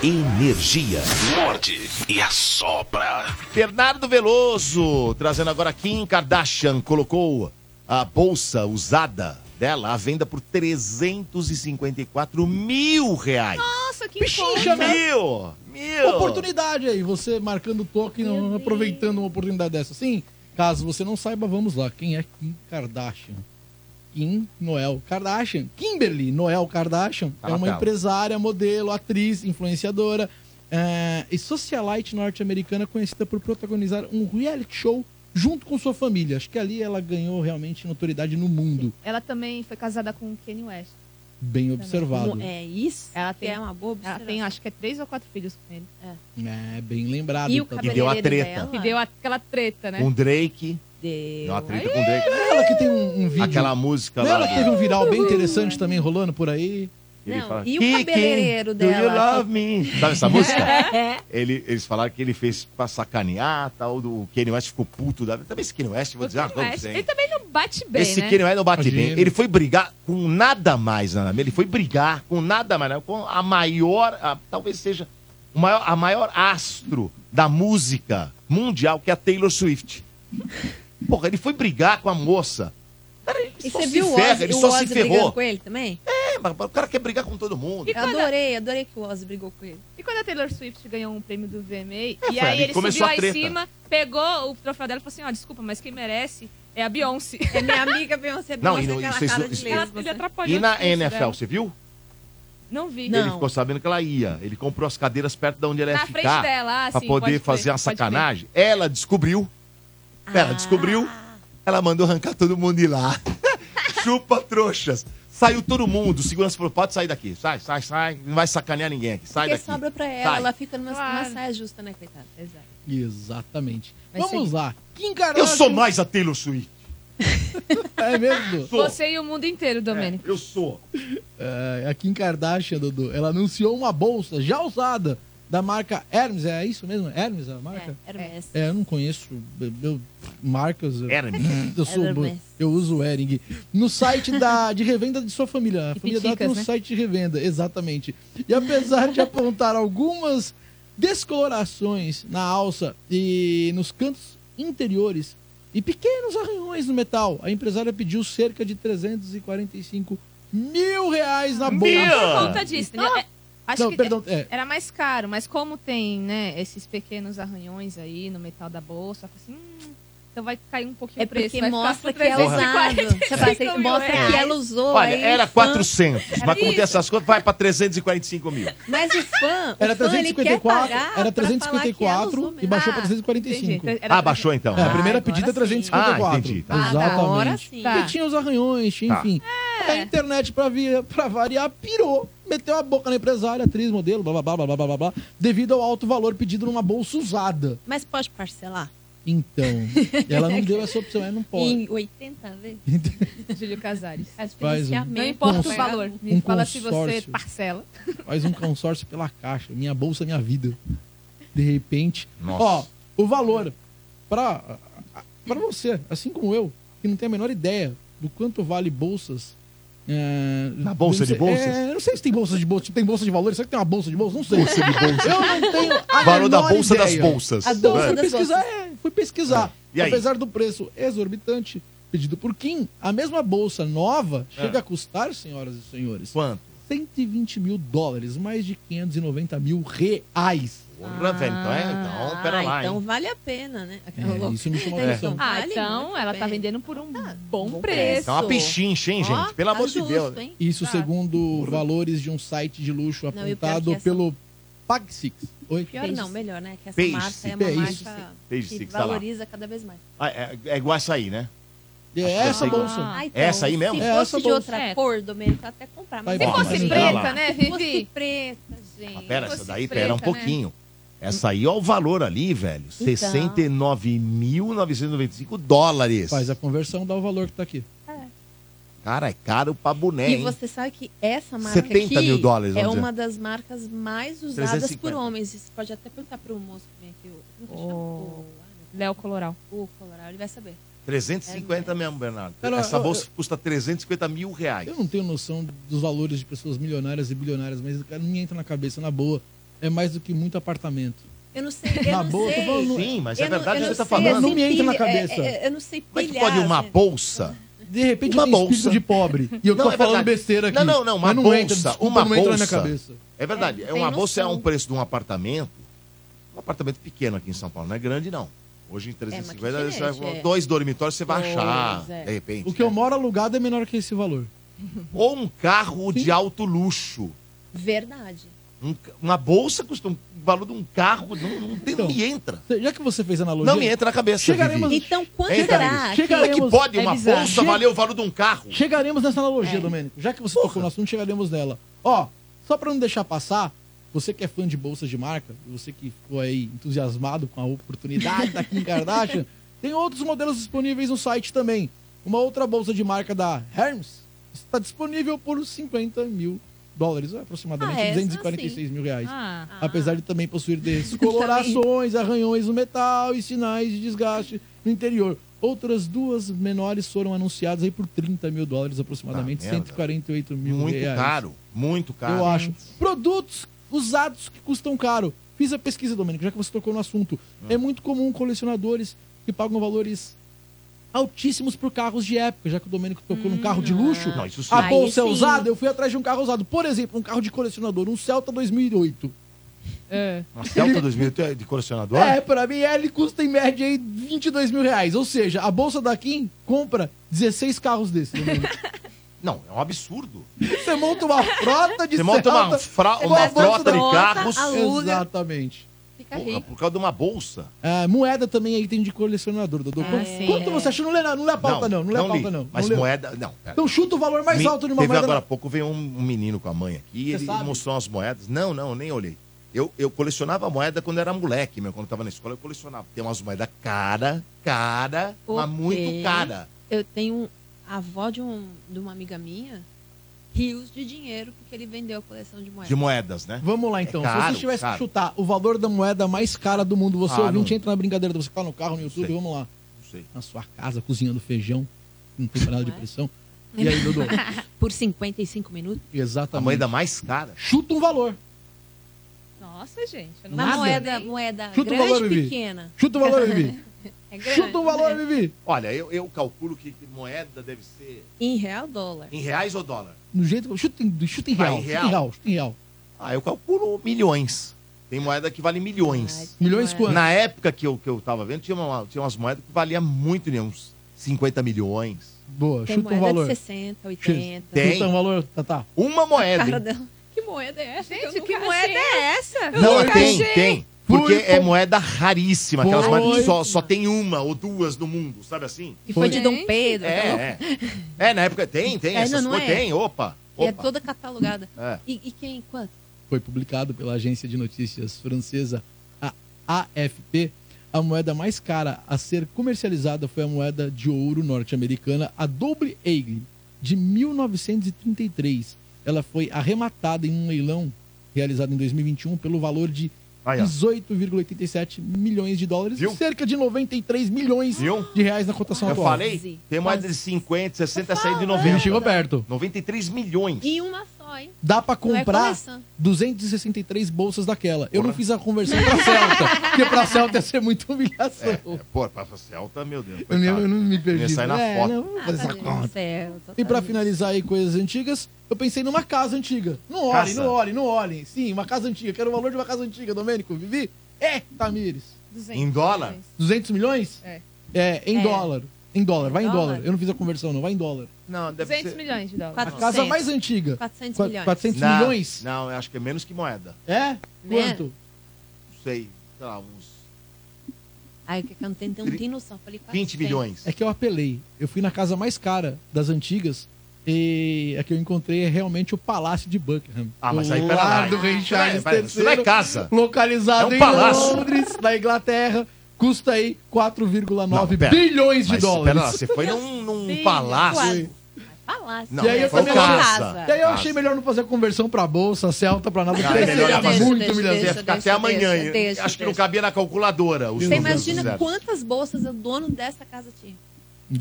S3: Energia. Morde e assopra.
S1: Bernardo Veloso, trazendo agora Kim Kardashian, colocou a bolsa usada dela à venda por 354 mil reais.
S5: Nossa, que
S6: Pichincha,
S5: encontra.
S6: né?
S1: Mil! Mil!
S6: Oportunidade aí, você marcando o toque e
S5: Meu
S6: não
S5: Deus.
S6: aproveitando uma oportunidade dessa. Sim, caso você não saiba, vamos lá. Quem é Kim Kardashian? Kim Noel Kardashian. Kimberly Noel Kardashian
S1: Tá
S6: é
S1: na
S6: uma
S1: tela.
S6: empresária, modelo, atriz, influenciadora eh, e socialite norte-americana conhecida por protagonizar um reality show junto com sua família. Acho que ali ela ganhou realmente notoriedade no mundo.
S5: Ela também foi casada com o Kanye West.
S6: Bem observado.
S4: É isso?
S5: Ela
S4: que
S5: tem-
S4: é uma boa
S5: Ela tem, acho que é três ou quatro filhos com ele.
S6: É, bem lembrado.
S4: E o
S6: Tatu.
S1: E deu a
S4: cabeleireiro
S1: treta.
S4: dela?
S5: Que deu aquela treta, né?
S1: Com Drake. Deu
S4: Deu.
S1: uma treta com Drake.
S6: Ela que tem um, um vídeo.
S1: Aquela música
S6: Não,
S1: lá.
S6: ela que teve um viral bem interessante também rolando por aí.
S1: que ele
S4: Não,
S1: fala,
S4: e o
S1: "Kiki,
S4: cabeleireiro
S1: Do you
S4: dela?" É.
S1: love me? Sabe essa música? Ele- eles falaram que ele fez pra sacanear, tal, do o Kanye West ficou puto. Da... Também esse Kanye West, vou dizer uma
S5: Kanye
S1: coisa pra
S5: West.
S1: você,
S5: Ele
S1: hein?
S5: também não bate bem,
S1: Esse
S5: né?
S1: Kanye West não bate bem.
S6: Imagina.
S1: Ele foi brigar com nada mais, Ana Ele foi brigar com nada mais, né? com a maior, a- talvez seja o maior, a maior astro da música mundial, que é a Taylor Swift. Porra, ele foi brigar com a moça. Cara, ele
S4: E
S1: só
S4: você
S1: se
S4: viu o
S1: ferra,
S4: Ozzy,
S1: ele
S4: o
S1: só
S4: Ozzy
S1: se
S4: brigando
S1: ferrou.
S4: com ele também?
S1: É, mas o cara quer brigar com todo mundo.
S4: Eu adorei, adorei que o Ozzy brigou com ele.
S5: E quando a Taylor Swift ganhou um prêmio do
S1: É,
S5: VMA,
S1: foi ali
S5: e aí
S1: que
S5: ele
S1: começou a
S5: subiu lá em
S1: treta.
S5: cima, pegou o troféu dela e falou assim, ó, desculpa, mas quem merece é a Beyoncé.
S4: É minha amiga Beyoncé
S1: Não,
S4: Beyoncé
S1: e não-
S4: com
S1: isso-
S4: aquela cara
S1: isso-
S4: de
S5: Ela,
S4: lesbo,
S5: ele
S4: sabe?
S5: atrapalhou
S1: E
S5: o
S1: na
S5: discurso
S1: NFL,
S5: dela.
S1: você viu?
S5: Não vi.
S4: Não.
S1: Ele ficou sabendo que ela ia. Ele comprou as cadeiras perto de onde ela ia
S5: Na frente
S1: ficar.
S5: dela, ah,
S1: pra
S5: sim, pode
S1: poder
S5: crer,
S1: fazer uma
S5: pode crer.
S1: sacanagem. Ela descobriu.
S4: Ah.
S1: Ela descobriu. Ela mandou arrancar todo mundo de lá. Chupa trouxas. Saiu todo mundo. O segurança falou: pode sair daqui. Sai, sai, sai. Não vai sacanear ninguém aqui. Sai
S4: Porque
S1: daqui.
S4: sobra pra ela,
S1: Sai.
S4: ela fica numa, numa
S5: Claro.
S4: saia justa, né, coitada?
S5: Exato.
S6: Exatamente.
S5: Mas
S6: Vamos lá. Kim
S1: Eu
S6: Kardashian.
S1: sou mais a Taylor Swift.
S6: É mesmo?
S1: Sou.
S5: Você e o mundo inteiro, Domênico.
S1: Eu sou.
S6: É, a Kim Kardashian, Dudu, ela anunciou uma bolsa já usada da marca Hermes. É isso mesmo? Hermes é a marca?
S4: É, Hermes.
S6: É, eu não conheço eu- eu- marcas.
S1: É
S6: eu-
S1: Hermes.
S6: Eu, sou,
S4: Hermes.
S6: eu uso o Ering. No site da, de revenda de sua família. A
S5: E
S6: família dela tem um
S5: piticas, né?
S6: site de revenda, exatamente. E apesar de apontar algumas descolorações na alça e nos cantos interiores e pequenos arranhões no metal, a empresária pediu cerca de 345 mil reais na
S1: Mil!
S6: bolsa.
S5: Por conta disso, entendeu? É, acho
S6: Não,
S5: que
S6: perdão, é,
S5: era mais caro, mas como tem, né, esses pequenos arranhões aí no metal da bolsa, eu falei assim, hum, então vai cair um pouquinho
S4: É
S5: o preço.
S4: porque
S5: vai ficar
S4: mostra
S5: por
S4: que ela
S5: 345
S4: usado. Você fala assim,
S5: mil
S4: Mostra
S5: reais.
S4: que ela usou. é
S1: Olha,
S4: aí
S1: era
S4: o fã-
S1: 400. mas
S5: isso.
S1: acontece essas coisas, vai pra 345 mil.
S4: Mas o fã,
S6: Era
S4: o fã, ele quer
S6: 354,
S4: pagar
S6: era
S4: pra falar que ela usou
S6: 354 e
S4: mesmo.
S6: baixou
S5: Ah,
S6: para 345.
S5: Entendi. Era
S1: Ah, baixou então.
S6: É, a primeira
S4: agora
S6: pedida é
S4: sim.
S6: 354.
S1: Ah, entendi, tá.
S4: Ah,
S6: Exatamente.
S4: agora sim.
S5: Tá.
S6: Porque tinha os arranhões, tinha,
S1: Tá.
S6: enfim. A internet, pra, vir, pra variar, pirou. Meteu a boca na empresária, atriz, modelo, blá, blá, blá, blá, blá, blá, blá, devido ao alto valor pedido numa bolsa usada.
S4: Mas pode parcelar?
S6: Então, ela não deu essa opção, ela não pode. Então,
S4: Em 80 vezes?
S5: Júlio Casares.
S4: Faz
S6: Faz um-
S4: financiamento.
S5: Não importa o
S6: Cons-
S5: valor. Me
S6: um
S5: fala se você
S6: consórcio.
S5: parcela.
S6: Faz um consórcio pela caixa. Minha bolsa, minha vida. De repente.
S1: Nossa.
S6: Ó, o valor. Pra, pra você, assim como eu, que não tem a menor ideia do quanto vale bolsas. é,
S1: Na bolsa
S6: não
S1: de
S6: sei-
S1: bolsas?
S6: é, eu não sei se tem bolsa de bolsa. tipo, Tem bolsa de valores? Será que tem uma bolsa de bolsa? Não sei. Eu não tenho. A
S1: Ah, Valor da
S6: menor
S1: bolsa das
S6: ideia.
S1: bolsas.
S4: A
S6: Então,
S4: bolsa
S1: Vai.
S6: fui
S4: das
S6: pesquisar, é, fui pesquisar.
S1: É. E aí?
S6: Apesar do preço exorbitante pedido por Kim, a mesma bolsa nova
S1: É.
S6: chega a custar, senhoras e senhores,
S1: Quanto?
S6: 120 mil dólares, mais de 590 mil reais.
S1: Porra, velho, então é. Então, pera
S4: Ah,
S1: lá.
S4: Então
S1: hein?
S4: vale a pena, né?
S6: É,
S4: Aquela louca.
S6: isso me chamou a
S4: É.
S6: atenção.
S5: Ah,
S4: Vale
S5: então
S4: muito
S5: ela tá
S4: bem. Ah,
S5: vendendo por um bom,
S4: bom
S5: preço.
S1: Então é uma pichincha, hein, gente?
S4: Ó,
S1: Pelo
S4: tá
S1: amor de
S4: justo,
S1: Deus.
S4: hein?
S6: Isso
S5: Tá.
S6: segundo valores de um site de luxo
S4: Não, e o pior
S6: apontado
S4: que essa-
S6: pelo PagSix. Oi?
S4: Pior não, melhor, né? Que essa
S1: Peixe.
S4: marca é
S6: Peixe.
S4: uma marca
S1: Peixe,
S4: que
S1: que tá lá.
S4: valoriza cada vez mais.
S1: Ah, é, é igual essa aí, né?
S6: É essa
S1: Achei que-
S6: bolsa.
S5: Ah,
S1: Essa aí mesmo?
S4: então, Se
S6: É, essa
S4: fosse de
S6: bolsa.
S4: outra
S5: É.
S4: cor, Domênico, eu até comprar.
S6: Vai Se
S4: Mas se
S1: embora.
S4: fosse
S5: fosse
S1: mas
S5: preta,
S1: tá lá.
S5: né,
S4: fosse
S5: Vivi?
S4: preta, gente.
S1: Mas Ah, pera,
S5: Se
S1: essa
S5: fosse
S1: daí pera um
S5: preta, né?
S1: pouquinho. Essa aí, olha o valor ali, velho.
S4: Então.
S1: 69.995 dólares.
S6: Faz a conversão, dá o valor que tá aqui.
S1: Cara, é caro pra boné,
S4: E
S1: hein?
S4: você sabe que essa marca
S1: 70
S4: aqui
S1: mil dólares,
S4: é
S1: vamos dizer.
S4: uma das marcas mais usadas
S1: 350.
S4: por homens. Você pode até perguntar para o moço que vem aqui. o- Como que chama?
S5: Oh.
S4: O- ah,
S5: Léo Coloral.
S6: Oh.
S4: meu, o Colorado, ele vai saber. É,
S1: 350
S4: né?
S1: mesmo, Bernardo.
S6: Cara,
S1: essa
S6: eu-
S1: bolsa custa 350 mil reais.
S6: Eu não tenho noção dos valores de pessoas milionárias e bilionárias, mas cara, não me entra na cabeça, na boa. É mais do que muito apartamento.
S4: Eu não sei, eu
S6: Na
S4: não
S6: boa,
S4: sei.
S6: tô falando-
S1: Sim, mas
S4: eu
S1: é
S4: não-
S1: verdade o
S4: eu
S1: que
S4: não
S1: você tá
S4: sei,
S1: falando.
S6: Não me entra na
S4: pilha- é-
S6: cabeça.
S4: é- eu não sei
S1: Como é que
S4: pilhar.
S1: pode uma
S4: né?
S1: bolsa
S6: de repente
S1: Uma
S6: eu tenho espírito
S1: bolsa.
S6: de pobre. E eu
S1: Não,
S6: tô
S1: é
S6: falando
S1: verdade.
S6: besteira aqui.
S1: Não, não, não. Uma
S6: Mas
S1: bolsa.
S6: entra, desculpa,
S1: uma
S6: não
S1: bolsa.
S6: entra na minha cabeça.
S1: É verdade. É,
S5: tem
S1: uma
S5: noção.
S1: bolsa é um preço de um apartamento. Um apartamento pequeno aqui em São Paulo. Não é grande, não. Hoje em
S4: mas
S1: 350,
S4: que
S1: você vai-
S4: diferente, é.
S1: dois dormitórios você vai
S4: Pois,
S1: achar,
S4: é.
S1: de repente.
S6: O que eu
S1: né?
S6: moro alugado é menor que esse valor.
S1: Ou um carro de alto luxo.
S4: Verdade.
S1: Um ca- uma bolsa custa um o valor de um carro, não, não tem,
S6: Então,
S1: não me entra.
S6: Cê- Já que você fez analogia.
S1: Não é- me entra na cabeça.
S6: Chegaremos-
S1: Vivi.
S4: Então, quanto
S1: Eita,
S4: será?
S1: Vinícius.
S4: que-
S1: Como é que
S6: Chegaremos-
S1: pode
S5: é
S1: uma
S5: bizarro.
S1: bolsa valer o valor de um carro?
S6: Chegaremos nessa analogia,
S4: É.
S6: Domênico. Já que você
S1: Porra.
S6: tocou no assunto, chegaremos nela. Ó, só pra não deixar passar, você que é fã de bolsas de marca, você que ficou aí entusiasmado com a oportunidade da Kim Kardashian, tem outros modelos disponíveis no site também. Uma outra bolsa de marca da Hermes está disponível por 50 mil dólares, ou aproximadamente
S4: Ah, essa
S6: 246 mil reais.
S5: Ah,
S6: Apesar de também possuir descolorações, arranhões no metal e sinais de desgaste no interior. Outras duas menores foram anunciadas aí por 30 mil dólares, aproximadamente
S1: Ah, merda.
S6: 148 mil
S1: Muito
S6: reais.
S1: caro, muito caro.
S6: Eu acho. Produtos usados que custam caro. Fiz a pesquisa, Domênico, já que você tocou no assunto.
S1: Ah.
S6: É muito comum colecionadores que pagam valores altíssimos por carros de época, já que o Domênico tocou num carro de luxo.
S1: Não, isso sim.
S6: A
S4: Aí
S6: bolsa é
S4: sim.
S6: usada, eu fui atrás de um carro usado. Por exemplo, um carro de colecionador, um Celta 2008.
S5: é.
S1: Uma Celta 2000 tu é de colecionador?
S6: É, pra mim ele custa em média aí 22 mil reais. Ou seja, a bolsa da Kim compra 16 carros desses. né?
S1: Não, é um absurdo.
S6: Você monta uma frota de
S1: Você monta uma,
S6: Celta- É
S1: fra-
S4: você
S1: uma
S4: faz
S1: frota de
S4: frota,
S1: carros
S4: aluga.
S6: Exatamente.
S4: Fica
S1: porra,
S4: rico.
S1: por causa de uma bolsa.
S6: Ah, moeda também aí tem de colecionador, Dodô.
S5: Ah,
S6: Quanto,
S5: sim,
S6: quanto
S5: é.
S6: você achou? Não lê, na- não lê a pauta, não. Não, lê a pauta,
S1: li.
S6: não. Não
S1: Mas
S6: lê.
S1: moeda. Não, pera.
S6: Então chuta o valor mais
S1: Me-
S6: alto de uma
S1: Teve
S6: moeda.
S1: agora há pouco, veio um, um menino com a mãe aqui e
S6: Você
S1: ele
S6: sabe?
S1: mostrou umas moedas. Não, não, nem olhei. Eu, eu colecionava moeda quando era moleque, meu. Quando eu tava na escola, eu colecionava. Tem umas moedas cara, cara, mas
S4: Ok.
S1: muito cara.
S4: Eu tenho um- a avó de, um, de uma amiga minha, rios de dinheiro, porque ele vendeu a coleção de
S1: De
S4: moedas.
S1: moedas, né?
S6: Vamos lá então.
S1: É caro,
S6: Se você tivesse
S1: caro.
S6: que chutar o valor da moeda mais cara do mundo, você
S1: Ah,
S6: ouvinte,
S1: não.
S6: entra na brincadeira do você que tá no carro, no YouTube,
S1: Sei.
S6: vamos lá.
S1: Não sei.
S6: Na sua casa, cozinhando feijão, não tem panela de
S4: Não é?
S6: pressão. E aí, Dodô?
S4: Por 55 minutos.
S1: A
S6: Exatamente.
S1: moeda mais cara.
S6: Chuta um valor.
S5: Nossa, gente. Eu não
S4: Uma
S6: Nada.
S4: moeda, moeda
S6: Chuta o
S4: grande
S6: valor, Vivi.
S4: e pequena.
S6: Chuta o valor, Vivi.
S4: É grande.
S6: Chuta o valor, Vivi.
S1: Olha, eu, eu calculo que moeda deve ser
S4: Em real dólar.
S1: em reais ou dólar?
S6: No jeito que. Chuta em, chuta em
S1: Vai,
S6: real.
S1: em
S6: Chuta
S1: real.
S6: em real. Chuta em real.
S1: Ah, eu calculo milhões. Tem moeda que vale milhões.
S6: Milhões
S4: Não é.
S6: quanto?
S1: Na época que eu, que eu tava vendo, tinha, uma- tinha umas moedas que valia muito, né? Uns 50 milhões.
S6: Boa.
S4: Tem
S6: chuta um
S4: moeda
S6: valor.
S4: de 60, 80.
S1: Tem.
S6: Chuta um valor, Tatá.
S1: Uma moeda.
S4: Cara
S1: hein?
S4: dela. Que moeda é essa?
S5: Gente,
S4: eu
S5: que
S4: nunca
S5: moeda
S4: achei.
S5: é essa?
S1: Não,
S5: nunca
S1: tem,
S5: achei.
S1: tem. Porque
S6: Foi,
S1: é
S6: foi.
S1: moeda raríssima, aquelas
S6: Foi.
S1: moedas que só, só tem uma ou duas no mundo, sabe assim?
S4: E foi de
S5: Foi.
S4: Dom Pedro.
S1: É,
S4: aquela-
S1: é. É, na época tem, tem,
S4: É,
S1: essas
S4: não, não
S1: coisas,
S4: é.
S1: tem, opa.
S4: E é
S1: opa.
S4: toda catalogada.
S1: É.
S4: E, e quem? Quanto?
S6: Foi publicado pela agência de notícias francesa a AFP. A moeda mais cara a ser comercializada foi a moeda de ouro norte-americana, a Double Eagle, de 1933. Ela foi arrematada em um leilão realizado em 2021 pelo valor de
S1: Aí, ó.
S6: 18,87 milhões de dólares,
S1: Viu?
S6: cerca de 93 milhões
S1: Viu?
S6: de reais na cotação
S1: Eu
S6: atual.
S1: falei, tem moeda de 50, 60, essa aí de
S6: Ele
S1: 90.
S6: chegou perto.
S1: 93 milhões.
S4: E uma só, hein?
S6: Dá pra
S4: Não é
S6: comprar
S4: coleção.
S6: 263 bolsas daquela. Eu não
S1: Porra.
S6: fiz a conversão pra Celta, porque pra Celta ia ser muita humilhação.
S1: É, é, pô, pra Celta, meu Deus.
S6: Eu, nem- eu
S1: coitado.
S6: não me perdi.
S1: Ia sair na
S6: É,
S1: foto.
S6: não, vou fazer essa
S4: Meu Deus do
S6: conta.
S4: céu,
S6: E pra
S4: totalmente.
S6: finalizar aí coisas antigas, eu pensei numa casa antiga. Não olhem,
S1: Casa.
S6: não olhem, não olhem. Sim, uma casa antiga. Quero o valor de uma casa antiga, Domênico. Vivi? É, Tamires.
S5: 200
S1: Em dólar?
S5: milhões.
S6: 200 milhões?
S5: É.
S6: É, em
S4: É.
S6: dólar. Em dólar, vai em
S4: Dólar?
S6: dólar. Eu não fiz a conversão, não. Vai em dólar.
S1: Não, deve
S5: 200 milhões de dólares.
S6: A casa
S4: 400.
S6: mais antiga.
S4: 400
S6: Qua-
S4: milhões.
S6: 400
S1: Não,
S6: milhões?
S1: Não, eu acho que é menos que moeda.
S6: É? Quanto?
S1: Não sei, sei lá, uns
S4: Ai, o que que eu não tenho, não tenho noção. Falei
S1: 20
S4: 400.
S1: milhões.
S6: É que eu apelei. Eu fui na casa mais cara das antigas e a que eu encontrei é realmente o Palácio de Buckingham.
S1: Ah, mas
S6: O
S1: aí, pera lá,
S6: lar
S1: aí.
S6: do rei Charles
S1: Pera aí, Isso não é
S6: III,
S1: casa.
S6: localizado
S1: É um
S6: em
S1: palácio.
S6: Londres, na Inglaterra. Custa aí 4,9
S1: Não, pera.
S6: bilhões de
S1: Mas, pera lá, assim,
S6: dólares.
S1: você foi num, num
S5: Sim,
S1: palácio.
S4: quase. Palácio.
S1: Não,
S6: E aí eu
S1: foi
S6: também
S1: casa.
S4: achei-
S6: E aí eu
S1: Casa.
S6: achei melhor não fazer a conversão pra bolsa, Celta, pra nada.
S1: Cara, assim.
S6: porque
S1: é
S6: aí
S1: melhor
S6: seria
S1: não fazer.
S6: muito
S4: Deixa,
S6: humilhante.
S1: Você ia ficar até
S4: Deixa,
S1: amanhã.
S4: deixa,
S1: hein?
S4: deixa,
S1: Acho que não
S4: deixa.
S1: cabia na calculadora. os
S6: Você
S4: Você
S1: números
S4: imagina
S1: fizeram.
S4: quantas bolsas o dono dessa casa tinha?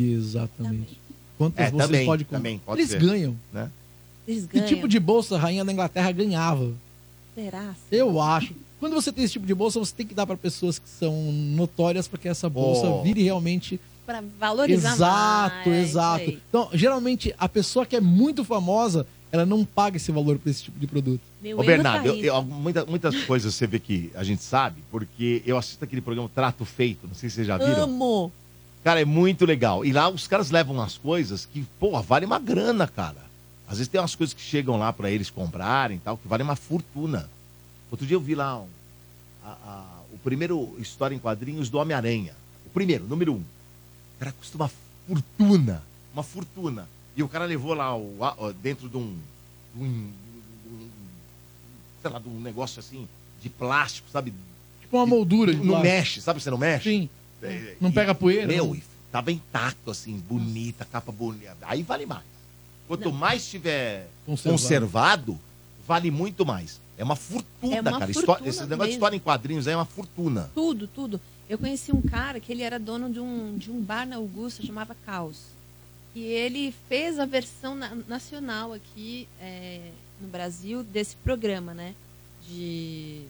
S6: Exatamente. Quantas
S1: É,
S6: bolsas
S1: também,
S6: pode comprar?
S1: também, pode
S6: Eles
S1: ser.
S6: ganham.
S4: Eles
S6: Que
S4: ganham.
S6: tipo de bolsa a rainha da Inglaterra ganhava?
S4: Será?
S6: Eu acho. Quando você tem esse tipo de bolsa, você tem que dar para pessoas que são notórias para que essa bolsa
S1: Oh.
S6: vire realmente
S4: pra valorizar
S6: Exato,
S4: mais.
S6: exato.
S4: Aí.
S6: Então, geralmente, a pessoa que é muito famosa, ela não paga esse valor pra esse tipo de produto.
S4: Meu
S1: Ô,
S4: erro
S1: Bernardo,
S4: tá
S1: eu-
S4: aí.
S1: eu- muita- muitas coisas você vê que a gente sabe, porque eu assisto aquele programa Trato Feito, não sei se vocês já viram.
S4: Amo.
S1: Cara, é muito legal. E lá os caras levam umas coisas que, porra, vale uma grana, cara. Às vezes tem umas coisas que chegam lá pra eles comprarem e tal, que vale uma fortuna. Outro dia eu vi lá um- a- a- o primeiro História em Quadrinhos do Homem-Aranha. O primeiro, número um. O cara custa uma fortuna. Uma fortuna. E o cara levou lá o, a- ó, dentro de um, de um- de um- Sei lá, de um negócio assim, de plástico, sabe?
S6: Tipo uma moldura de
S1: Não
S6: plástico.
S1: mexe, sabe? Você não mexe?
S6: Sim.
S1: É,
S6: Não
S1: e-
S6: pega poeira,
S1: Meu,
S6: não.
S1: e tava intacto, assim, bonita, capa bonita. Aí vale mais. Quanto mais tiver
S6: Conservado.
S1: conservado. vale muito mais. É uma fortuna,
S4: É uma
S1: cara.
S4: fortuna
S1: Histó- esse negócio de
S4: mesmo.
S1: história em quadrinhos aí é uma fortuna.
S4: Tudo, tudo. Eu conheci um cara que ele era dono de um, de um bar na Augusta, chamava Caos. E ele fez a versão na- nacional aqui é, no Brasil desse programa, né? De.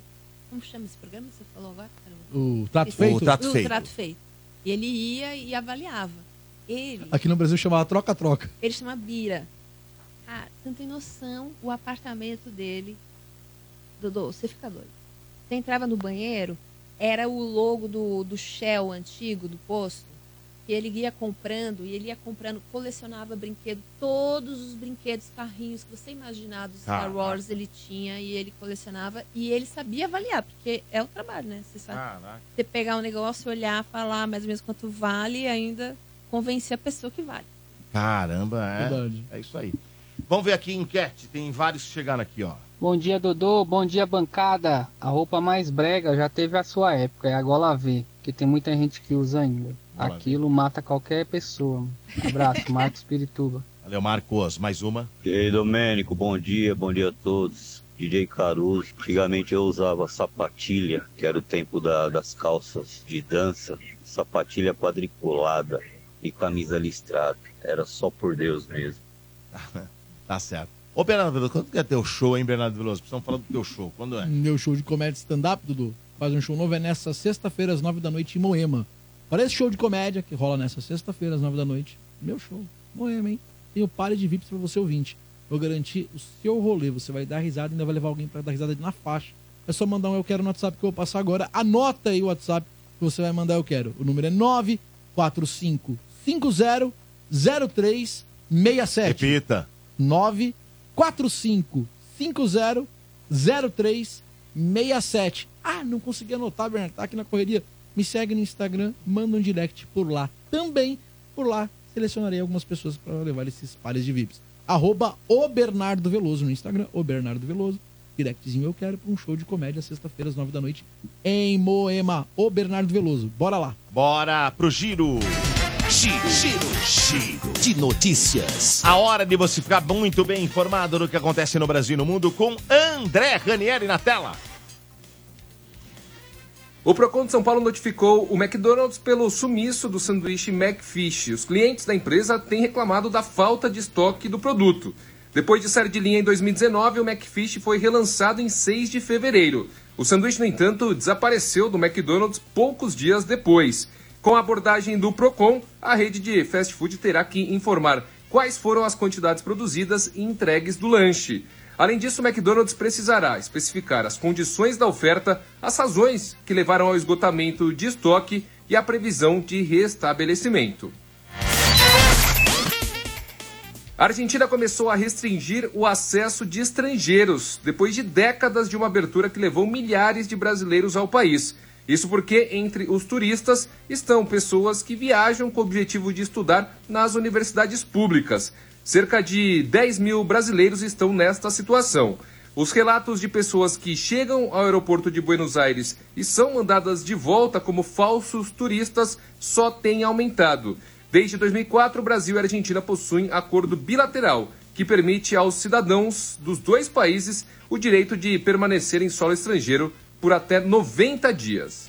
S4: Como chama esse programa que você falou agora? Caramba?
S6: O trato
S4: Esse-
S6: feito.
S1: O trato
S4: o
S1: feito.
S4: Trato feito. E ele ia e avaliava. Ele,
S6: Aqui no Brasil chamava troca-troca.
S4: ele chama Bira. Cara, Ah, você não tem noção o apartamento dele. Dodô, você fica doido. Você entrava no banheiro, era o logo do, do Shell antigo, do posto. E ele ia comprando, e ele ia comprando, colecionava brinquedo, todos os brinquedos, carrinhos que você imaginar do Star
S1: Caraca.
S4: Wars ele tinha, e ele colecionava, e ele sabia avaliar, porque é o trabalho, né? Você sabe
S1: Caraca.
S4: você pegar um negócio, olhar, falar mais ou menos quanto vale e ainda convencer a pessoa que vale.
S1: Caramba, é.
S6: Verdade.
S1: É isso aí. Vamos ver aqui enquete. Tem vários chegando aqui, ó.
S8: Bom dia, Dodô. Bom dia, bancada. A roupa mais brega já teve a sua época, é a gola V, que tem muita gente que usa ainda.
S1: Gola V.
S8: Aquilo mata qualquer pessoa. Abraço, Marcos Pirituba.
S1: Valeu, Marcos. Mais uma.
S9: E aí, Domênico, bom dia, bom dia a todos. DJ Caruso. Antigamente eu usava sapatilha, que era o tempo da- das calças de dança, sapatilha quadriculada e camisa listrada. Era só por Deus mesmo.
S1: Tá certo. Ô, Bernardo Veloso, quando que é teu show, hein, Bernardo Veloso? Precisamos falar do teu show. Quando é?
S6: Um Meu show de comédia stand-up, Dudu, faz um show novo é nessa sexta-feira, às nove da noite, em Moema. Para esse show de comédia, que rola nessa sexta-feira, às nove da noite, meu show, Moema, hein? Tem o pare de VIPs pra você ouvinte. Vou garantir o seu rolê. Você vai dar risada e ainda vai levar alguém pra dar risada na faixa. É só mandar um Eu Quero no WhatsApp que eu vou passar agora. Anota aí o WhatsApp que você vai mandar Eu Quero. O número é 945500367.
S1: Repita.
S6: 945500367. Ah, não consegui anotar, Bernardo. Tá aqui na correria. Me segue no Instagram, manda um direct por lá também. Por lá, selecionarei algumas pessoas para levar esses pares de VIPs. Arroba o Bernardo Veloso no Instagram, o Bernardo Veloso. Directzinho eu quero para um show de comédia sexta-feira às nove da noite em Moema. O Bernardo Veloso. Bora lá.
S1: Bora pro giro.
S10: Giro, giro, giro de notícias.
S1: A hora de você ficar muito bem informado do que acontece no Brasil e no mundo com André Ranieri na tela.
S11: O Procon de São Paulo notificou o McDonald's pelo sumiço do sanduíche McFish. Os clientes da empresa têm reclamado da falta de estoque do produto. Depois de sair de linha em 2019, o McFish foi relançado em 6 de fevereiro. O sanduíche, no entanto, desapareceu do McDonald's poucos dias depois. Com a abordagem do Procon, a rede de fast food terá que informar quais foram as quantidades produzidas e entregues do lanche. Além disso, o McDonald's precisará especificar as condições da oferta, as razões que levaram ao esgotamento de estoque e a previsão de restabelecimento. A Argentina começou a restringir o acesso de estrangeiros, depois de décadas de uma abertura que levou milhares de brasileiros ao país. Isso porque entre os turistas estão pessoas que viajam com o objetivo de estudar nas universidades públicas. Cerca de 10 mil brasileiros estão nesta situação. Os relatos de pessoas que chegam ao aeroporto de Buenos Aires e são mandadas de volta como falsos turistas só têm aumentado. Desde 2004, o Brasil e a Argentina possuem acordo bilateral que permite aos cidadãos dos dois países o direito de permanecer em solo estrangeiro por até 90 dias.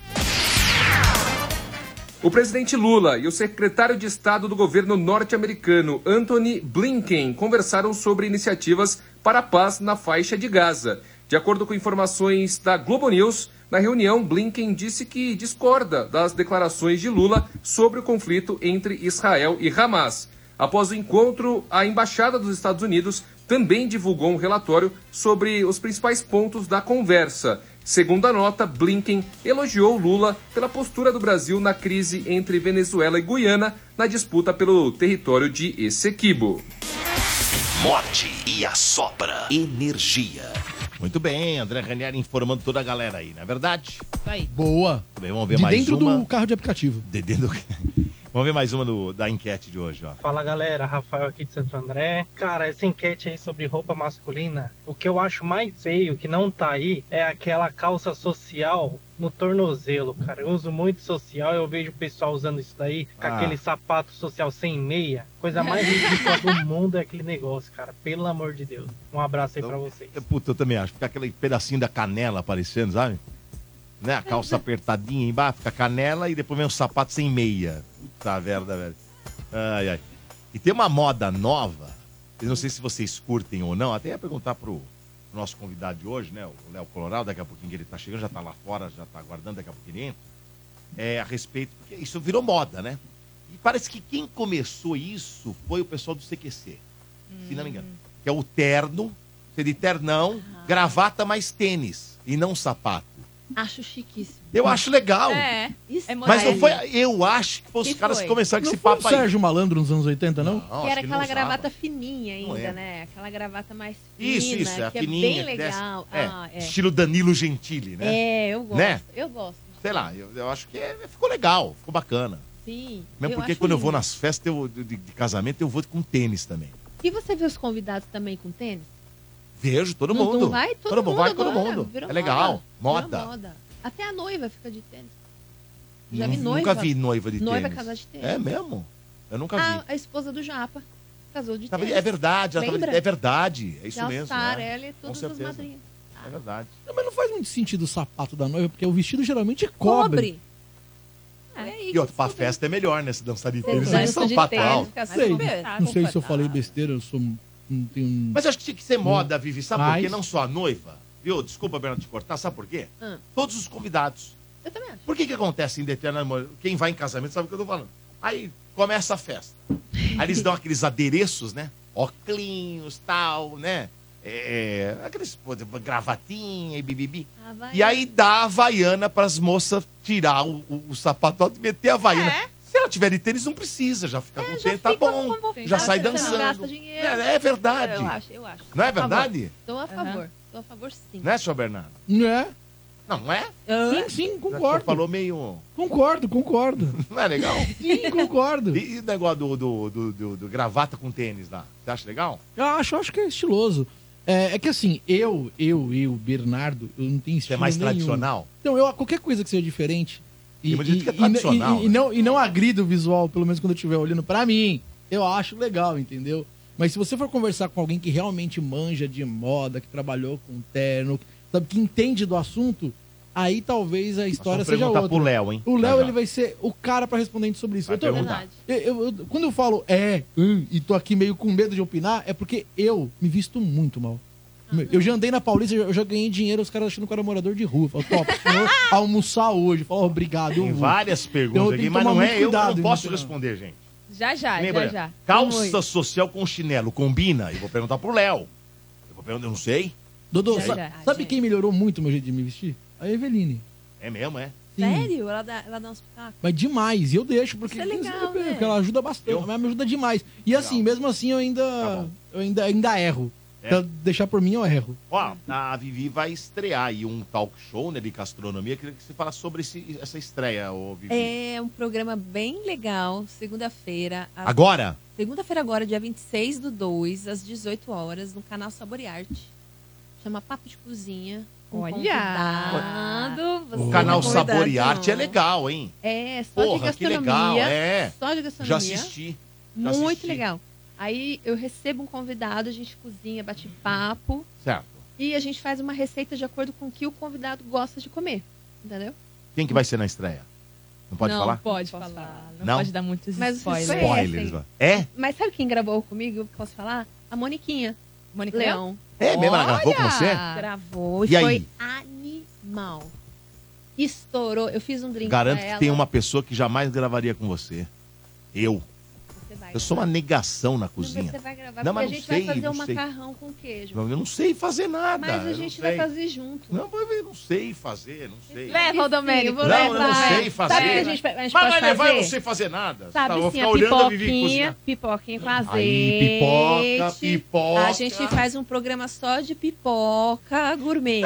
S11: O presidente Lula e o secretário de Estado do governo norte-americano, Anthony Blinken, conversaram sobre iniciativas para a paz na faixa de Gaza. De acordo com informações da Globo News,
S12: Na reunião, Blinken disse que discorda das declarações de Lula sobre o conflito entre Israel e Hamas. Após o encontro, a Embaixada dos Estados Unidos também divulgou um relatório sobre os principais pontos da conversa. Segundo a nota, Blinken elogiou Lula pela postura do Brasil na crise entre Venezuela e Guiana na disputa pelo território de Essequibo.
S3: Morte e a sopra energia.
S1: Muito bem, André Ranieri informando toda a galera aí, não é verdade?
S6: Boa.
S1: Bem, vamos ver
S6: De
S1: mais
S6: dentro
S1: uma.
S6: do carro de aplicativo.
S1: De dentro do... Vamos ver mais uma do- da enquete de hoje, ó.
S13: Fala galera, Rafael aqui de Santo André. Cara, essa enquete aí sobre roupa masculina, o que eu acho mais feio que não tá aí é aquela calça social no tornozelo, cara. Eu uso muito social, eu vejo o pessoal usando isso daí, com
S8: Ah.
S13: aquele sapato social sem meia. Coisa mais ridícula do mundo é aquele negócio, cara. Pelo amor de Deus. Um abraço aí pra vocês.
S1: É, Puta, eu também acho. Fica aquele pedacinho da canela aparecendo, sabe? Né? A calça apertadinha embaixo, fica a canela e depois vem um sapato sem meia. Puta merda, velho. Ai, ai. E tem uma moda nova, eu não sei se vocês curtem ou não, até ia perguntar pro nosso convidado de hoje, né? O Léo Colorado, daqui a pouquinho que ele tá chegando, já tá lá fora, já tá aguardando, daqui a pouquinho ele entra. É, a respeito, porque isso virou moda, né? E parece que quem começou isso foi o pessoal do CQC se não me engano. Que é o terno, ser de ternão,
S4: Ah.
S1: gravata mais tênis e não sapato.
S4: Acho chiquíssimo.
S1: Eu acho legal.
S5: É.
S4: Isso.
S1: Mas não foi. Eu acho que foi os
S4: Que
S1: caras
S4: foi?
S1: que começaram
S6: Não
S1: com esse
S6: foi o
S1: papo aí.
S6: Sérgio Malandro nos anos 80, não?
S1: Não,
S4: que
S1: acho
S4: era
S1: que não
S4: aquela
S1: usava.
S4: gravata fininha ainda,
S1: é.
S4: né? Aquela gravata mais fina,
S1: Isso, isso, é a
S4: que
S1: fininha.
S4: é
S1: que
S4: bem
S1: desce.
S4: legal.
S1: É,
S4: Ah, é.
S1: Estilo Danilo Gentili, né?
S4: É, eu gosto.
S1: Né?
S4: Eu gosto.
S1: Sei lá, eu, eu acho que é- ficou legal, ficou bacana.
S4: Sim.
S1: Mesmo porque
S4: acho
S1: quando eu vou
S4: lindo.
S1: nas festas eu- de, de casamento, eu vou com tênis também.
S4: E você vê os convidados também com tênis?
S1: Vejo todo
S4: Não- não
S1: mundo.
S4: vai todo
S1: mundo,
S4: mundo
S1: vai todo
S4: agora,
S1: mundo.
S4: virou
S1: É legal.
S4: moda,
S1: Moda.
S4: virou é moda. Até a noiva fica de tênis. Já
S1: Nun-
S4: vi noiva.
S1: Nunca vi noiva de
S4: Noiva
S1: tênis.
S4: casar de tênis. Ah,
S1: É mesmo? Eu nunca vi.
S4: A, a esposa do Japa casou de
S1: Tava-
S4: tênis.
S1: é verdade, ela tava-
S4: Lembra?
S1: é verdade, é isso
S4: Já
S1: mesmo.
S4: alçaram
S1: né?
S4: ela e todas as
S1: certeza.
S4: madrinhas.
S1: É verdade.
S6: Não, mas não faz muito sentido o sapato da noiva, porque o vestido geralmente é cobre.
S4: Cobre. Ah, é
S1: E outra, pra festa é melhor, né? Se dançar de
S4: Você
S1: tênis,
S4: dança
S1: é
S4: de
S1: sapatão.
S4: tênis, fica
S6: Sei,
S4: super-
S6: não
S5: Ah,
S6: sei se eu falei besteira, eu sou. um- Não tenho... um-
S1: Mas acho que tinha que ser moda, Vivi. Sabe por
S6: Mas-
S1: quê? Não só a noiva. Viu? Desculpa, Bernardo, te cortar. Sabe por quê?
S4: Hum.
S1: Todos os convidados.
S4: Eu também acho.
S1: Por que que acontece em determinado momento? Quem vai em casamento sabe o que eu tô falando. Aí começa a festa. Aí eles dão aqueles adereços, né? Oclinhos, tal, né? É, aqueles pô, gravatinha e bibibi.
S4: Ah,
S1: E aí dá a Havaiana pras moças tirar o, o, o sapato alto e meter a Havaiana. Se ela tiver de tênis, não precisa, Ah, é? já fica com tênis, tá bom. Já sai
S4: Você não gasta
S1: dançando.
S4: dinheiro.
S1: É, é verdade.
S4: Eu acho, eu acho.
S1: Não é
S4: Tô a favor.
S1: verdade?
S4: Tô a favor. Tô a favor, sim.
S1: Né, senhor Bernardo?
S6: Não é?
S1: Não, não é?
S6: Sim, sim,
S1: Você
S6: concordo.
S1: falou meio.
S6: Concordo, concordo.
S1: Não é legal?
S6: Sim, concordo.
S1: E, e o negócio do, do, do, do- do gravata com tênis lá? Você acha legal?
S6: Eu acho, acho que é estiloso. É, é que assim, eu, eu, eu, Bernardo, eu não tenho estilo
S1: é mais
S6: nenhum.
S1: tradicional?
S6: Então, eu, qualquer coisa que seja diferente e,
S1: Tem muita gente que é
S6: e- e-
S1: tradicional,
S6: e- e
S1: né?
S6: não, e não agrida o visual, pelo menos quando eu estiver olhando pra mim, eu acho legal, entendeu? Mas se você for conversar com alguém que realmente manja de moda, que trabalhou com terno, sabe, que entende do assunto, aí talvez a história
S1: vamos
S6: seja
S1: perguntar
S6: outra.
S1: pro Léo, hein?
S6: O
S1: Já,
S6: Léo,
S1: já.
S6: ele vai ser o cara pra responder a gente sobre isso.
S1: Vai
S6: eu tô,
S1: perguntar.
S6: eu- eu- eu- quando eu falo é, hum, e tô aqui meio com medo de opinar, é porque eu me visto muito mal. Eu já andei na Paulista, eu já- eu já ganhei dinheiro, os caras achando que eu era morador de rua. Falaram, top, senhor, almoçar hoje. Falaram, obrigado. eu
S1: Tem
S6: vou.
S1: várias
S6: Então, eu
S1: perguntas
S6: tenho
S1: aqui,
S6: que
S1: mas
S6: tomar
S1: não é
S6: muito
S1: eu que
S6: cuidado,
S1: não posso
S6: entendeu?
S1: responder, gente.
S5: Já, já,
S1: Lembra?
S5: já, já.
S1: Calça
S5: Muito.
S1: social com chinelo combina? Eu vou perguntar pro Léo. Eu vou perguntar, eu não sei.
S6: Dodô,
S1: Já,
S6: sa-
S1: já.
S4: é.
S6: sabe quem melhorou muito o meu jeito de me vestir? A Eveline.
S1: É mesmo, é?
S6: Sim.
S4: Sério? Ela dá, ela dá uns pitacos?
S6: Mas demais, e eu deixo, porque,
S4: Isso é legal, né?
S6: porque ela ajuda bastante, ela me ajuda demais. E assim, mesmo assim, eu ainda,
S4: Tá
S6: eu ainda, ainda erro.
S1: É.
S6: Pra deixar por mim, eu erro.
S1: Ó, a Vivi vai estrear aí um talk show né, de gastronomia. Queria que você falasse sobre esse- essa estreia, ô Vivi.
S4: É um programa bem legal. Segunda-feira. às-
S1: Agora?
S4: Segunda-feira agora, dia 26 do 2, às 18 horas, no canal Sabor e Arte. Chama Papo de Cozinha. Com
S5: Olha!
S4: Convidado. Você
S1: o
S4: é
S1: canal
S4: convidado.
S1: Sabor e Arte é legal, hein?
S4: É, só de
S1: Porra, que
S4: gastronomia.
S1: legal, é.
S4: Só de
S1: Já
S4: gastronomia.
S1: assisti. já
S4: Muito
S1: assisti.
S4: legal. Aí eu recebo um convidado, a gente cozinha, bate papo.
S1: Certo.
S4: E a gente faz uma receita de acordo com o que o convidado gosta de comer. Entendeu?
S1: Quem que vai ser na estreia? Não pode
S5: não
S1: falar?
S5: pode falar. Não,
S1: Não?
S5: pode dar muitos
S4: Mas
S5: spoilers.
S4: vocês
S1: Spoilers, ó. É?
S4: Mas sabe quem gravou comigo? Eu posso falar? A Moniquinha.
S5: Mônica Ah.
S4: Leão.
S1: É mesmo? Ela gravou com
S5: Olha!
S1: você?
S4: Gravou e,
S1: E aí?
S4: foi animal. Estourou. Eu fiz um drink
S1: Garanto
S4: pra ela.
S1: que tem uma pessoa que jamais gravaria com você. Eu.
S4: Você vai
S1: Eu sou uma negação na
S4: Não,
S1: cozinha.
S4: Você vai gravar,
S1: Não,
S4: porque a
S1: mas não
S4: gente
S1: sei,
S4: vai fazer
S1: não
S4: um
S1: sei.
S4: macarrão com queijo.
S1: Eu não sei fazer nada.
S4: Mas a
S1: eu
S4: gente
S1: não
S4: vai
S1: sei.
S4: fazer junto.
S1: Não, mas eu não sei fazer, não sei.
S5: É,
S4: Leva o Domênico,
S1: Não,
S4: leva.
S1: eu não sei fazer.
S4: Sabe o que a gente, a
S1: mas
S4: gente pode
S1: vai levar,
S4: fazer?
S1: eu não sei fazer nada.
S4: Sabe
S1: Tá, eu vou
S4: sim,
S1: ficar
S4: a
S1: olhando a Vivi
S4: pipoquinha,
S1: cozinhar.
S4: pipoquinha com azeite.
S1: Aí, pipoca, pipoca.
S4: A gente faz um programa só de pipoca gourmet.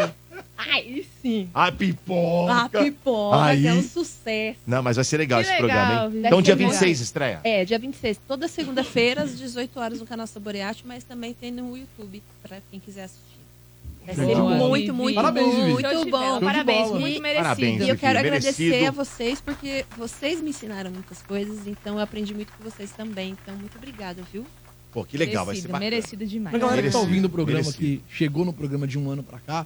S4: Aí sim.
S1: A pipoca.
S4: A pipoca
S1: Aí.
S4: que é um sucesso.
S1: Não, mas vai ser legal
S4: Ah, Que
S1: esse
S4: legal,
S1: programa, hein?
S4: Vivi.
S1: Então,
S4: Vai
S1: dia
S4: ser legal.
S1: 26 estreia.
S4: É, dia 26. Toda segunda-feira, às 18 horas, no canal Saboreate, mas também tem no YouTube, pra quem quiser assistir. Vai ser
S1: Legal.
S4: muito, muito,
S1: Parabéns, Vivi.
S4: muito
S5: Show de bola.
S4: bom.
S5: Parabéns, Show de muito bola. merecido.
S1: Parabéns, é
S4: e eu
S1: Vivi,
S4: quero
S1: merecido.
S4: agradecer a vocês, porque vocês me ensinaram muitas coisas, então eu aprendi muito com vocês também. Então, muito obrigada, viu?
S1: Pô, que legal, vai ser bacana. né?
S5: merecido demais.
S6: Pra galera que tá
S1: Merecido,
S6: ouvindo o programa
S1: merecido.
S6: que chegou no programa de um ano pra cá,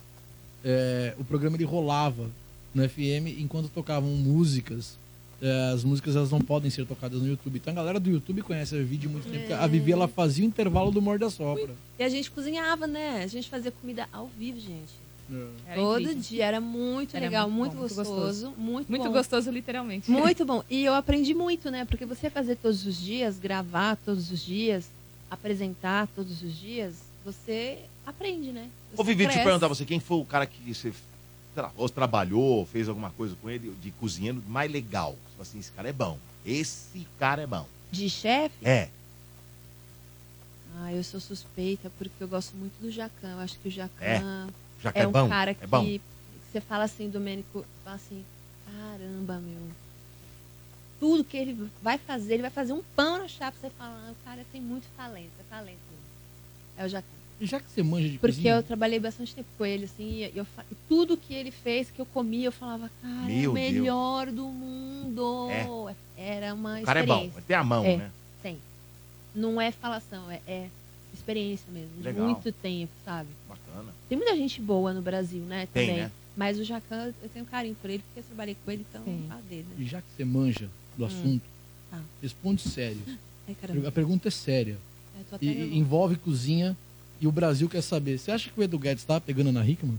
S6: é, o programa ele rolava no FM enquanto tocavam músicas. É, as músicas elas não podem ser tocadas no YouTube. Então a galera do YouTube conhece a Vivi de muito tempo. porque A Vivi
S4: É.
S6: ela fazia o intervalo do Morde a Sopra.
S4: E a gente cozinhava, né? A gente fazia comida ao vivo, gente.
S5: Era
S4: Todo
S5: incrível.
S4: dia, era muito
S5: Era
S4: legal, muito,
S5: muito bom, muito
S4: gostoso,
S5: gostoso.
S4: muito
S5: Muito
S4: bom.
S5: gostoso, literalmente.
S4: Muito bom. E eu aprendi muito, né? Porque você fazer todos os dias, gravar todos os dias, apresentar todos os dias, você aprende, né? Você
S1: Ô, Vivi, deixa eu
S4: cresce.
S1: perguntar a você, quem foi o cara que você sei lá, ou trabalhou, fez alguma coisa com ele de cozinheiro mais legal? Você fala assim, esse cara é bom. Esse cara é bom.
S4: De chefe?
S1: É.
S4: Ah, eu sou suspeita porque eu gosto muito do Jacan. Eu acho que o Jacan
S1: É.
S4: é,
S1: Jacan é
S4: um
S1: bom,
S4: cara
S1: é
S4: que
S1: bom.
S4: que você fala assim, Domênico, fala assim, caramba, meu. Tudo que ele vai fazer, ele vai fazer um pão na chapa. Você fala, ah, o cara tem muito talento, é talento. É o Jacan.
S6: E já que você manja de
S4: Porque
S6: cozinha,
S4: eu trabalhei bastante tempo com ele, assim, e eu, fa- e tudo que ele fez, que eu comia, eu falava, cara, é
S1: Meu
S4: o melhor do mundo. Era uma
S1: O cara é bom,
S4: experiência.
S1: tem a mão,
S4: É,
S1: né?
S4: Tem. Não é falação, é, é experiência mesmo.
S1: Legal.
S4: De muito tempo, sabe?
S1: Bacana.
S4: Tem muita gente boa no Brasil, né?
S1: Tem,
S4: Também.
S1: né?
S4: Mas o Jacan, eu tenho carinho por ele, porque eu trabalhei com ele, então fala dele,
S6: e
S4: né?
S6: já que você manja do assunto,
S4: Tá.
S6: responde sério.
S4: Ai, caramba.
S6: A pergunta é séria.
S4: Eu tô Tá. até
S6: E-
S4: nervosa.
S6: e envolve cozinha e o Brasil quer saber. Você acha que o Edu Guedes tá pegando na Hickman?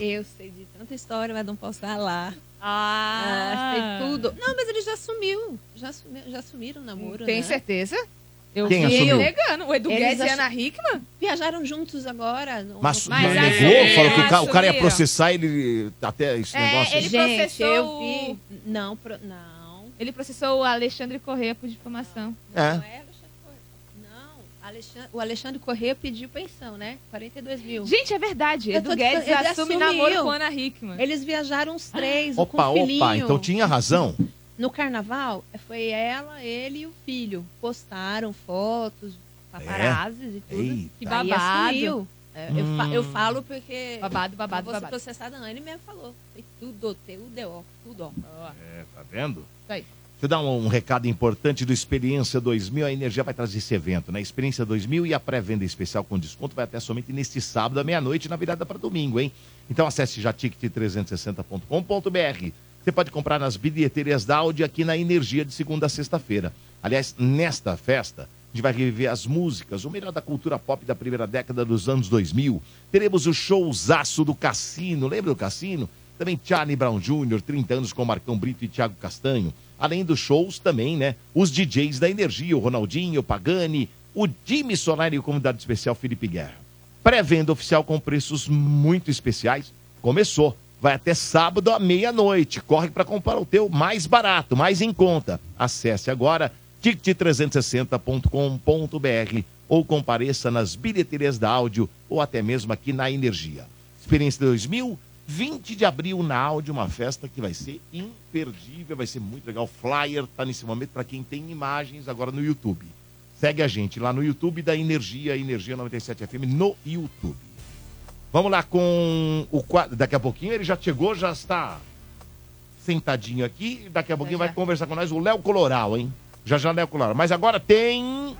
S4: Eu sei de tanta história, mas não posso falar.
S5: Ah.
S4: Ah, sei tudo. Não, mas ele já sumiu. Já, sumiu, já sumiram o namoro,
S5: Tem
S4: né?
S5: certeza? Eu
S1: Quem
S5: vi
S1: assumiu?
S5: negando. O Edu
S4: Eles
S5: Guedes e a
S4: acham-
S5: Ana Hickman?
S4: Viajaram juntos agora. no-
S1: Mas,
S4: no-
S1: mas,
S5: Mas aí-
S1: negou, falou que o, ca- o cara ia
S5: assumiram.
S1: processar ele até esse
S5: É,
S1: negócio. assim.
S5: ele-
S4: Gente,
S5: processou
S4: eu vi. Não, pro- não.
S5: Ele processou o Alexandre Corrêa por difamação.
S4: Não
S1: É.
S4: é Alexandre Corrêa. Não. Alexan- o Alexandre Corrêa pediu pensão, né? 42 mil.
S5: Gente, é verdade.
S4: Eu
S5: Edu
S4: tô te
S5: Guedes
S4: falando, ele
S5: assume
S4: assumiu.
S5: namoro com a Ana Hickman.
S4: Eles viajaram os três,
S5: um
S4: o
S1: Opa,
S4: com o filhinho.
S1: opa, então tinha razão.
S4: No carnaval, foi ela, ele e o filho. Postaram fotos, paparazzis e tudo.
S1: Eita.
S5: Que
S4: Aí
S5: babado.
S4: assumiu. É, eu, fa-
S1: Hum.
S4: eu falo porque.
S5: Babado, babado,
S4: Você
S5: babado.
S4: processada, não. Ele mesmo falou. Foi tudo, tudo, ó, tudo, ó.
S5: Ó,
S1: É, tá vendo?
S5: Tá aí.
S1: Deixa eu dar um, um recado importante do Experiência 2000. A Energia vai trazer esse evento, né? Experiência 2000 e a pré-venda especial com desconto vai até somente neste sábado à meia-noite, na virada para domingo, hein? Então acesse jaticket360.com.br. Você pode comprar nas bilheterias da Audi aqui na Energia de segunda a sexta-feira. Aliás, nesta festa, a gente vai reviver as músicas, o melhor da cultura pop da primeira década dos anos 2000. Teremos o showzaço do Cassino, lembra do Cassino? Também Charlie Brown Jr., 30 anos com Marcão Brito e Thiago Castanho. Além dos shows também, né? Os DJs da Energia, o Ronaldinho, o Pagani, o Jimmy Solari e o convidado especial Felipe Guerra. Pré-venda oficial com preços muito especiais. Começou. Vai até sábado à meia-noite. Corre para comprar o teu mais barato, mais em conta. Acesse agora ticket360.com.br ou compareça nas bilheterias da áudio ou até mesmo aqui na Energia. Experiência 2000, 20 de abril na áudio, uma festa que vai ser imperdível, vai ser muito legal. Flyer tá nesse momento para quem tem imagens agora no YouTube. Segue a gente lá no YouTube da Energia, Energia 97 FM no YouTube. Vamos lá com o quadro. Daqui a pouquinho ele já chegou, já está sentadinho aqui. Daqui a pouquinho
S5: já.
S1: vai conversar com nós o Léo Coloral, hein? Já já Léo Coloral. Mas agora tem.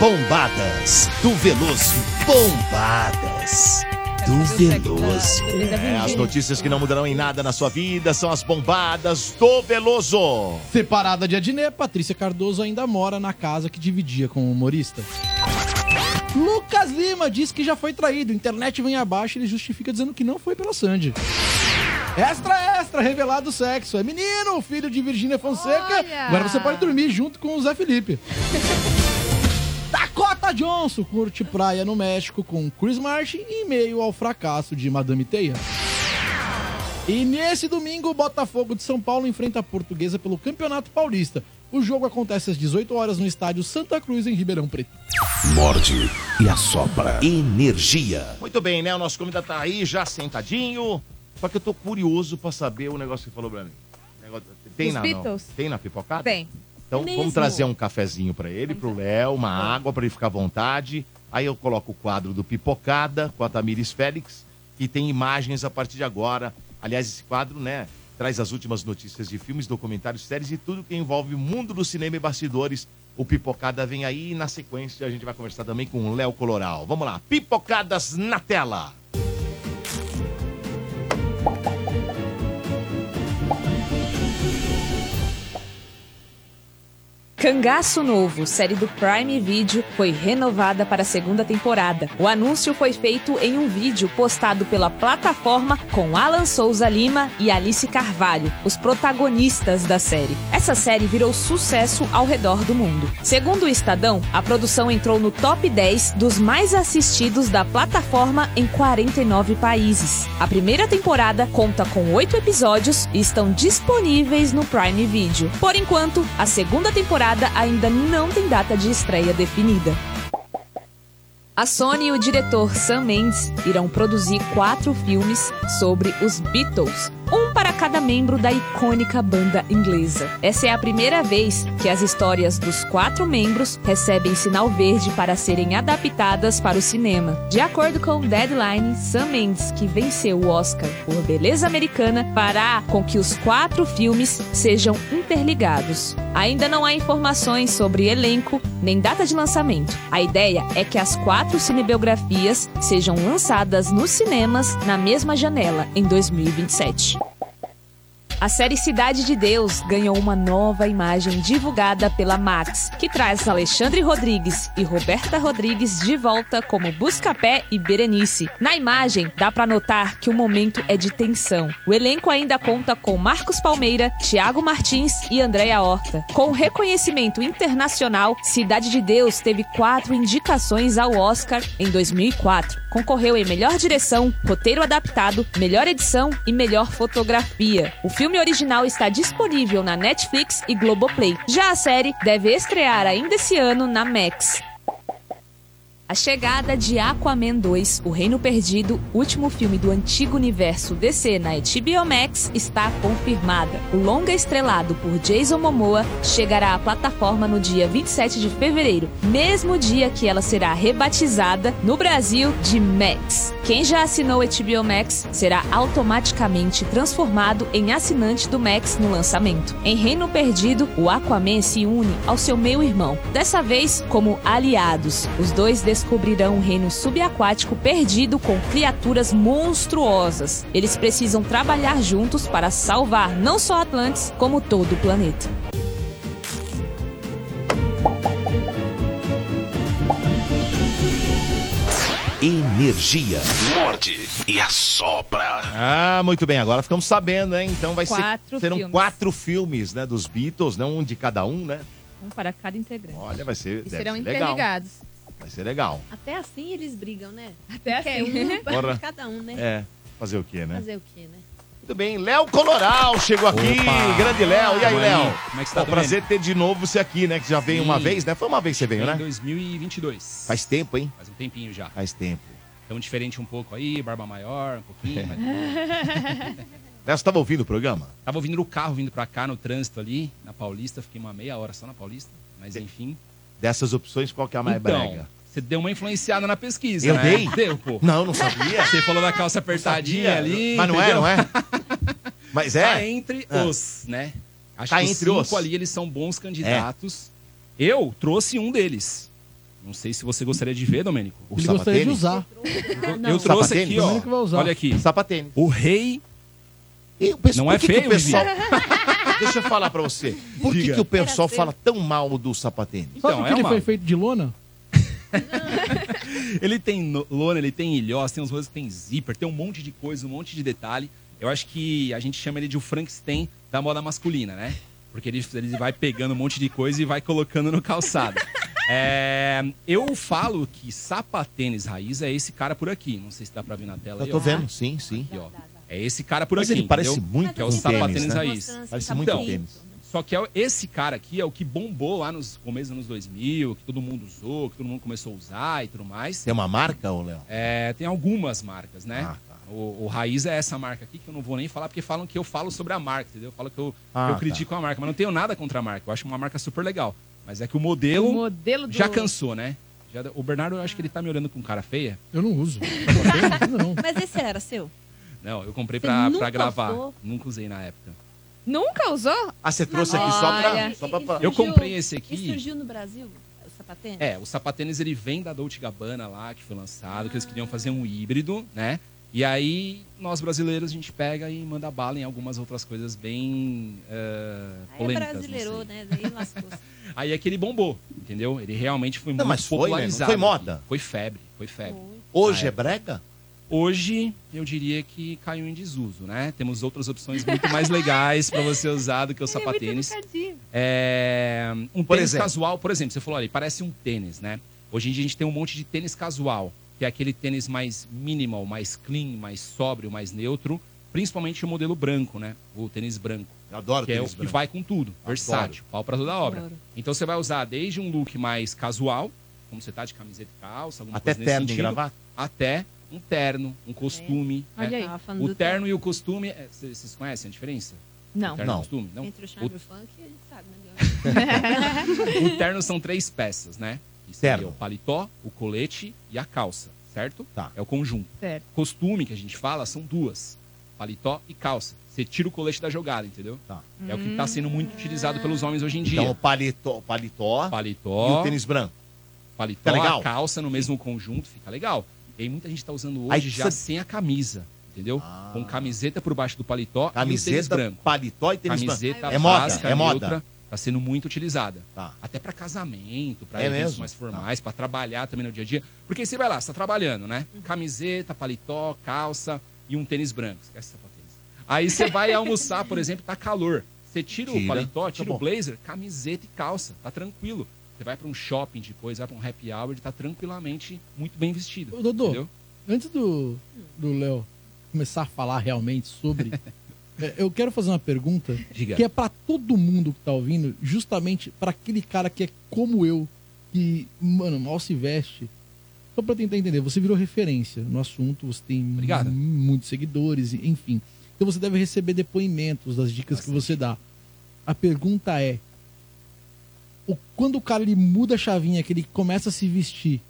S3: Bombadas do Veloso. Bombadas do Veloso.
S1: É, as notícias que não mudarão em nada na sua vida são as bombadas do Veloso.
S6: Separada de Adnet, Patrícia Cardoso ainda mora na casa que dividia com o humorista. Lucas Lima diz que já foi traído. Internet vem abaixo e ele justifica dizendo que não foi pela Sandy. Extra, extra, revelado o sexo. É menino, filho de Virgínia Fonseca.
S5: Olha!
S6: Agora você pode dormir junto com o Zé Felipe. Dakota Johnson curte praia no México com Chris Martin em meio ao fracasso de Madame Teia. E nesse domingo, o Botafogo de São Paulo enfrenta a Portuguesa pelo Campeonato Paulista. O jogo acontece às 18 horas no estádio Santa Cruz, em Ribeirão Preto.
S3: Morde e assopra. Energia.
S1: Muito bem, né? O nosso convidado tá aí, já sentadinho. Só que eu tô curioso pra saber o negócio que você falou pra mim. Negócio- Tem
S5: Dos
S1: na, não?
S5: Beatles?
S1: Tem na pipocada?
S5: Tem.
S1: Então
S5: Mesmo.
S1: vamos trazer um cafezinho pra ele, pro Léo, uma água pra ele ficar à vontade. Aí eu coloco o quadro do Pipocada com a Tamires Félix, que tem imagens a partir de agora. Aliás, esse quadro, né, traz as últimas notícias de filmes, documentários, séries e tudo que envolve o mundo do cinema e bastidores. O Pipocada vem aí e na sequência a gente vai conversar também com o Léo Coloral. Vamos lá, Pipocadas na tela.
S8: Cangaço Novo, série do Prime Video, foi renovada para a segunda temporada. O anúncio foi feito em um vídeo postado pela plataforma com Alan Souza Lima e Alice Carvalho, os protagonistas da série. Essa série virou sucesso ao redor do mundo. Segundo o Estadão, a produção entrou no top 10 dos mais assistidos da plataforma em 49 países. A primeira temporada conta com oito episódios e estão disponíveis no Prime Video. Por enquanto, a segunda temporada ainda não tem data de estreia definida. A Sony e o diretor Sam Mendes irão produzir quatro filmes sobre os Beatles, um para cada membro da icônica banda inglesa. Essa é a primeira vez que as histórias dos quatro membros recebem sinal verde para serem adaptadas para o cinema. De acordo com o Deadline, Sam Mendes, que venceu o Oscar por Beleza Americana, fará com que os quatro filmes sejam interligados. Ainda não há informações sobre elenco nem data de lançamento. A ideia é que as quatro cinebiografias sejam lançadas nos cinemas na mesma janela em 2027. A série Cidade de Deus ganhou uma nova imagem divulgada pela Max, que traz Alexandre Rodrigues e Roberta Rodrigues de volta como Buscapé e Berenice. Na imagem, dá pra notar que o momento é de tensão. O elenco ainda conta com Marcos Palmeira, Thiago Martins e Andréa Horta. Com reconhecimento internacional, Cidade de Deus teve quatro indicações ao Oscar em 2004. Concorreu em melhor direção, roteiro adaptado, melhor edição e melhor fotografia. O filme original está disponível na Netflix e Globoplay. Já a série deve estrear ainda esse ano na Max. A chegada de Aquaman 2, O Reino Perdido, último filme do antigo universo DC na HBO Max, está confirmada. O longa estrelado por Jason Momoa chegará à plataforma no dia 27 de fevereiro, mesmo dia que ela será rebatizada no Brasil de Max. Quem já assinou HBO Max será automaticamente transformado em assinante do Max no lançamento. Em Reino Perdido, o Aquaman se une ao seu meio-irmão, dessa vez como aliados. Os dois descobrirão um reino subaquático perdido com criaturas monstruosas. Eles precisam trabalhar juntos para salvar não só Atlantis, como todo o planeta.
S3: Energia. Morde e assopra.
S1: Ah, muito bem. Agora ficamos sabendo, hein? Então vai
S5: Quatro
S1: ser serão
S5: filmes.
S1: quatro filmes, né, dos Beatles, né, um de cada um, né?
S5: Um para cada integrante.
S1: Olha, vai ser, deve
S5: E serão
S1: ser legal.
S5: interligados.
S1: Vai ser legal.
S4: Até assim eles brigam, né?
S5: Até
S4: Porque
S5: assim.
S4: um pra
S1: Bora.
S4: cada um, né?
S1: É, fazer o quê, né?
S4: Fazer o quê, né?
S1: Muito bem, Léo Coloral chegou aqui, grande Léo. E aí,
S11: Boa,
S1: Léo?
S11: Aninha. Como é que você tá,
S1: Pô,
S11: tudo
S1: prazer ter de novo você aqui, né? Que já veio uma
S11: Sim.
S1: vez, né? Foi uma vez que você veio,
S11: Em
S1: né?
S11: 2022.
S1: Faz tempo, hein?
S11: Faz um tempinho já.
S1: Faz tempo.
S11: Então diferente um pouco aí, barba maior, um pouquinho. mas-
S1: Léo, você tava ouvindo o programa?
S11: Tava ouvindo no carro vindo pra cá, no trânsito ali, na Paulista. Fiquei uma meia hora só na Paulista. Mas enfim.
S1: Dessas opções, qual que é a mais
S11: então,
S1: brega?
S11: você deu uma influenciada na pesquisa,
S1: Eu
S11: né?
S1: dei?
S11: Deu, pô.
S1: Não, não sabia.
S11: Você falou da calça apertadinha
S1: sabia.
S11: ali.
S1: Mas não é, não é? Mas é?
S11: Tá entre
S1: Ah.
S11: os, né? Acho
S1: Tá
S11: que
S1: entre
S11: os
S1: os.
S11: cinco ali, eles são bons candidatos. Eu trouxe um deles. Não sei se você gostaria de ver, Domênico.
S6: Ele gostaria de usar.
S11: Eu trouxe aqui, ó.
S6: Ah, Domênico vai usar.
S11: Olha aqui.
S1: Sapatênis.
S11: O rei. não
S1: por
S11: é
S1: que que
S11: feio,
S1: o pessoal...
S11: Vivi?
S1: Deixa eu falar pra você. Por que,
S11: Diga.
S1: que o
S11: Então, é
S1: pessoal fala tão mal do sapatênis?
S6: Só porque ele foi feito de lona?
S11: Ele tem no- lona, ele tem ilhós, tem uns rolês que tem zíper, tem um monte de coisa, um monte de detalhe. Eu acho que a gente chama ele de o Frankenstein da moda masculina, né? Porque ele, ele vai pegando um monte de coisa e vai colocando no calçado. É, eu falo que sapatênis raiz é esse cara por aqui. Não sei se dá pra ver na tela. aí,
S1: Eu tô
S11: ó.
S1: vendo, sim, sim.
S11: É esse cara por
S1: Mas
S11: aqui.
S1: ele parece
S11: entendeu?
S1: muito
S11: Que é o
S1: com
S4: assim,
S11: sapatênis
S1: tênis, né?
S11: raiz.
S1: Mostrando esse Parece muito com
S11: Então,
S1: tênis.
S11: Só que é- esse cara aqui é o que bombou lá nos começos dos anos 2000, que todo mundo usou, que todo mundo começou a usar e tudo mais.
S1: Tem uma marca, ô Léo?
S11: É, tem algumas marcas, né?
S1: Ah, tá.
S11: O, o Raiz é essa marca aqui que eu não vou nem falar, porque falam que eu falo sobre a marca, entendeu? Falam que eu,
S1: Ah,
S11: que eu
S1: tá.
S11: critico a marca, mas não tenho nada contra a marca. Eu acho uma marca super legal. Mas é que o modelo,
S5: O modelo do-
S11: já cansou, né? Já- o Bernardo, eu acho que ele tá me olhando com cara feia.
S6: Eu não uso.
S4: Mas esse era seu?
S11: Não, eu comprei
S4: Você
S11: pra,
S4: nunca
S11: pra gravar.
S4: usou?
S11: Nunca usei na época.
S5: Nunca usou?
S1: Ah, você
S11: trouxe aqui só pra- só pra- Eu comprei esse aqui.
S4: E surgiu no Brasil, o sapatênis?
S11: É, o sapatênis ele vem da Dolce Gabbana lá, que foi lançado, que eles queriam fazer um híbrido, né? E aí, nós brasileiros, a gente pega e manda bala em algumas outras coisas bem eh,
S4: Aí é
S11: polêmicas. não
S4: brasileiro,
S11: sei.
S4: né? Daí lascou-se.
S11: Aí é que ele bombou, entendeu? Ele realmente foi
S1: Não,
S11: muito
S1: mas foi, né? Não
S11: popularizado.
S1: foi moda?
S11: aqui. Foi febre, foi febre.
S1: Hoje
S11: Na
S1: é brega?
S11: Hoje, eu diria que caiu em desuso, né? Temos outras opções muito mais legais pra você usar do que o sapatênis. É, um
S1: Por
S11: tênis
S1: exemplo.
S11: casual, por exemplo, você falou ali, parece um tênis, né? Hoje em dia a gente tem um monte de tênis casual, que é aquele tênis mais minimal, mais clean, mais sóbrio, mais neutro, principalmente o modelo branco, né? O tênis branco.
S1: Eu adoro
S11: que é o
S1: tênis
S11: que
S1: branco.
S11: vai com tudo, versátil, pau pra toda obra.
S1: Adoro.
S11: Então você vai usar desde um look mais casual, como você tá de camiseta e calça, alguma
S1: Até
S11: coisa nesse
S1: terno e
S11: sentido,
S1: gravata?
S11: até um terno, um costume.
S4: É. Olha
S11: né?
S4: aí. Tava falando
S11: O
S4: do
S11: terno e o costume, é, c- vocês conhecem a diferença?
S4: Não.
S11: O terno e
S4: Não.
S11: o costume? Não.
S4: Entre o
S11: O
S4: charme e o funk, a gente sabe, né? Então.
S11: o terno são três peças, né? Que seria o paletó, o colete e a calça, certo?
S1: Tá.
S11: É o conjunto.
S5: Certo.
S11: Costume que a gente fala são duas: paletó e calça. Você tira o colete da jogada, entendeu?
S1: Tá.
S11: É o que tá sendo muito
S4: Ah.
S11: utilizado pelos homens hoje em dia.
S1: Então, o paletó, paletó,
S11: paletó
S1: e o tênis branco.
S11: paletó,
S1: Fica legal?
S11: a calça no mesmo conjunto, fica legal. E aí muita gente tá usando hoje
S1: Aí
S11: já
S1: precisa- Ah.
S11: sem a camisa, entendeu? Com camiseta por baixo do paletó e o tênis
S1: Camiseta,
S11: branco.
S1: paletó e tênis
S11: camiseta
S1: branco. É moda,
S11: básica,
S1: é moda.
S11: neutra, Tá sendo muito utilizada.
S1: Tá.
S11: Até pra casamento, pra
S1: É
S11: eventos
S1: mesmo?
S11: mais formais, pra trabalhar também no dia a dia. Porque você vai lá, você tá trabalhando, né? Camiseta, paletó, calça e um tênis branco. Esquece sapatênis. Aí você vai almoçar, por exemplo, tá calor. Você tira,
S1: Tira,
S11: o paletó,
S1: tá
S11: tira
S1: bom.
S11: o blazer, camiseta e calça. Tá tranquilo. Você vai pra um shopping depois, vai pra um happy hour, tá tranquilamente muito bem vestido.
S6: Ô, Dodô,
S11: entendeu?
S6: antes do do Léo começar a falar realmente sobre, é, eu quero fazer uma pergunta
S11: Diga.
S6: que é pra todo mundo que tá ouvindo, justamente pra aquele cara que é como eu, que, mano, mal se veste. Só pra tentar entender, você virou referência no assunto, você tem mu- muitos seguidores, enfim. Então você deve receber depoimentos das dicas que você dá. A pergunta é: o, quando o cara ele muda a chavinha, que ele começa a se vestir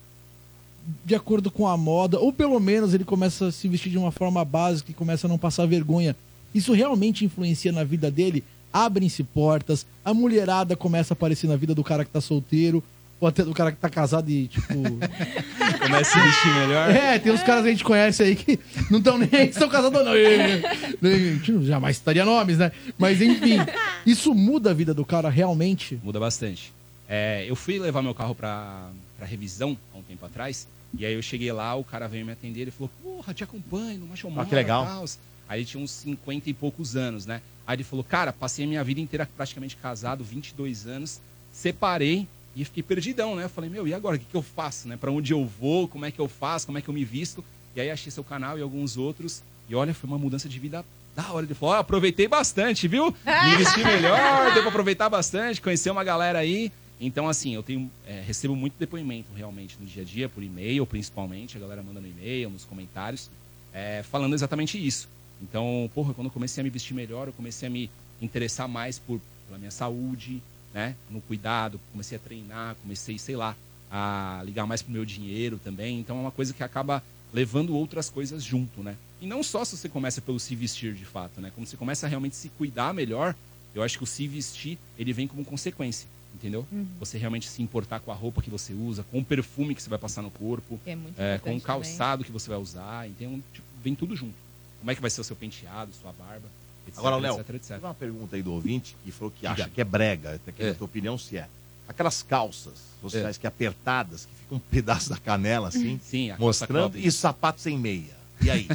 S6: de acordo com a moda, ou pelo menos ele começa a se vestir de uma forma básica e começa a não passar vergonha. Isso realmente influencia na vida dele? Abrem-se portas, a mulherada começa a aparecer na vida do cara que tá solteiro, ou até do cara que tá casado e, tipo.
S11: Começa a se vestir melhor.
S6: é, tem uns caras que a gente conhece aí que não estão nem aí, se estão casados ou não. E- e- e- a gente tipo, Jamais citaria nomes, né? Mas enfim, isso muda a vida do cara realmente?
S11: Muda bastante. É, eu fui levar meu carro pra, pra revisão há um tempo atrás. E aí eu cheguei lá, o cara veio me atender ele falou: Porra, te acompanho, não macho
S1: Ah, que legal.
S11: Aí ele tinha uns 50 e poucos anos, né? Aí ele falou: Cara, passei a minha vida inteira praticamente casado, 22 anos, separei e fiquei perdidão, né? Eu falei: Meu, e agora? O que, que eu faço, né? Pra onde eu vou? Como é que eu faço? Como é que eu me visto? E aí achei seu canal e alguns outros. E olha, foi uma mudança de vida da hora. Ele falou: Ó, aproveitei bastante, viu? Me vesti melhor, deu pra aproveitar bastante, conhecer uma galera aí. Então, assim, eu tenho é, recebo muito depoimento realmente no dia a dia, por e-mail principalmente. A galera manda no e-mail, nos comentários, é, falando exatamente isso. Então, porra, quando eu comecei a me vestir melhor, eu comecei a me interessar mais por, pela minha saúde, né? No cuidado, comecei a treinar, comecei, sei lá, a ligar mais pro meu dinheiro também. Então, é uma coisa que acaba levando outras coisas junto, né? E não só se você começa pelo se vestir de fato, né? Como você começa a realmente se cuidar melhor, eu acho que o se vestir, ele vem como consequência, entendeu?
S5: Uhum.
S11: Você realmente se importar com a roupa que você usa, com o perfume que você vai passar no corpo,
S5: Que é muito
S11: com o
S5: importante também.
S11: calçado que você vai usar, então tipo, vem tudo junto. Como é que vai ser o seu penteado, sua barba, etc,
S1: Agora, Léo,
S11: etc, etc.
S1: teve uma pergunta aí do ouvinte que falou que acha
S11: Diga.
S1: que é brega. Até que A tua opinião se é. aquelas calças
S11: É.
S1: sociais que apertadas, que ficam um pedaço da canela assim,
S11: Sim, a calça
S1: mostrando,
S11: cobre.
S1: e sapato sem meia. E aí?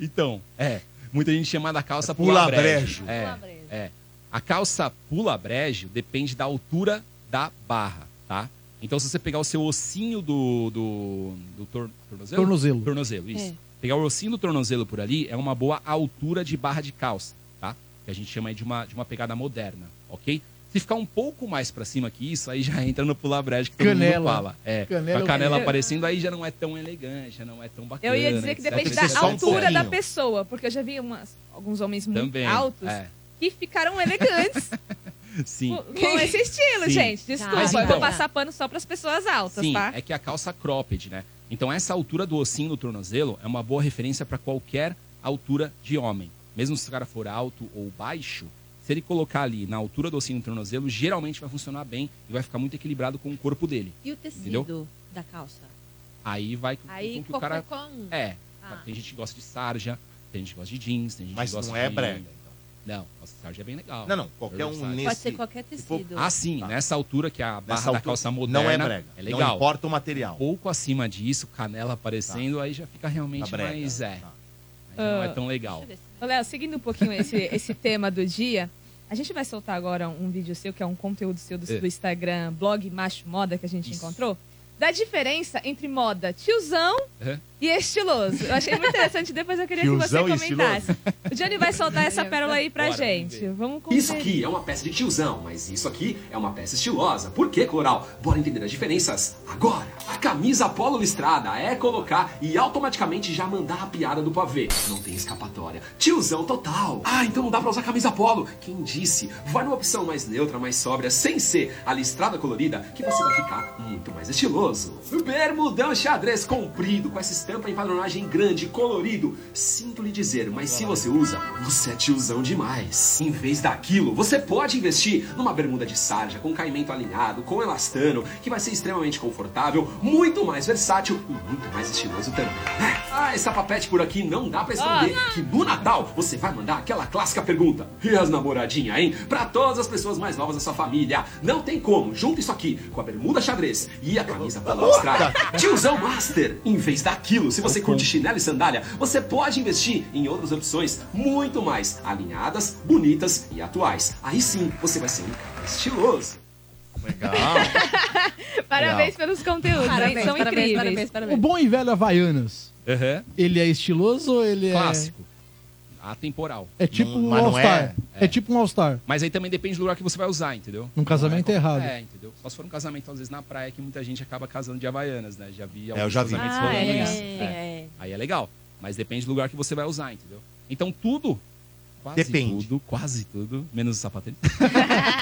S11: Então, é. Muita gente chama da calça
S1: pula
S11: pula,
S1: brejo.
S11: brejo. É, é. A calça pula brejo depende da altura da barra, tá? Então, se você pegar o seu ossinho do, do, do tor- tornozelo?
S6: Tornozelo.
S11: Tornozelo, isso.
S6: É.
S11: Pegar o ossinho do tornozelo por ali é uma boa altura de barra de calça, tá? Que a gente chama aí de uma, de uma pegada moderna, ok? Se ficar um pouco mais pra cima que isso, aí já entra no pular brejo que todo mundo
S6: Canela.
S11: fala.
S6: Canela
S11: É, com
S6: é
S11: a
S6: o
S11: canela
S6: quê?
S11: aparecendo, aí já não é tão elegante, já não é um tão bacana.
S5: Eu ia dizer que
S11: etc,
S5: depende
S11: etc.
S5: da altura da pessoa, porque eu já vi umas- alguns homens muito
S11: Também,
S5: altos
S11: é.
S5: que ficaram elegantes
S11: Sim.
S5: com- com esse estilo,
S11: Sim.
S5: gente. Desculpa,
S11: Mas
S5: eu
S11: então-
S5: vou passar pano só pras pessoas altas,
S11: Sim,
S5: tá?
S11: é que a calça cropped, né? Então essa altura do ossinho do tornozelo é uma boa referência para qualquer altura de homem. Mesmo se o cara for alto ou baixo, se ele colocar ali na altura do ossinho do tornozelo, geralmente vai funcionar bem e vai ficar muito equilibrado com o corpo dele.
S4: E o tecido
S11: Entendeu?
S4: da calça?
S11: Aí vai com,
S4: Aí
S11: com que o cara...
S4: com...
S11: É,
S4: Ah.
S11: tem gente que gosta de sarja, tem gente que gosta de jeans, tem gente
S1: Mas
S11: que gosta
S1: não
S11: de...
S1: é brega,
S11: Não, nossa, sarja é bem legal.
S1: Não, não, qualquer
S11: Eu
S1: um
S11: gosto de sarja.
S1: nesse-
S4: Pode ser qualquer tecido.
S11: Ah, sim, nessa altura que a barra
S1: Nessa
S11: da
S1: altura,
S11: calça
S1: não
S11: moderna
S1: é brega,
S11: É
S1: não
S11: legal.
S1: importa o material.
S11: Um pouco acima disso, canela aparecendo, aí já fica realmente
S1: Tá brega,
S11: mais é. Aí
S5: Ah.
S11: não é tão legal.
S5: Ô, Léo, seguindo um pouquinho esse, esse tema do dia, a gente vai soltar agora um vídeo seu, que é um conteúdo seu do,
S11: É.
S5: do Instagram, blog Macho Moda, que a gente encontrou, da diferença entre moda tiozão
S11: É.
S5: e estiloso. Eu achei muito interessante, depois eu queria
S11: Tiozão
S5: que
S11: e
S5: você comentasse. O Johnny vai soltar essa pérola aí pra
S14: Bora,
S5: gente. Vamos conferir.
S14: Isso aqui é uma peça de tiozão, mas isso aqui é uma peça estilosa. Por que, Coral? Bora entender as diferenças agora! A camisa polo listrada é colocar e automaticamente já mandar a piada do pavê. Não tem escapatória. Tiozão total! Ah, então não dá pra usar camisa polo. Quem disse? Vai numa opção mais neutra, mais sóbria, sem ser a listrada colorida, que você vai ficar muito mais estiloso. Bermudão xadrez comprido, com essa estampa em padronagem grande, colorido. Sinto lhe dizer, mas se você usa, você é tiozão demais. Em vez daquilo, você pode investir numa bermuda de sarja, com caimento alinhado, com elastano, que vai ser extremamente confortável, muito mais versátil e muito mais estiloso também. né? Ah, essa papete por aqui não dá pra esconder que no Natal você vai mandar aquela clássica pergunta. E as namoradinhas, hein? Pra todas as pessoas mais novas da sua família. Não tem como. Junta isso aqui com a bermuda xadrez e a camisa pela listrada. Tiozão Master. Em vez daquilo, se você curte chinelo e sandália, você pode investir em outras opções muito mais alinhadas, bonitas e atuais. Aí sim, você vai ser um cara estiloso.
S1: Legal.
S5: Parabéns pelos conteúdos, hein?
S4: Parabéns,
S5: são
S4: parabéns,
S5: incríveis.
S4: parabéns,
S6: O bom e velho Havaianas, ele é estiloso ou ele é...
S11: Clássico. Atemporal.
S6: É tipo um
S11: mas não
S6: All-Star. É.
S11: É.
S6: tipo um All-Star.
S11: Mas aí também depende do lugar que você vai usar, entendeu?
S6: Num casamento é errado.
S11: É, entendeu? Só se for um casamento, às vezes, na praia, que muita gente acaba casando de Havaianas, né? Já vi alguns
S1: eu já vi.
S11: casamentos
S1: Ah,
S11: rolando
S1: é,
S11: isso.
S1: é.
S11: Aí é legal. Mas depende do lugar que você vai usar, entendeu? Então tudo, quase
S1: Depende.
S11: tudo, quase tudo, menos o sapatinho.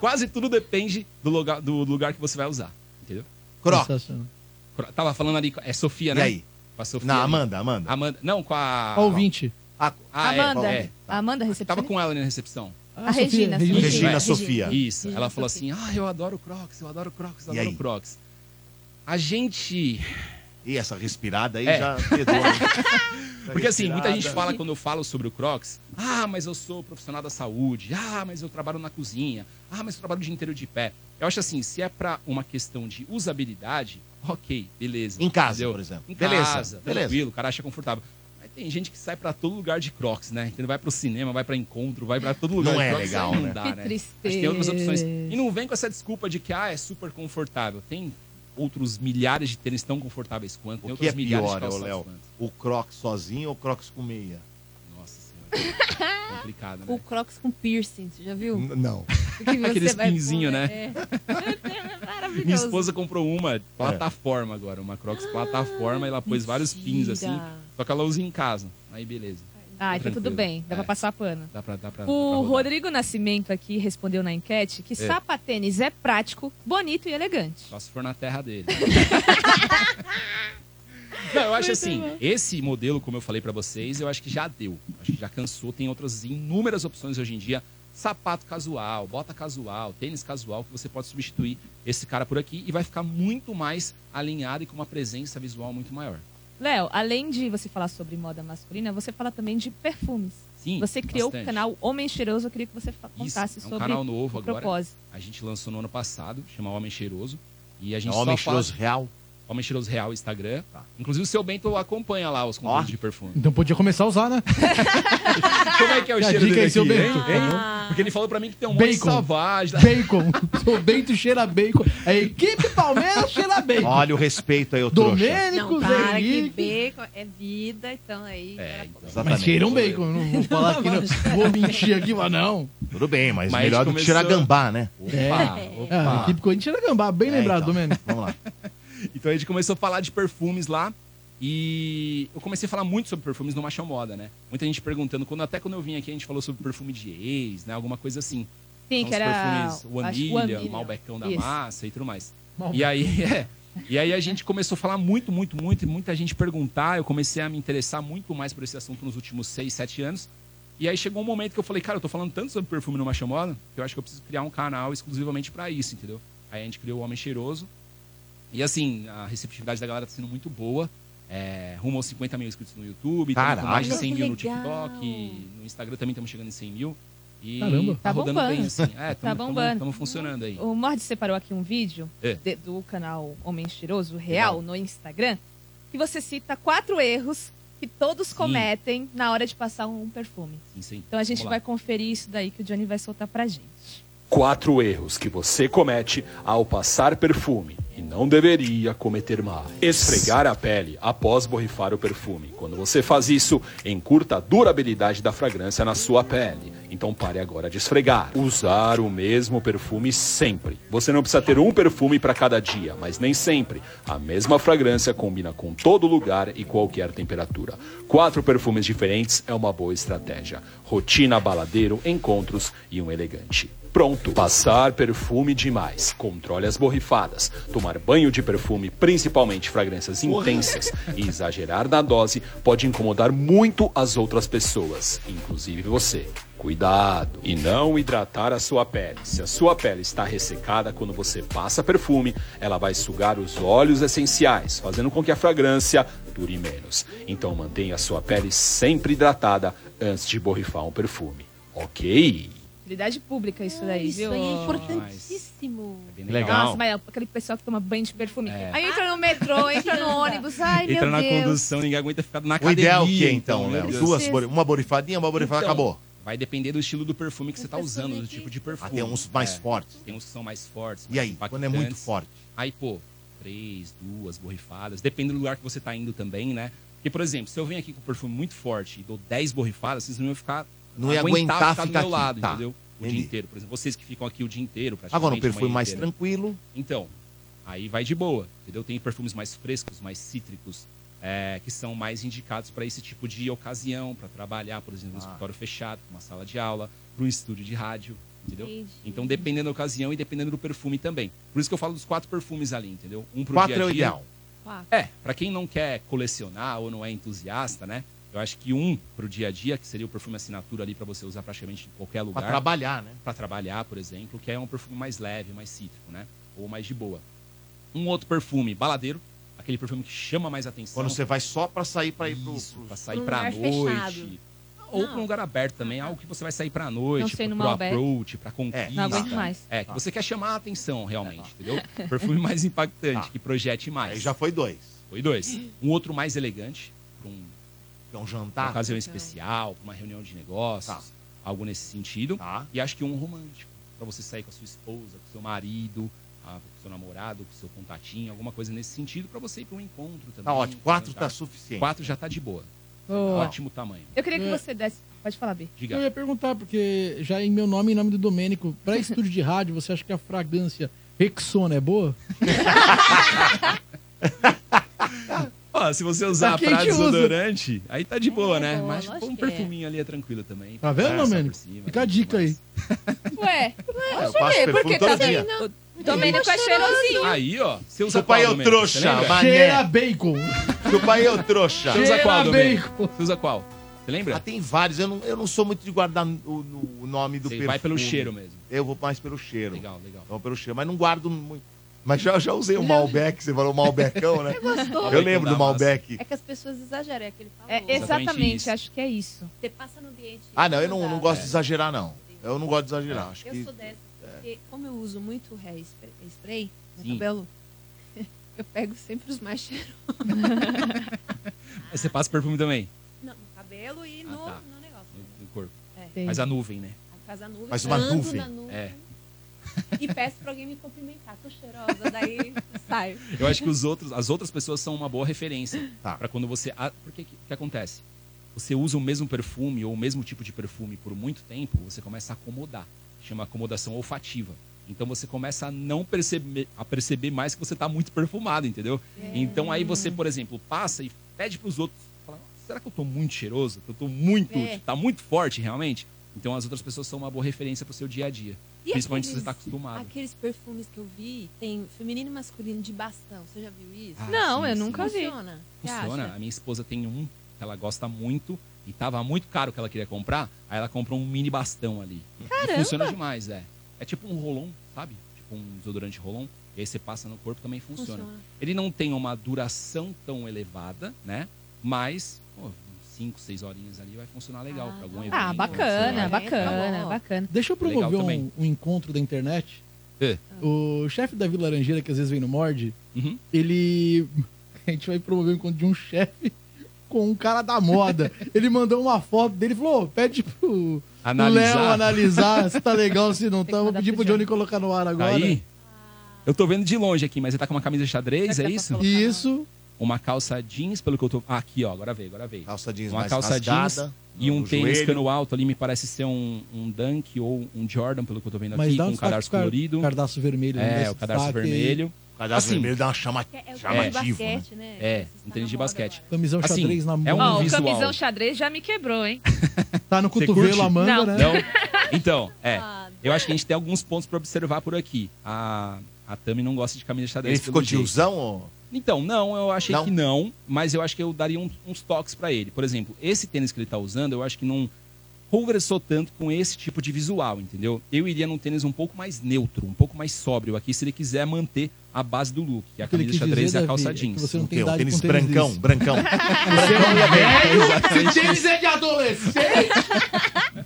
S11: quase tudo depende do lugar, do lugar que você vai usar, entendeu?
S1: Crocs.
S11: Cro- Tava falando ali, com- é Sofia, Ah,
S1: E
S11: né?
S1: aí?
S11: Com a Sofia.
S1: Não,
S11: ali.
S1: Amanda, Amanda.
S11: Amanda. Não, com a...
S6: Ó, ouvinte.
S11: Ah, é,
S5: Amanda,
S11: é.
S5: Amanda recepção.
S11: Tava com ela ali na recepção.
S5: A Regina, Sofia.
S11: Regina, Sofia.
S5: Regina.
S11: Isso. Ela falou assim: Ah, eu adoro Crocs, eu adoro Crocs, eu
S1: E
S11: adoro
S1: aí?
S11: Crocs. A gente.
S1: E essa respirada aí
S11: É.
S1: já pesou. né?
S11: Porque assim, muita gente
S1: Respirada.
S11: fala quando eu falo sobre o Crocs, ah, mas eu sou profissional da saúde, ah, mas eu trabalho na cozinha, ah, mas eu trabalho o dia inteiro de pé. Eu acho assim, se é pra uma questão de usabilidade, ok, beleza.
S1: Em casa, por exemplo.
S11: Em
S1: Beleza,
S11: casa,
S1: beleza.
S11: tranquilo, o cara acha confortável. Mas tem gente que sai pra todo lugar de Crocs, né? Então vai pro cinema, vai pra encontro, vai pra todo lugar
S1: Não
S11: de
S1: é
S11: Crocs,
S1: legal,
S11: aí não
S1: né?
S11: dá,
S1: Que
S11: né? Acho que tem outras opções.
S1: tristeza.
S11: E não vem com essa desculpa de que, ah, é super confortável. Tem outros milhares de tênis tão confortáveis quanto, tem
S1: O que é
S11: outros milhares de
S1: pior, ô
S11: calçados
S1: Léo? O Crocs sozinho ou o Crocs com meia?
S11: Nossa senhora. Complicado, né?
S4: O Crocs com piercing, você já viu?
S1: N- não.
S4: Porque você
S11: Aqueles
S4: vai
S11: pinzinho,
S4: pôr,
S11: né?
S4: É. Ah, Maravilhoso.
S11: Minha esposa comprou uma plataforma agora, uma Crocs plataforma, e ela pôs vários pins assim, só que ela usa em casa. Aí beleza.
S5: Ah, então tudo
S11: Tranquilo.
S5: bem, dá pra
S11: É.
S5: passar pano.
S11: Dá pra, dá pra,
S5: O
S11: dá pra rodar.
S5: Rodrigo Nascimento aqui respondeu na enquete que
S11: Tá, É.
S5: sapatênis é prático, bonito e elegante.
S11: Só se for na terra dele. Não, eu acho
S5: Muito
S11: assim,
S5: bom.
S11: esse modelo, como eu falei pra vocês, eu acho que já deu. Acho que já cansou. Tem outras inúmeras opções hoje em dia. Sapato casual, bota casual, tênis casual, que você pode substituir esse cara por aqui e vai ficar muito mais alinhado e com uma presença visual muito maior.
S5: Léo, além de você falar sobre moda masculina, você fala também de perfumes.
S11: Sim,
S5: você criou
S11: bastante.
S5: o canal Homem Cheiroso, eu queria que você fa- contasse
S11: É um
S5: sobre
S11: canal novo
S5: o
S11: agora.
S5: propósito.
S11: A gente lançou no ano passado, chama Homem Cheiroso. E a gente
S1: É
S11: só
S1: Homem
S11: fala-
S1: Cheiroso Tá. Real?
S11: Homem Cheiroso Real, Instagram. Inclusive o seu Bento acompanha lá os conteúdos de perfume.
S6: Então podia começar a usar, né?
S11: Como é que é o
S6: Fica a
S11: cheiro
S6: dica
S11: dele
S6: aí, seu
S11: aqui,
S6: Bento,
S11: hein? Hein? Porque ele falou pra mim que tem um monte de
S6: Bacon.
S11: selvagem.
S6: Bacon. Seu Bento cheira bacon. A equipe Palmeiras cheira bacon.
S1: Olha o respeito aí, ô trouxa.
S11: é
S6: Domênico,
S4: Não, para que
S6: Henrique.
S4: bacon é vida, então aí.
S11: É,
S4: cara, pô.
S1: Exatamente.
S6: Mas cheiram bacon, eu não vou falar aqui, não. Vou mentir aqui, mas não.
S1: Tudo bem, mas,
S11: Mas
S1: melhor do que
S11: começou-
S1: tirar gambá, né?
S6: É. É, a equipe Corinthians cheira gambá,
S1: É,
S6: bem lembrado,
S1: então.
S6: Domênico.
S1: Vamos lá.
S11: Então a gente começou a falar de perfumes lá. E eu comecei a falar muito sobre perfumes no Machão Moda, né? Muita gente perguntando. Quando, até quando eu vim aqui, a gente falou sobre perfume de ex, né? Alguma coisa assim.
S5: Sim, que
S11: Então, os
S5: era,
S11: perfumes One
S5: acho que
S11: Million,
S5: One Million.
S11: Malbecão da
S5: Isso.
S11: Massa e tudo mais.
S5: Malbec.
S11: E aí, é. E aí a gente começou a falar muito, muito, muito. E muita gente perguntar. Eu comecei a me interessar muito mais por esse assunto nos últimos 6, 7 anos. E aí chegou um momento que eu falei, cara, eu tô falando tanto sobre perfume no Machão Moda que eu acho que eu preciso criar um canal exclusivamente pra isso, entendeu? Aí a gente criou o Homem Cheiroso. E assim, a receptividade da galera tá sendo muito boa. É, rumo aos 50 mil inscritos no YouTube, estamos com
S1: Caraca.
S11: mais de 100
S1: Que
S11: mil no
S1: legal.
S11: TikTok, no Instagram também estamos chegando em 100 mil. E
S5: Caramba.
S11: tá,
S5: Tá
S11: rodando
S5: bombando.
S11: bem, assim. É,
S5: Tá
S11: tamo, tamo-
S5: bombando.
S11: tamo funcionando aí.
S5: O Mord separou aqui um vídeo
S11: É.
S5: de- do canal Homem Cheiroso Real no Instagram, que você cita quatro erros que todos cometem na hora de passar um perfume.
S11: Sim, sim.
S5: Então a gente
S14: Vamos lá.
S5: vai conferir isso daí que o Johnny vai soltar pra gente.
S14: Quatro erros que você comete ao passar perfume e não deveria cometer mais. Esfregar a pele após borrifar o perfume. Quando você faz isso, encurta a durabilidade da fragrância na sua pele. Então pare agora de esfregar. Usar o mesmo perfume sempre. Você não precisa ter um perfume para cada dia, mas nem sempre. A mesma fragrância combina com todo lugar e qualquer temperatura. Quatro perfumes diferentes é uma boa estratégia. Rotina, baladeiro, encontros e um elegante. Pronto. Passar perfume demais. Controle as borrifadas. Tomar banho de perfume, principalmente fragrâncias intensas, e exagerar na dose pode incomodar muito as outras pessoas, inclusive você. Cuidado! E não hidratar a sua pele. Se a sua pele está ressecada quando você passa perfume, ela vai sugar os óleos essenciais, fazendo com que a fragrância dure menos. Então mantenha a sua pele sempre hidratada antes de borrifar um perfume. Ok?
S5: Utilidade pública isso daí,
S4: Isso
S5: viu?
S4: aí é importantíssimo.
S11: legal.
S5: Nossa, mas é aquele pessoal que toma banho de perfume.
S11: É.
S5: Aí entra no metrô, entra no ônibus. Ai,
S11: Entra
S5: meu
S11: na
S5: Deus.
S11: condução, ninguém aguenta ficar na
S1: O
S11: academia.
S1: ideal é o quê, então,
S11: meu
S1: Léo?
S11: Deus.
S1: Duas, bori- uma borrifadinha, uma borrifada,
S11: Então,
S1: acabou.
S11: Vai depender do estilo do perfume que você tá usando, do tipo de perfume.
S1: Ah, tem uns mais fortes.
S11: Tem uns que são mais fortes.
S1: E aí, quando é muito
S11: forte? Aí, pô, três, duas borrifadas. Depende do lugar que você tá indo também, né? Porque, por exemplo, se eu venho aqui com um perfume muito forte e dou dez borrifadas, vocês não iam ficar...
S1: Não ia aguentar
S11: ficar do
S1: ficar
S11: meu
S1: aqui,
S11: lado,
S1: tá.
S11: entendeu? O dia
S1: Entendi.
S11: inteiro. Por exemplo, vocês que ficam aqui o dia inteiro, praticamente.
S1: Agora, um
S11: a
S1: perfume
S11: manhã
S1: mais
S11: é inteira.
S1: tranquilo.
S11: Então, aí vai de boa, entendeu? Tem perfumes mais frescos, mais cítricos, é, que são mais indicados para esse tipo de ocasião, para trabalhar, por exemplo, no
S1: Ah.
S11: escritório fechado, uma sala de aula, para um estúdio de rádio, entendeu?
S1: Entendi.
S11: Então, dependendo da ocasião e dependendo do perfume também. Por isso que eu falo dos quatro perfumes ali, entendeu? Um pro
S1: Quatro
S11: dia a
S1: é o
S11: dia.
S1: ideal.
S11: É, para quem não quer colecionar ou não é entusiasta, né? Eu acho que um pro dia a dia, que seria o perfume assinatura ali para você usar praticamente em qualquer lugar.
S1: trabalhar, né?
S11: Para trabalhar, por exemplo, que é um perfume mais leve, mais cítrico, né? Ou mais de boa. Um outro perfume, baladeiro, aquele perfume que chama mais atenção.
S1: Quando você vai só pra sair pra ir pro.
S11: Então, Isso, pra sair
S1: Um
S11: pra
S1: lugar
S11: noite.
S1: fechado.
S11: Ou pra um lugar aberto também, algo que você vai sair pra
S5: Ah, tá. Não
S11: noite,
S5: sei, no
S11: pro
S5: Malbec.
S11: approach,
S1: É,
S11: pra conquista.
S5: Não aguento mais.
S11: É, que você quer chamar a atenção realmente,
S1: tá.
S11: entendeu? Perfume mais impactante, que projete mais. Aí já
S1: foi dois.
S11: Foi dois. Um outro mais elegante, pra um,
S1: pra um jantar.
S11: uma
S5: Tá.
S11: ocasião especial, pra uma reunião de negócios,
S1: Tá.
S11: algo nesse sentido. E acho que um romântico, pra você sair com a sua esposa, com o seu marido, ah, com o seu namorado, com o seu contatinho, alguma coisa nesse sentido, pra você ir pra um encontro também.
S1: Tá ótimo.
S11: um
S1: Quatro
S11: jantar.
S1: tá suficiente.
S11: Quatro já tá de boa.
S5: Boa.
S11: Ótimo tamanho.
S5: Eu queria que
S6: É.
S5: você desse. Pode falar, Bi.
S11: Diga.
S6: Eu ia perguntar, porque já em meu nome e em nome do Domênico, pra estúdio de rádio, você acha que a fragrância Rexona é boa?
S11: Ó, se você usar
S6: Aqui a
S11: pra
S6: gente usa.
S11: desodorante, aí tá de
S6: Ah,
S11: boa, né?
S5: boa,
S11: Mas
S5: lógico
S11: com um
S5: que é.
S11: perfuminho ali é tranquilo também.
S6: Tá vendo,
S11: Passa
S6: Domênico?
S11: por cima.
S6: Fica a dica aí.
S5: Ué,
S11: É, eu
S5: deixa eu
S11: passo
S5: ver, por
S11: perfume
S5: que
S11: todo
S5: tá
S11: dia.
S5: vendo? O Domênico é cheirosinho.
S11: Aí, ó. Você usa
S1: Seu pai
S11: qual,
S1: é o
S11: Domênico?
S1: trouxa,
S11: Você lembra?
S1: mané.
S6: Cheira a bacon.
S1: Chupa eu, trouxa.
S11: Você usa qual,
S1: Cheira
S11: Domênico? Você usa qual? Você lembra?
S1: Ah, tem vários. Eu não, eu não sou muito de guardar o, o- o nome do
S11: Você
S1: perfume.
S11: vai pelo cheiro mesmo.
S1: Eu vou mais pelo cheiro.
S11: Legal, legal.
S1: Eu vou pelo cheiro, mas não guardo muito. Mas já, já usei o Malbec, você falou Malbecão, né?
S5: É gostoso.
S1: Eu lembro do Malbec.
S4: É que as pessoas exageram, é aquele famoso.
S5: É, exatamente, Exatamente isso. acho que é isso.
S4: Você passa no ambiente.
S1: Ah, não, eu não, não
S4: dá.
S1: gosto de exagerar, não. Eu não gosto de exagerar. Acho
S4: Eu
S1: que...
S4: sou dessa,
S11: é.
S4: porque como eu uso muito hair spray, spray meu
S1: Sim.
S4: cabelo, eu pego sempre os mais cheirosos.
S11: Mas Você passa perfume também
S4: Não, no cabelo e no,
S11: tá.
S4: no negócio.
S11: no- no corpo.
S4: É.
S11: Mas a nuvem, né?
S4: Faz a nuvem,
S11: Faz uma
S4: ando
S11: nuvem.
S4: na nuvem
S11: É.
S4: e peço pra alguém me cumprimentar. Tô cheirosa, daí saio.
S11: Eu acho que os outros, as outras pessoas são uma boa referência pra quando você. ah, Porque o que, que acontece? Você usa o mesmo perfume ou o mesmo tipo de perfume por muito tempo, você começa a acomodar. Chama acomodação olfativa. Então você começa a não perceber, a perceber mais que você tá muito perfumado, entendeu?
S4: É.
S11: Então aí você, por exemplo, passa e pede pros outros, fala, será que eu tô muito cheiroso? Eu tô muito,
S4: É.
S11: tá muito forte realmente? Então as outras pessoas são uma boa referência pro seu dia a dia,
S4: E
S11: principalmente se
S4: aqueles-
S11: você tá acostumado.
S4: Aqueles perfumes que eu vi, tem feminino e masculino de bastão. Você já viu isso?
S11: Ah, Não, sim, eu sim. nunca vi.
S4: Funciona. Você
S11: Funciona.
S4: acha?
S11: A minha esposa tem um que ela gosta muito e tava muito caro o que ela queria comprar. Aí ela comprou um mini bastão ali. E
S4: Caramba!
S11: funciona demais, é. É tipo um rolon, sabe? Tipo um desodorante rolon. E aí você passa no corpo também funciona.
S4: Funciona.
S11: Ele não tem uma duração tão elevada, né? Mas, pô, 5, 6 horinhas ali vai funcionar legal pra algum evento.
S5: Ah, bacana,
S11: funcionar.
S5: bacana, bacana.
S6: Deixa eu
S11: Legal
S6: promover
S11: também.
S6: um, um encontro da internet.
S11: É.
S6: O chefe da Vila Laranjeira, que às vezes vem no Mord, ele. A gente vai promover o encontro de um chefe com um cara da moda. ele mandou uma foto dele e falou: "Ô, pede pro pro
S11: Analisar.
S6: Léo analisar se tá legal, se não tá. Vou pedir pro Johnny colocar no ar agora.
S11: Tá Aí, eu tô vendo de longe aqui, mas você tá com uma camisa de xadrez, é isso?
S6: Isso.
S11: Uma calça jeans, pelo que eu tô. Ah, aqui, ó, agora veio, agora veio.
S1: Calça jeans
S11: Uma
S1: mais
S11: calça jeans
S1: rasgada,
S11: e
S1: no-
S11: um
S1: no
S11: tênis
S1: joelho.
S11: cano alto ali, me parece ser um, um Dunk ou um Jordan, pelo que eu tô vendo
S6: Mas
S11: aqui,
S6: dá
S11: com
S6: um
S11: um cadarço
S6: destaque pro
S11: colorido.
S6: Cardaço vermelho. né?
S11: É,
S6: Dá
S11: o cadarço
S6: destaque.
S11: vermelho.
S1: O cadarço
S11: Assim,
S1: vermelho dá uma chama...
S5: É o
S11: chamativo,
S5: tênis de basquete, né?
S11: É, um
S4: tá
S11: tênis de basquete.
S6: Camisão
S11: Assim,
S6: xadrez na mão.
S11: É um
S5: Ó, o
S11: visual.
S5: camisão xadrez já me quebrou, hein?
S6: Tá no
S11: Você
S6: cotovelo
S11: curte?
S6: a manga,
S5: Não.
S6: né?
S11: Não? Então, é. Eu acho que a gente tem alguns pontos pra observar por aqui. A, a Tami não gosta de camisa de xadrez.
S1: Ele ficou
S11: pelo jeito.
S1: tiozão? Ou...
S11: Então, não, eu achei que não, mas eu acho que eu daria um- uns toques pra ele. Por exemplo, esse tênis que ele tá usando, eu acho que não conversou tanto com esse tipo de visual, entendeu? Eu iria num tênis um pouco mais neutro, um pouco mais sóbrio aqui, se ele quiser manter a base do look, que é a
S6: O que ele
S11: camisa
S6: quis
S11: xadrez
S6: dizer,
S11: e a calça
S6: Davi, é que
S11: jeans.
S6: você não
S11: O
S6: tem
S11: quê?
S6: idade
S1: Tênis
S6: com tênis
S1: brancão,
S6: desse.
S1: brancão.
S6: Esse tênis
S1: é de adolescente!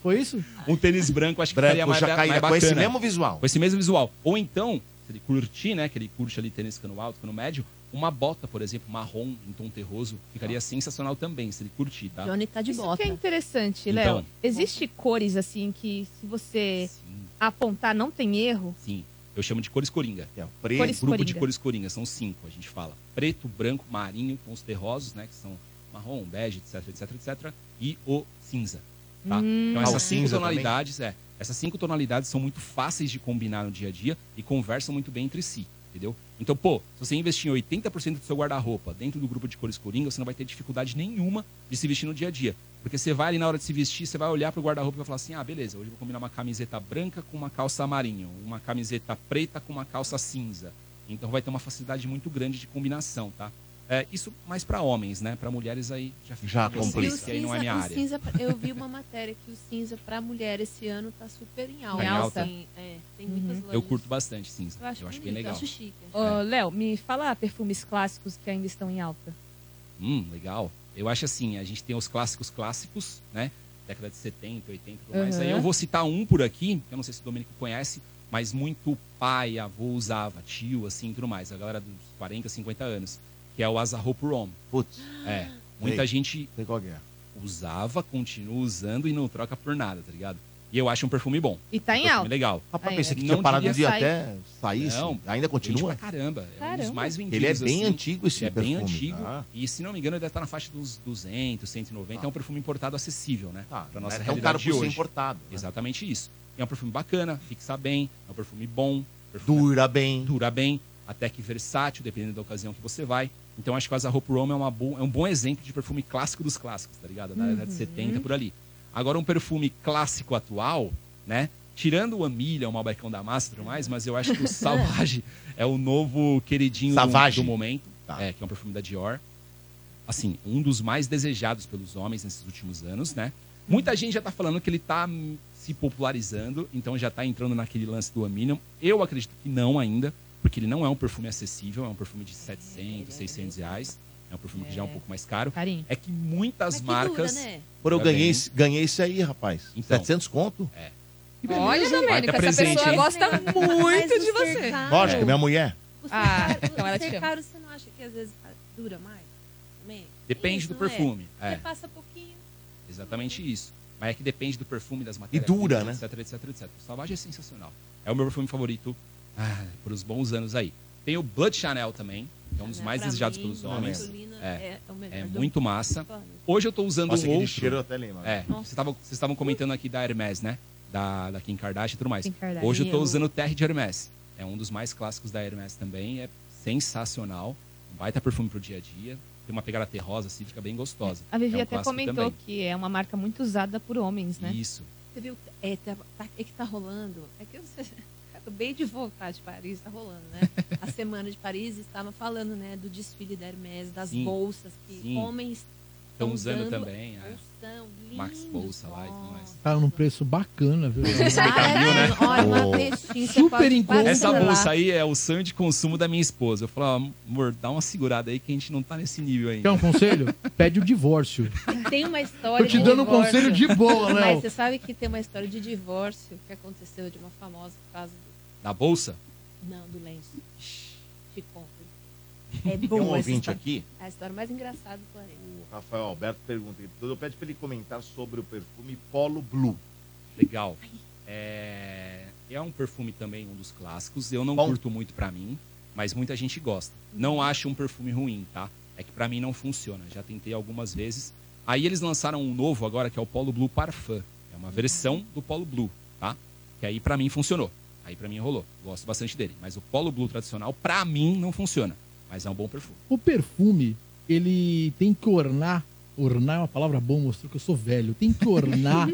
S6: Foi isso?
S11: Um tênis branco, acho que
S1: Branco,
S11: ficaria mais,
S1: já
S11: mais
S1: cairia com
S11: bacana.
S1: esse mesmo visual.
S11: Com esse mesmo visual. Ou então, se ele curtir, né, que ele curte ali tênis cano alto, cano médio, uma bota, por exemplo, marrom, em tom terroso, ficaria sensacional também, se ele curtir, tá?
S4: tá de
S5: Isso que é interessante,
S11: Então.
S5: Léo. Existe cores, assim, que se você apontar não tem erro?
S11: Sim. Eu chamo de cores coringa.
S1: É,
S5: preto. Cores
S11: grupo de
S5: coringa.
S11: cores coringa. São cinco, a gente fala. Preto, branco, marinho, tons terrosos, né? Que são marrom, bege, etc, etc, etc. E o cinza. Tá?
S3: Hum.
S11: Então
S3: Ah, o
S11: essas cinco
S3: cinza
S11: tonalidades, é. Essas cinco tonalidades são muito fáceis de combinar no dia a dia e conversam muito bem entre si, entendeu? Então, pô, se você investir em 80% do seu guarda-roupa dentro do grupo de cores coringa, você não vai ter dificuldade nenhuma de se vestir no dia a dia. Porque você vai ali na hora de se vestir, você vai olhar pro guarda-roupa e vai falar assim: ah, beleza, hoje eu vou combinar uma camiseta branca com uma calça marinho, uma camiseta preta com uma calça cinza. Então vai ter uma facilidade muito grande de combinação, tá? É, isso mais pra homens, né? Pra mulheres aí já fica
S1: Já
S11: com vocês,
S1: complica.
S11: que aí não é minha
S4: o
S11: área.
S4: cinza- eu vi uma matéria que o cinza pra mulher esse ano tá super em alta.
S11: Tá em alta?
S4: Tem, é, tem muitas lojas.
S11: Eu curto bastante cinza.
S4: Eu acho
S11: bem
S4: bonito, eu
S11: legal.
S4: acho chique.
S5: Ô, Léo, me fala perfumes clássicos que ainda estão em alta.
S11: Hum, legal. Eu acho assim, a gente tem os clássicos clássicos, né? Década de 70, 80 e tudo mais.
S5: Uhum.
S11: Aí eu vou citar um por aqui, que eu não sei se o Domênico conhece, mas muito pai, avô usava, tio, assim, tudo mais. A galera dos 40, 50 anos. Que é o Azarro Purom.
S1: Putz.
S5: Ah.
S11: É. Muita
S1: Sei.
S11: gente
S1: Sei qual que é.
S11: usava, continua usando e não troca por nada, tá ligado? E eu acho um perfume bom.
S5: E tá em
S11: Um perfume
S5: alta.
S11: legal.
S1: Rapaz,
S5: É.
S1: pensei que
S11: Não
S1: tinha parado um dia
S11: diria sai.
S1: até sair.
S11: Não.
S1: Ainda continua?
S11: Vende pra caramba. É um
S5: Caramba.
S11: dos mais vendidos.
S1: Ele é bem
S11: assim.
S1: antigo, esse
S11: Ele é bem
S1: perfume,
S11: antigo.
S1: tá?
S11: E se não me engano, ele deve estar na faixa dos 200, 190.
S1: Tá.
S11: É um perfume importado acessível, né? Tá. Pra nossa
S1: Não é tão
S11: realidade
S1: caro
S11: de
S1: por ser
S11: hoje.
S1: importado,
S11: Exatamente isso. É um perfume bacana, fixa bem, é um perfume bom.
S1: Dura bem.
S11: Dura bem, até que versátil, dependendo da ocasião que você vai. Então acho que o Azaropo Rome é, uma boa- é um bom exemplo de perfume clássico dos clássicos, tá ligado? Da década de
S3: Uhum.
S11: 70 por ali. Agora, um perfume clássico atual, né? Tirando o Amília, o Malbecão da Massa e tudo mais, mas eu acho que o Salvage é o novo queridinho do-
S1: Savage.
S11: do momento. É, que é um perfume da Dior assim, um dos mais desejados pelos homens nesses últimos anos, né? Muita gente já tá falando que ele tá hum, se popularizando, então já tá entrando naquele lance do Aminium. Eu acredito que não ainda. porque ele não é um perfume acessível, é um perfume de 700, 600 reais. É um perfume que já é um pouco mais caro. É que muitas marcas.
S4: né?
S1: Por eu
S11: Tá
S1: ganhei,
S11: bem. Então.
S1: esse- ganhei isso aí, rapaz. 700 conto?
S11: É.
S8: Olha, Domênica,
S1: Vai dar
S8: essa
S1: presente,
S8: pessoa
S1: hein?
S8: gosta muito
S4: Mas
S8: de
S4: o ser
S8: você.
S4: caro-
S1: Lógico, minha mulher.
S8: Ah,
S4: então
S8: ela te
S4: ser
S8: ama.
S4: caro, você não acha que às vezes ah, dura mais? Também?
S11: Depende
S4: Isso,
S11: do
S4: não é?
S11: perfume, é.
S4: Você passa pouquinho.
S11: Exatamente isso. Mas é que depende do perfume, das matérias.
S1: dura, né?
S11: Etc, etc, etc. O Savage é sensacional. É o meu perfume favorito ah, por uns bons anos aí. Tem o Blood Chanel também, que é um dos mais
S4: né? pra
S11: desejados
S4: mim,
S11: pelos
S4: o
S11: homens.
S4: masculino
S11: É,
S4: é o melhor
S11: é
S4: do-
S11: muito massa. Hoje eu tô usando
S1: Nossa,
S11: um
S1: aquele
S11: outro.
S1: cheiro eu até lembro.
S11: É, vocês estavam- vocês estavam comentando aqui da Hermes, né? Da, da Kim Kardashian e tudo mais.
S5: Kim Kardashian.
S11: Hoje eu tô
S5: Eu-
S11: usando o Terre de Hermes. É um dos mais clássicos da Hermes também. É sensacional. Um baita perfume pro dia a dia. Tem uma pegada terrosa, assim, fica bem gostosa.
S5: A Vivi
S11: É um
S5: até
S11: clássico
S5: comentou
S11: também.
S5: que é uma marca muito usada por homens, né?
S11: Isso.
S4: Você viu? É, tá- tá- é que tá rolando. É que eu acabei de voltar de Paris, tá rolando, né? A semana de Paris estava falando, né, do desfile da Hermès, das
S11: Sim,
S4: bolsas que
S11: sim.
S4: homens um
S11: Estão usando também, é.
S4: Bolsão,
S11: Max Bolsa lá e tudo mais.
S6: Tá num preço bacana, viu? né?
S4: Olha, uma
S11: Oh.
S4: peixinha, você
S6: Super
S4: pode
S6: em
S4: quase
S11: Essa
S4: rolar.
S11: bolsa aí é o sonho de consumo da minha esposa. Eu falava, amor, dá uma segurada aí que a gente não tá nesse nível ainda.
S6: Quer um conselho? Pede o divórcio.
S4: Tem uma
S6: Tô
S4: história
S6: te
S4: de
S6: dando um
S4: divórcio.
S6: conselho de boa, Léo.
S4: Mas você sabe que tem uma história de divórcio que aconteceu de uma famosa por causa do...
S11: Da bolsa?
S4: Não, do lenço. Te conto. É
S1: Tem um
S4: boa essa
S1: ouvinte
S4: história.
S1: aqui.
S4: É a história mais engraçada do planeta.
S1: O Rafael Alberto pergunta. Eu pede pra ele comentar sobre o perfume Polo Blue.
S11: Legal. É, é um perfume também, um dos clássicos. Eu não curto muito pra mim, mas muita gente gosta. Não acho um perfume ruim, tá? É que pra mim não funciona. Já tentei algumas vezes. Aí eles lançaram um novo agora, que é o Polo Blue Parfum. É uma versão do Polo Blue, tá? Que aí pra mim funcionou. Aí pra mim rolou. Gosto bastante dele. Mas o Polo Blue tradicional, pra mim, não funciona. Mas é um bom perfume.
S6: O perfume, ele tem que ornar. Ornar é uma palavra boa, mostrou que eu sou velho. Tem que ornar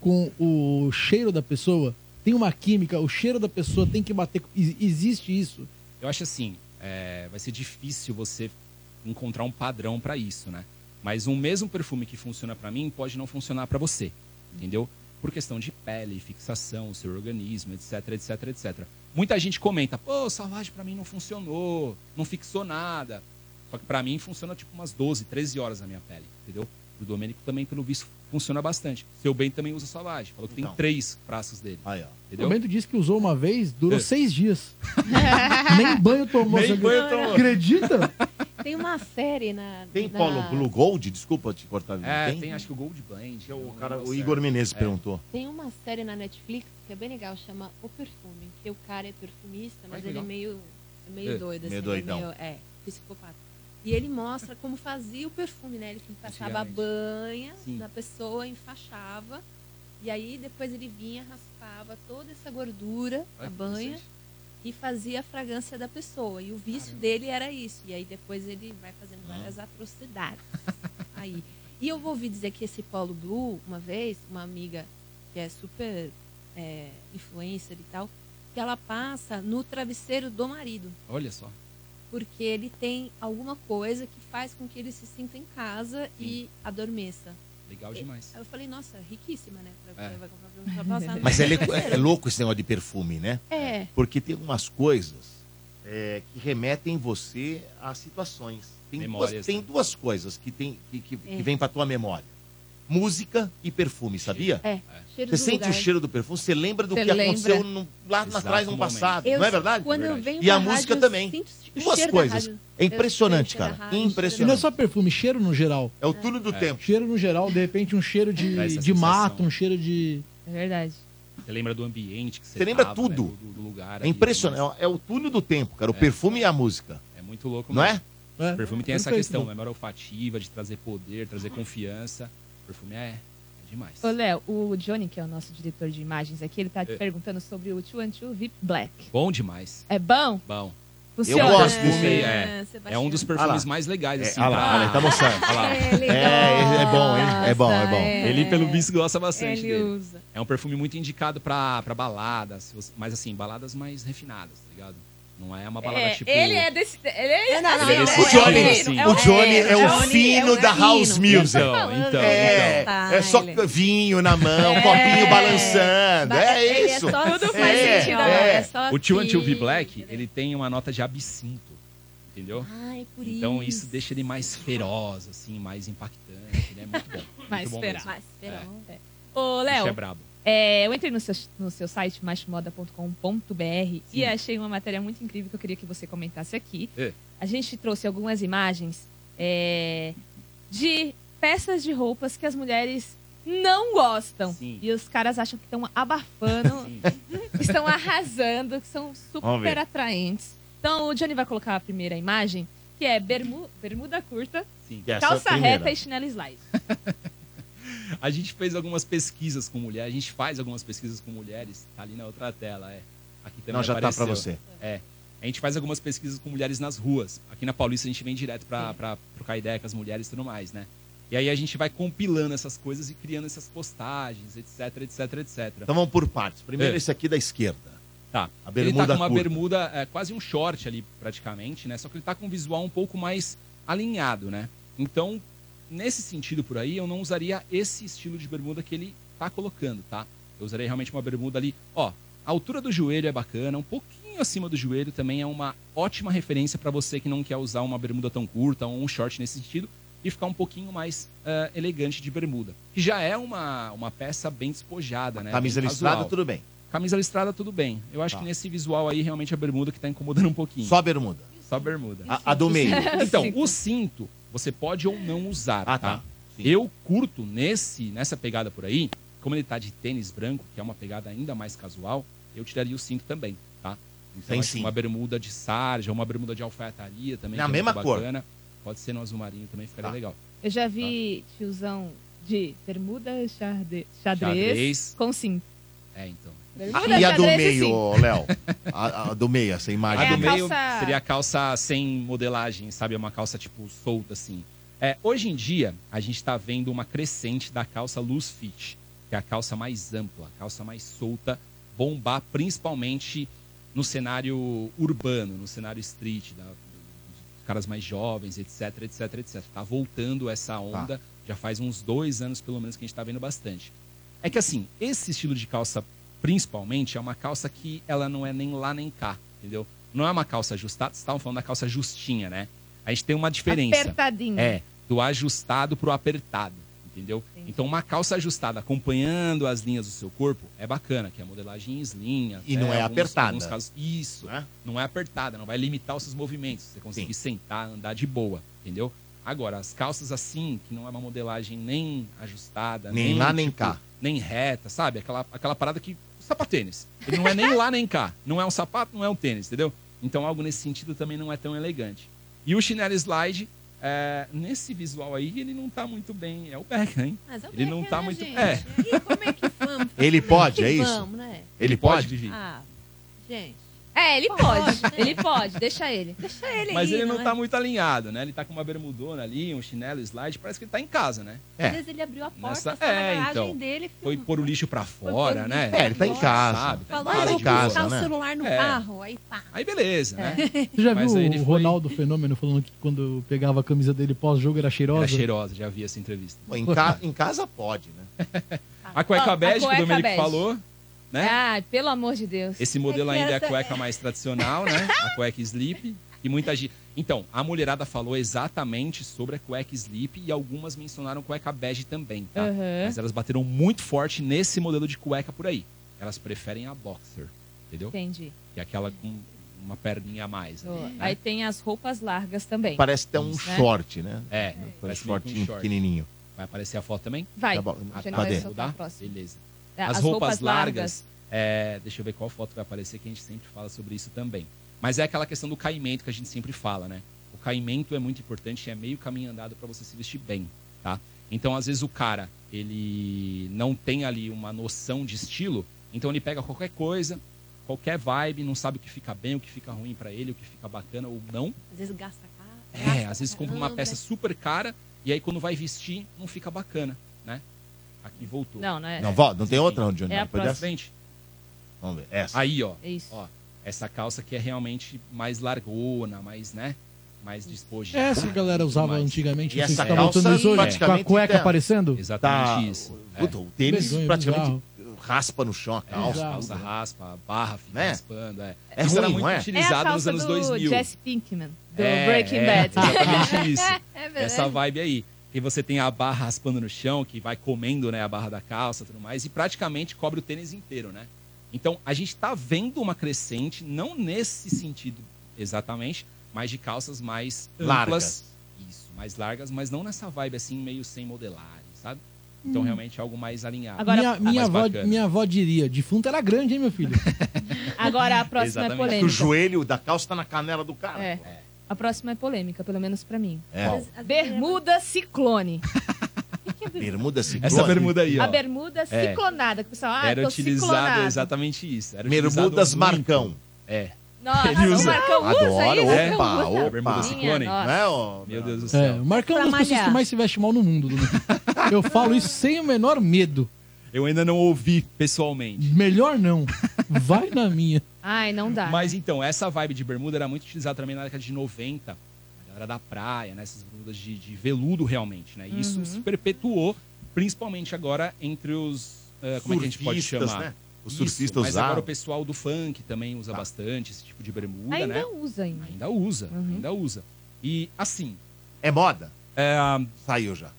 S6: com o cheiro da pessoa. Tem uma química, o cheiro da pessoa tem que bater. com- e- Existe isso.
S11: Eu acho assim, é, vai ser difícil você encontrar um padrão pra isso, né? Mas um mesmo perfume que funciona pra mim pode não funcionar pra você, entendeu? Por questão de pele, fixação, seu organismo, etc, etc, etc. Muita gente comenta, pô, Savage pra mim não funcionou, não fixou nada. Só que pra mim funciona tipo umas 12, 13 horas na minha pele, entendeu? O Domênico também, pelo visto, funciona bastante. Seu bem também usa Savage, falou que
S6: Então.
S11: tem três frascos dele.
S1: Aí, ó.
S6: O
S11: Entendeu?
S6: Bento disse que usou uma vez, durou
S11: É.
S6: seis dias. Nem banho tomou.
S1: Nem
S6: você
S1: banho
S6: acredita?
S1: tomou.
S6: Acredita?
S4: Tem uma série na...
S1: Tem
S4: na...
S1: Polo Blue Gold? Desculpa te cortar.
S11: É, tem, acho que o Gold Blend. um é, o, cara,
S1: é O Igor Menezes perguntou.
S4: Tem uma série na Netflix que é bem legal, chama O Perfume, que o cara é perfumista, mas
S1: Ai, que
S4: ele é
S1: legal.
S4: meio, é meio
S1: É,
S4: doido, assim,
S1: meio
S4: ele é
S1: doidão.
S4: meio- é, psicopata. E ele mostra como fazia o perfume, né? Ele passava a
S15: Antigamente.
S4: banha
S15: Sim.
S4: na pessoa, enfaixava, e aí depois ele vinha, raspava toda essa gordura,
S15: Olha
S4: a
S11: é
S15: que
S4: banha, e fazia a fragrância da pessoa. E o vício dele era isso. E aí depois ele vai fazendo várias atrocidades. aí. E eu vou ouvir dizer que esse Polo Blue, uma vez, uma amiga que é super é, influencer e tal, que ela passa no travesseiro do marido.
S11: Olha só.
S4: Porque ele tem alguma coisa que faz com que ele se sinta em casa e adormeça.
S11: Legal demais.
S1: É.
S4: Aí eu falei, nossa, riquíssima, né? Pra,
S11: É.
S4: Vai comprar pra- pra passar no
S1: Mas é, le-
S4: travesseiro.
S1: é louco esse negócio de perfume, né?
S4: É.
S1: Porque tem umas coisas é, que remetem você a situações. Tem, duas,
S11: Memórias,
S1: tem duas coisas que, tem, que, que,
S4: É.
S1: que vem pra tua memória. Música e perfume, sabia?
S4: É,
S1: Você
S4: cheiro do
S1: sente
S4: lugar.
S1: o cheiro do perfume, você lembra do
S4: Você
S1: que
S4: lembra.
S1: aconteceu no- lá
S11: Exato
S1: atrás, no
S11: momento.
S1: passado,
S4: Eu-
S1: não é verdade?
S4: quando eu venho
S1: e a
S4: pra
S1: música
S4: rádio, eu
S1: também.
S4: sinto o
S1: Duas
S4: cheiro da
S1: coisas.
S4: rádio.
S1: É
S4: Eu
S1: impressionante,
S4: sinto o cheiro
S1: cara.
S4: da rádio,
S6: E não é
S1: Impressionante.
S6: só perfume, cheiro no geral.
S1: É o túnel do
S6: É.
S1: tempo.
S6: Cheiro no geral, de repente um cheiro
S11: Dá
S6: de,
S11: essa
S6: de
S11: sensação.
S6: mato, um cheiro de.
S5: É verdade.
S11: Você lembra do ambiente que você
S1: Você lembra
S11: tava,
S1: tudo.
S11: né, do, do lugar.
S1: É impressionante. É o túnel do tempo, cara. O
S11: É.
S1: perfume e a música.
S11: É muito louco.
S1: Não
S11: mesmo.
S1: é? É,
S11: O perfume tem essa
S1: perfeito,
S11: questão,
S1: né?
S11: memória olfativa, de trazer poder, trazer confiança. O perfume é, é demais.
S5: Ô, Léo, o Johnny, que é o nosso diretor de imagens aqui, ele tá te
S11: É.
S5: perguntando sobre o 212 VIP Black.
S11: Bom demais.
S5: É bom?
S11: Bom.
S5: Funciona?
S11: Eu gosto disso
S5: É,
S11: aí, é. É um dos perfumes
S1: Ah lá.
S11: mais legais, assim.
S1: É, ah lá,
S11: pra-
S1: olha, ele tá mostrando.
S11: Olha lá.
S1: Ele É, é bom, hein? É bom, é bom. gosta, é.
S11: Ele, pelo visto, gosta bastante
S1: Ele
S11: dele.
S1: usa.
S11: É um perfume muito indicado pra, pra baladas, se você- mas assim, baladas mais refinadas, tá ligado? Não é uma balada
S5: É,
S11: tipo...
S5: ele é desse. Ele é,
S4: É, não,
S11: não, ele é
S1: O Johnny,
S11: Sim.
S1: o Johnny é, o
S11: Johnny
S1: fino
S11: é o
S1: da house
S11: fino.
S1: music.
S11: Então, então,
S1: é,
S4: Ah,
S11: então.
S1: é só vinho na mão,
S11: É.
S1: copinho balançando. É
S4: Ele é
S1: isso.
S4: só- Tudo
S1: É,
S4: faz sentido agora, é só
S11: O Tio Until
S4: que-
S11: V Black, ele tem uma nota de absinto, entendeu?
S5: Ah,
S4: Ai, por
S11: Então isso deixa ele mais feroz, assim, mais impactante. Ele é muito bom.
S5: Mais
S11: muito bom
S5: feroz.
S11: mesmo.
S5: Mais feroz, é. Ô, Léo.
S11: Isso é brabo.
S5: é, eu entrei no seu, no seu site, machmoda.com.br, e achei uma matéria muito incrível que eu queria que você comentasse aqui.
S11: É.
S5: A gente trouxe algumas imagens é, de peças de roupas que as mulheres não gostam. E os caras acham que estão abafando, que estão arrasando, que são
S15: Vamos
S5: super
S15: ver.
S5: atraentes. Então, o Johnny vai colocar a primeira imagem, que é bermu- bermuda curta,
S11: Sim.
S5: calça reta e chinelo slide.
S11: A gente fez algumas pesquisas com mulheres, a gente faz algumas pesquisas com mulheres, tá ali na outra tela, é. Aqui também
S1: Não, já tá pra
S11: apareceu.
S1: você.
S11: É. A gente faz algumas pesquisas com mulheres nas ruas. Aqui na Paulista a gente vem direto pra, pra trocar ideia com as mulheres e tudo mais, né? E aí a gente vai compilando essas coisas e criando essas postagens, etc, etc, etc.
S1: Então vamos por partes. Primeiro
S11: É.
S1: esse aqui da esquerda.
S11: Tá.
S1: A
S11: ele tá
S1: bermuda
S11: com uma
S1: curta.
S11: bermuda, é, quase um short ali, praticamente, né? Só que ele tá com um visual um pouco mais alinhado, né? Então, nesse sentido por aí, eu não usaria esse estilo de bermuda que ele tá colocando, tá? Eu usaria realmente uma bermuda ali, ó. A altura do joelho é bacana, um pouquinho acima do joelho também é uma ótima referência para você que não quer usar uma bermuda tão curta ou um short nesse sentido e ficar um pouquinho mais ah, elegante de bermuda. Que já é uma, uma peça bem despojada, né?
S1: Camisa
S11: Bem
S1: listrada,
S11: casual.
S1: tudo bem.
S11: Camisa listrada, tudo bem. Eu acho
S1: Tá.
S11: que nesse visual aí, realmente a bermuda que tá incomodando um pouquinho.
S1: Só Ah, a bermuda.
S11: Só a bermuda.
S1: A- a do meio.
S11: Então, o cinto, você pode ou não usar,
S1: Ah,
S11: tá? Eu curto nesse, nessa pegada por aí, como ele tá de tênis branco, que é uma pegada ainda mais casual, eu tiraria o cinto também, tá? Então,
S1: Tem
S11: acho que
S1: cinto.
S11: uma bermuda de sarja, uma bermuda de alfaiataria também.
S1: Na
S11: que é
S1: mesma
S11: muito
S1: cor. Tá.
S11: bacana. Pode ser no azul marinho também, ficaria legal.
S5: Eu já vi
S11: Tá.
S5: tiozão de bermuda, xarde- xadrez,
S11: Xadrez.
S5: com cinto.
S11: É, então.
S5: Bermuda,
S1: e a do
S5: xadrez assim,
S1: meio,
S5: cinto.
S1: ô, Léo? É, A, a do meio, essa imagem.
S11: É, A do
S1: do
S11: meio
S1: meio.
S5: calça-
S11: seria a calça sem modelagem, sabe? Uma calça, tipo, solta, assim. É, hoje em dia, a gente tá vendo uma crescente da calça loose fit, que é a calça mais ampla, a calça mais solta, bombar principalmente no cenário urbano, no cenário street, da, dos caras mais jovens, etc, etc, etc. Tá voltando essa onda, já faz uns dois anos, pelo menos, que a gente tá vendo bastante. É que assim, esse estilo de calça, principalmente, é uma calça que ela não é nem lá nem cá, entendeu? Não é uma calça ajustada, vocês estavam falando da calça justinha, né? A gente tem uma diferença.
S5: Apertadinha.
S11: É, do ajustado pro apertado, entendeu? Então uma calça ajustada acompanhando as linhas do seu corpo é bacana, que é a modelagem slim.
S1: E
S11: até
S1: não é apertada.
S11: Alguns casos, isso,
S1: né?
S11: não é apertada, não vai limitar os seus movimentos. Você conseguir sentar, andar de boa, entendeu? Agora, as calças assim, que não é uma modelagem nem ajustada, tipo,
S1: Nem lá, nem cá.
S11: nem reta, sabe? Aquela, aquela parada que. Sapatênis. Ele não é nem lá nem cá. Não é um sapato, não é um tênis, entendeu? Então algo nesse sentido também não é tão elegante. E o chinelo slide, é, nesse visual aí, ele não tá muito bem. É o Beckham, hein?
S4: Mas é o
S11: ele não tá muito.
S4: gente?
S11: É.
S1: Ele pode,
S4: Que
S1: é isso?
S4: Vamos, né?
S1: Ele pode?
S4: Ah, gente.
S5: É, ele pode.
S4: né?
S5: ele pode, deixa ele.
S4: Deixa ele
S11: Mas
S4: aí,
S11: ele não
S4: é?
S11: tá muito alinhado, né? Ele tá com uma bermudona ali, um chinelo slide, parece que ele tá em casa, né?
S4: Às vezes ele abriu a porta,
S11: Nessa-
S4: saiu a
S11: É,
S4: garagem
S11: então.
S4: dele.
S11: Foi pôr o lixo pra fora,
S4: pôr o
S11: né?
S4: lixo É, ele tá em pra fora. casa.
S11: Sabe? tá em
S4: Falou, ah,
S11: casa
S4: vou
S11: de boa.
S4: colocar o celular no
S11: É.
S4: carro. Aí pá.
S11: Aí beleza, né?
S6: Você já
S11: Mas
S6: viu
S11: aí ele
S6: o Ronaldo Fenômeno falando que quando pegava a camisa dele pós-jogo era cheirosa?
S11: Era cheirosa, já vi essa entrevista.
S6: Pô, em ca-
S1: em casa pode, né?
S11: A cueca
S5: Ó,
S11: bege,
S5: a
S11: que o
S5: cueca
S11: Domenico
S5: bege.
S11: falou, né?
S5: Ah, pelo amor de Deus.
S11: Esse modelo
S5: É que
S11: ainda é a
S5: essa-
S11: cueca mais tradicional, né? A cueca sleep. E muita gente. Então, a mulherada falou exatamente sobre a cueca sleep e algumas mencionaram cueca bege também, tá?
S5: Uhum.
S11: Mas elas bateram muito forte nesse modelo de cueca por aí. Elas preferem a boxer, entendeu?
S5: Entendi.
S11: Que é aquela com uma perninha a mais. ali,
S5: Boa.
S4: Uhum.
S11: né?
S5: Aí tem as roupas largas também.
S1: Parece até um
S5: Isso, né?
S1: short, né?
S11: É,
S1: Parece um
S11: meio que um
S1: shortinho
S11: short.
S1: pequenininho.
S11: Vai aparecer a foto também?
S5: Vai.
S1: Tá bom.
S11: Ah,
S1: Cadê?
S11: tá, vai
S1: Mudar?
S11: mudar? Beleza.
S5: É, as
S11: as, roupas,
S5: roupas
S11: largas,
S5: largas.
S11: é, deixa eu ver qual foto vai aparecer, que a gente sempre fala sobre isso também. Mas é aquela questão do caimento que a gente sempre fala, né? O caimento é muito importante, é meio caminho andado para você se vestir bem, tá? Então, às vezes, o cara, ele não tem ali uma noção de estilo, então ele pega qualquer coisa, qualquer vibe, não sabe o que fica bem, o que fica ruim para ele, o que fica bacana ou não,
S4: Às vezes gasta carro.
S11: é, às vezes compra uma
S4: caramba.
S11: peça super cara e aí quando vai vestir, não fica bacana, né? Aqui voltou.
S5: Não, não é-
S1: Não, volta, não tem outra não, Johnny.
S11: É a
S1: Depois dessa?
S11: próxima.
S1: Vamos ver. Essa.
S11: Aí, ó.
S5: É Isso.
S11: ó. Essa calça que é realmente mais largona, mais, né? Mais despojada.
S6: Essa que a galera usava antigamente,
S11: E
S6: vocês
S11: essa
S6: estão
S11: calça é
S6: botando isso hoje, com a
S11: praticamente
S6: cueca
S11: tem-
S6: aparecendo?
S11: Exatamente
S1: Tá.
S11: isso.
S1: Puta, o tênis
S11: Vergonha,
S1: praticamente
S11: bizarro.
S1: raspa no chão a calça.
S11: Exato. Calça raspa, a barra fica
S1: Né?
S11: raspando. É,
S1: É
S11: isso era
S1: ruim,
S11: muito
S1: não é?
S5: é a
S11: utilizado
S5: calça
S11: nos anos
S5: do
S11: 2000.
S5: Jesse Pinkman, do
S11: É,
S5: Breaking
S11: é,
S5: Bad.
S11: exatamente isso.
S5: É verdade.
S11: Essa vibe aí. Que você tem a barra raspando no chão, que vai comendo né, a barra da calça e tudo mais, e praticamente cobre o tênis inteiro, né? Então, a gente tá vendo uma crescente, não nesse sentido exatamente, mas de calças mais
S1: Largas.
S11: largas. Isso, mais largas, mas não nessa vibe assim, meio sem modelagem, sabe? Então,
S6: Hum.
S11: realmente algo mais alinhado.
S6: minha, minha,
S11: mais
S6: avó,
S11: Ah, bacana.
S6: minha avó diria, defunto era grande, hein, meu filho?
S5: Agora a próxima é
S1: Exatamente. O
S5: polêmica.
S1: joelho da calça tá na canela do cara.
S5: É. A próxima é polêmica, pelo menos pra mim.
S1: É. Qual?
S5: Bermuda ciclone.
S1: Bermuda ciclone.
S11: Essa bermuda aí, ó.
S5: A bermuda
S11: É.
S5: ciclonada. Que o pessoal, ah,
S11: era
S5: tô
S11: utilizado
S5: ciclonado.
S11: exatamente isso. Era
S1: Bermudas
S11: Marcão. É.
S5: Nossa, o Marcão usa
S1: Adora,
S5: isso?
S1: opa,
S5: Marcão usa?
S1: opa.
S11: Bermuda ciclone?
S5: Minha
S11: Não é,
S1: né, ó?
S11: Meu Deus do
S6: É,
S11: céu.
S6: o Marcão é uma das
S5: Pra
S6: pessoas
S5: malhar.
S6: que mais se veste mal no mundo. Dudu. Eu falo isso sem o menor medo.
S11: Eu ainda não ouvi pessoalmente.
S6: Melhor não. Vai na minha.
S5: Ai, não dá.
S11: Mas então, essa vibe de bermuda era muito utilizada também na década de 90. A galera da praia, né? Essas bermudas de, de veludo realmente, né? E Isso
S1: Uhum.
S11: se perpetuou, principalmente agora entre os. ah, como é que a gente pode
S1: Surfistas,
S11: chamar?
S1: né? Os
S11: Isso,
S1: surfistas
S11: Mas agora
S1: usaram.
S11: o pessoal do funk também usa bastante esse tipo de bermuda,
S5: Ainda
S11: né?
S5: usa Uhum. ainda.
S11: Ainda usa, ainda usa. E assim. eh,
S1: É moda?
S11: Saiu já.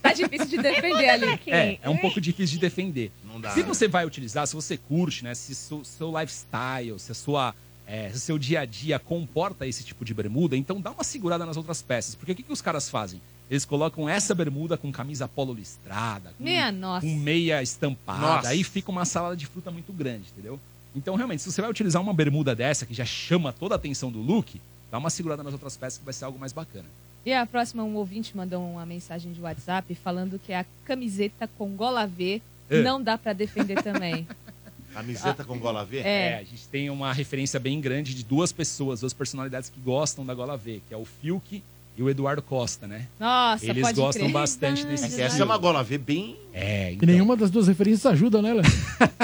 S8: Tá difícil de defender ali.
S11: É, é um pouco difícil de defender. Não
S1: dá,
S11: se
S1: né?
S11: você vai utilizar, se você curte, né? Se seu, seu lifestyle, se a sua. é, se seu dia a dia comporta esse tipo de bermuda, então dá uma segurada nas outras peças. Porque o que, que os caras fazem? Eles colocam essa bermuda com camisa polo listrada, com
S5: Minha nossa.
S11: com meia estampada.
S5: Nossa.
S11: Aí fica uma salada de fruta muito grande, entendeu? Então, realmente, se você vai utilizar uma bermuda dessa, que já chama toda a atenção do look, dá uma segurada nas outras peças que vai ser algo mais bacana.
S5: E a próxima, um ouvinte mandou uma mensagem de WhatsApp falando que a camiseta com gola V
S11: É.
S5: não dá pra defender também.
S1: Camiseta com gola V?
S5: É.
S11: a gente tem uma referência bem grande de duas pessoas, duas personalidades que gostam da gola V, que é o Filk e o Eduardo Costa, né?
S5: Nossa,
S11: Eles
S5: pode
S11: gostam
S5: crer.
S11: bastante desse
S1: Essa é uma gola V bem...
S11: É,
S6: E nenhuma das duas referências ajuda, né, Léo?
S11: então,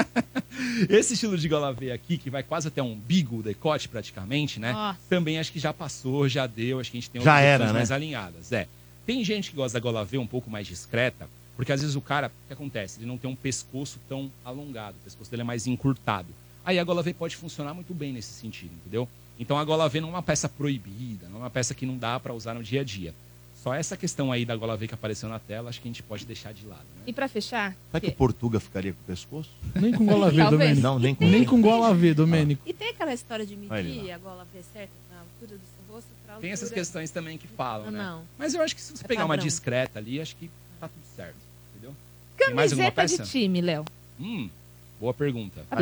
S11: Esse estilo de gola V aqui, que vai quase até um umbigo, o decote praticamente, né?
S5: Nossa.
S11: Também acho que já passou, já deu, acho que a gente tem
S1: Já
S11: opções
S1: era, né?
S11: mais alinhadas. É. Tem gente que gosta da gola V um pouco mais discreta, porque às vezes o cara, o que acontece? Ele não tem um pescoço tão alongado, o pescoço dele é mais encurtado. Aí a gola V pode funcionar muito bem nesse sentido, entendeu? Então a gola V não é uma peça proibida, não é uma peça que não dá pra usar no dia a dia. Só essa questão aí da gola V que apareceu na tela, acho que a gente pode deixar de lado. né?
S5: E pra fechar,
S1: Será que o Portuga ficaria com o pescoço?
S6: Nem com gola V,
S4: Talvez.
S6: Domênico.
S1: Não, nem com
S6: É, Nem com gola V, Domênico.
S4: E tem aquela história de
S11: Olha ele
S4: medir a gola V certa na altura do seu rosto pra altura...
S11: Tem essas questões também que falam,
S4: Ah,
S11: né?
S4: não.
S11: Mas eu acho que se você
S4: É
S11: pegar uma
S4: padrão.
S11: discreta ali, acho que tá tudo certo, entendeu? Tem mais alguma
S5: camiseta de
S11: peça?
S5: time, Léo.
S11: Hum, boa pergunta.
S5: Ah,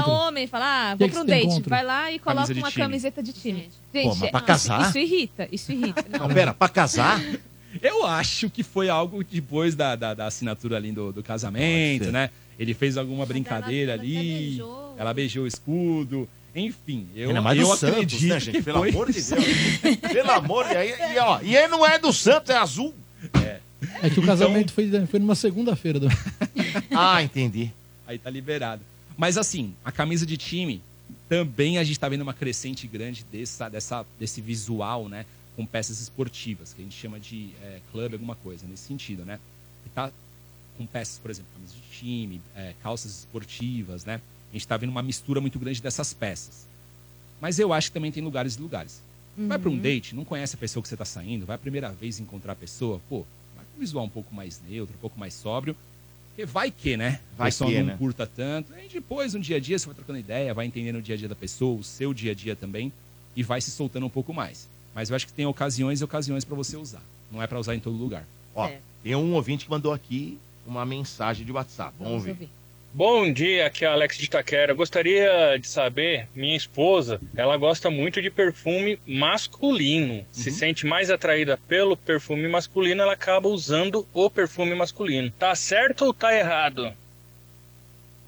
S5: a homem fala, ah,
S11: Que
S5: vou
S11: que
S5: pro
S11: você tem
S5: date,
S11: contra?
S5: vai lá e coloca
S11: Camisa de
S5: uma
S11: time.
S5: camiseta de time. Gente,
S11: Pô, mas pra
S5: é-
S11: casar?
S5: isso irrita, isso irrita. Não.
S1: Não, pera, pra casar?
S11: Eu acho que foi algo depois da, da, da assinatura ali do, do casamento, né? Ele fez alguma brincadeira ali. Ela beijou o escudo. Enfim, eu,
S1: Ainda mais
S11: eu
S1: do Santos,
S11: acredito
S1: né, gente?
S11: que
S1: Pelo
S11: foi
S1: amor de Deus. Pelo amor de Deus. E, ó, e ele não é do Santos, é azul.
S11: Então.
S6: É que o casamento foi, foi numa segunda-feira. Domênico.
S1: Ah, entendi.
S11: Aí tá liberado. Mas assim, a camisa de time, também a gente tá vendo uma crescente grande dessa, dessa, desse visual, né? Com peças esportivas, que a gente chama de é, clube, alguma coisa, nesse sentido, né? E tá com peças, por exemplo, camisa de time, é, calças esportivas, né? A gente tá vendo uma mistura muito grande dessas peças. Mas eu acho que também tem lugares e lugares. Vai pra um
S15: Uhum.
S11: date, não conhece a pessoa que você tá saindo, vai a primeira vez encontrar a pessoa, pô, vai com um visual um pouco mais neutro, um pouco mais sóbrio. Porque vai que, né?
S1: Vai
S11: o pessoal
S1: que,
S11: não
S1: né?
S11: curta tanto. Aí depois, no dia a dia, você vai trocando ideia, vai entendendo o dia a dia da pessoa, o seu dia a dia também, e vai se soltando um pouco mais. Mas eu acho que tem ocasiões e ocasiões pra você usar. Não é pra usar em todo lugar.
S1: Ó,
S5: É.
S1: tem um ouvinte que mandou aqui uma mensagem de WhatsApp. Vamos, ver.
S16: Bom dia, aqui é o Alex de Itaquera. Eu Gostaria de saber, minha esposa, ela gosta muito de perfume masculino. Se sente mais atraída pelo perfume masculino, ela acaba usando o perfume masculino. Tá certo ou tá errado?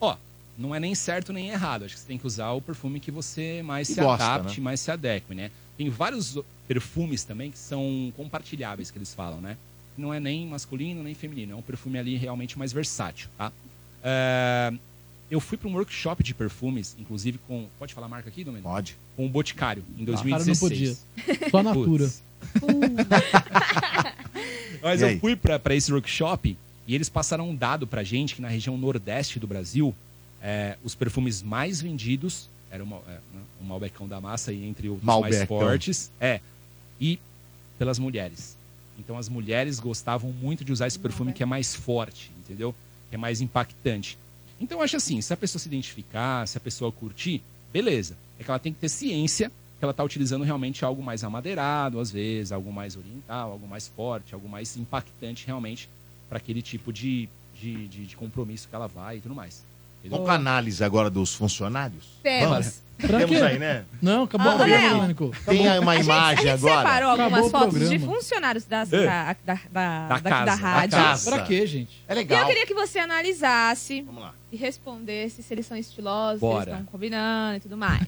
S11: Ó, não é nem certo nem errado. Acho que você tem que usar o perfume que você mais
S16: Que
S11: se
S16: gosta,
S11: adapte,
S16: né?
S11: mais se adeque, né? Tem vários o- perfumes também que são compartilháveis, que eles falam, né? Não é nem masculino, nem feminino. É um perfume ali realmente mais versátil, tá? É, Eu fui para um workshop de perfumes, inclusive com. Pode falar a marca aqui, Domênico? Pode. Com o Boticário, em
S6: Ah, cara, não
S11: 2016.
S6: podia. Só a Natura.
S11: Mas
S6: E
S11: eu
S6: aí?
S11: fui para esse workshop e eles passaram um dado pra gente que na região nordeste do Brasil, é, os perfumes mais vendidos, era uma, é, né, um malbecão da massa e entre os mais
S1: Malbecão.
S11: fortes, é, e pelas mulheres. Então as mulheres gostavam muito de usar esse perfume que é mais forte, entendeu? Que é mais impactante. Então eu acho assim, se a pessoa se identificar, se a pessoa curtir, beleza. É que ela tem que ter ciência que ela está utilizando realmente algo mais amadeirado, às vezes, algo mais oriental, algo mais forte, algo mais impactante realmente para aquele tipo de, de, de- de compromisso que ela vai e tudo mais.
S1: Vamos com a análise agora dos funcionários?
S5: Temos.
S1: Vamos?
S5: Pra
S1: Temos
S5: quê?
S1: aí, né?
S6: Não, acabou o programa,
S5: Léo.
S6: Domênico.
S1: Tem aí uma
S5: A gente-
S1: imagem
S5: a gente
S1: agora.
S5: separou
S6: Acabou
S5: algumas
S6: o
S5: fotos de
S6: programa.
S5: funcionários das,
S6: É.
S5: da, da, da,
S6: Da
S5: daqui
S6: casa,
S5: da
S6: da
S5: rádio.
S6: casa. Pra quê, gente? É legal.
S5: E eu queria que você analisasse
S1: lá.
S5: e respondesse se eles são estilosos, se eles
S6: Bora.
S5: estão combinando e tudo mais.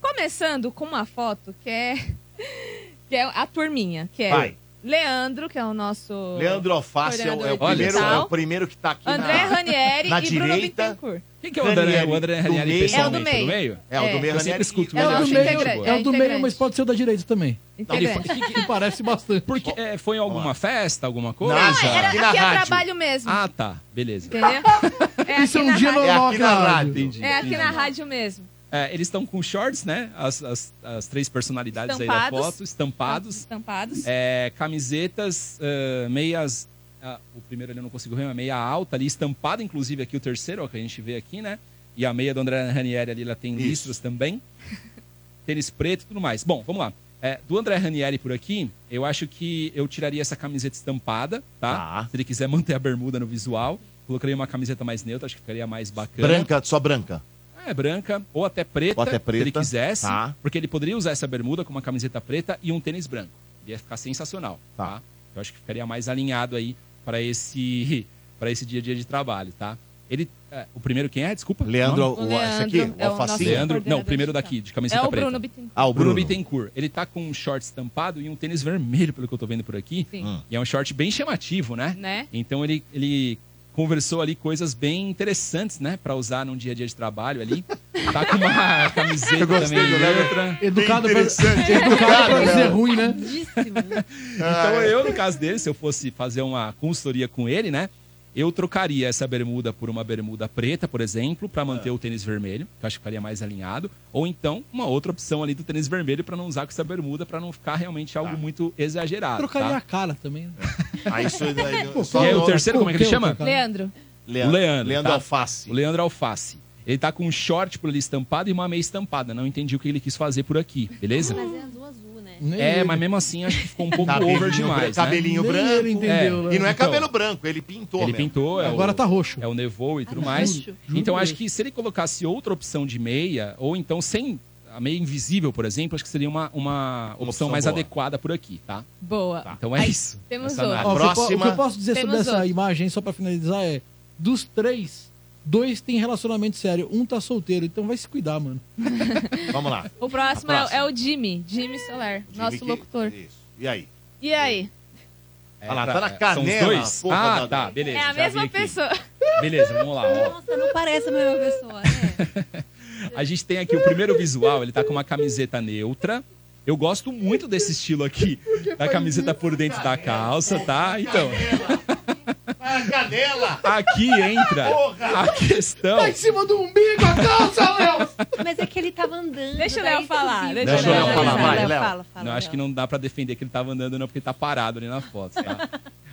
S5: Começando com uma foto que é, que é a turminha, que é
S1: Vai.
S5: Leandro, que é o nosso...
S1: Leandro Alface é, o- é o
S5: coordenador
S1: primeiro,
S5: digital.
S1: é o primeiro que tá aqui
S5: André
S1: na,
S5: Ranieri
S1: na
S5: e Bruno
S1: direita.
S5: Bittencourt.
S11: Quem que é o André- o André
S1: do
S11: Ranieri
S1: meio.
S11: pessoalmente? É o do meio?
S1: É, o do meio
S11: Eu sempre
S1: Ranieri.
S11: escuto
S6: É o do meio,
S5: integrante.
S6: é o do meio,
S5: Integrante.
S6: mas pode ser o da direita também.
S5: Integrante.
S6: Que parece bastante.
S11: Porque é, foi em alguma festa, alguma coisa?
S6: Não,
S5: Era, aqui é trabalho mesmo.
S11: Ah, tá. Beleza.
S5: Entendeu? É
S6: Isso é
S5: aqui
S6: um
S5: na
S6: dia
S5: rádio.
S6: normal
S11: aqui na rádio. Entendi,
S5: É aqui
S11: entendi.
S5: na rádio mesmo.
S11: É, eles estão com shorts, né? As, as- as três personalidades aí da
S5: Estampados.
S11: foto, estampados.
S5: Estampados.
S11: É, camisetas, ah, meias. ah, o primeiro ali eu não consigo ver, uma meia alta ali, estampada, inclusive aqui o terceiro, ó, que a gente vê aqui, né? E a meia do André Ranieri ali, ela tem listras também. Tênis preto e tudo mais. Bom, vamos lá. É, do André Ranieri por aqui, eu acho que eu tiraria essa camiseta estampada, tá? Se ele quiser manter a bermuda no visual, colocaria uma camiseta mais neutra, acho que ficaria mais bacana.
S1: Branca, só branca.
S11: É, branca, ou até preta,
S1: Ou até
S11: se
S1: preta,
S11: ele quisesse.
S1: tá.
S11: Porque ele poderia usar essa bermuda com uma camiseta preta e um tênis branco. Ia ficar sensacional, tá? Eu acho que ficaria mais alinhado aí para esse para esse dia a dia de trabalho, tá? Ele, é, o primeiro quem é? Desculpa.
S1: Leandro,
S11: o
S1: o-
S11: nome?
S1: O esse aqui, Leandro, o é o alfacinho? nosso
S11: Leandro, não,
S1: coordenador
S11: o primeiro daqui, de camiseta
S5: É o
S11: preta.
S5: Bruno Bittencourt.
S1: Ah, o
S11: Bruno.
S1: Bruno.
S11: Bittencourt. Ele tá com um short estampado e um tênis vermelho, pelo que eu tô vendo por aqui.
S5: Sim. Hum.
S11: E é um short bem chamativo, né?
S5: Né?
S11: Então ele, ele conversou ali coisas bem interessantes, né? Pra usar num dia a dia de trabalho ali. Tá com uma camiseta
S6: Eu gostei
S11: também
S6: do
S1: né?
S6: Léo.
S11: neutra.
S6: Educado pra, educado pra ser ruim, né?
S11: Então eu, no caso dele, se eu fosse fazer uma consultoria com ele, né? Eu trocaria essa bermuda por uma bermuda preta, por exemplo, pra
S6: É.
S11: manter o tênis vermelho, que eu acho que ficaria mais alinhado. Ou então, uma outra opção ali do tênis vermelho pra não usar com essa bermuda, pra não ficar realmente algo muito exagerado.
S6: Tá. Trocaria
S11: tá?
S6: a cara também. né?
S1: Aí isso
S6: Pô,
S11: E aí, o
S6: pô,
S11: terceiro,
S6: pô,
S11: como é que ele
S6: pô,
S11: chama?
S6: cara.
S5: Leandro.
S11: Leandro. Leandro,
S1: Leandro Alface.
S11: O Leandro Alface. Ele tá com um short por ali estampado e uma meia estampada. Não entendi o que ele quis fazer por aqui, beleza?
S4: Mas é azul, azul, né?
S11: É, mas mesmo assim acho que ficou um pouco
S1: Cabelinho
S11: over
S1: branco,
S11: demais.
S1: cabelinho
S11: né?
S1: branco. Nem ele entendeu, né? E não é cabelo
S11: branco, ele pintou. Então, Ele
S1: mesmo.
S11: pintou. é
S6: Agora
S11: o-
S6: tá roxo.
S11: É o nevoo e tudo
S6: Ah,
S11: mais.
S6: juro, juro
S11: então acho
S6: mesmo.
S11: que se ele colocasse outra opção de meia, ou então sem a meia invisível, por exemplo, acho que seria uma, uma opção,
S1: opção
S11: mais
S1: boa.
S11: adequada por aqui, tá?
S5: Boa.
S11: Então é isso.
S5: Temos
S11: Essa
S5: outra.
S11: análise.
S6: Ó, o que eu po- O que
S11: Próxima.
S6: eu posso dizer sobre
S5: Temos
S6: essa imagem, só pra finalizar, é: dos três, dois têm relacionamento sério. Um tá solteiro, então vai se cuidar, mano.
S1: Vamos lá.
S5: O próximo
S6: A
S5: é, o-
S6: próxima.
S5: é o Jimmy, Jimmy Soler, nosso
S1: que-
S5: locutor.
S1: E aí?
S5: E aí?
S1: Olha lá, tá na
S11: pra- é, são os
S1: canela,
S11: dois?
S1: porra,
S11: Ah,
S1: da-
S11: tá, beleza.
S5: é a
S11: já vi
S5: mesma
S11: aqui.
S5: pessoa.
S11: Beleza, vamos lá. ó.
S4: Nossa, não parece a mesma pessoa.
S11: A gente tem aqui o primeiro visual, ele tá com uma camiseta neutra. Eu gosto muito desse estilo aqui, da camiseta por dentro da calça, tá? Então,
S1: A canela!
S11: aqui entra
S1: Porra!
S11: a questão.
S4: Tá em
S6: cima do umbigo a calça, Léo!
S4: Mas é que ele tava andando.
S5: Deixa o
S4: daí
S5: Léo
S4: tu
S5: falar,
S4: viu.
S5: deixa
S11: Deixa o Léo falar, vai, Léo.
S4: Fala, fala.
S11: Não, acho que não dá pra defender que ele tava andando não, porque ele tá parado ali na foto, tá?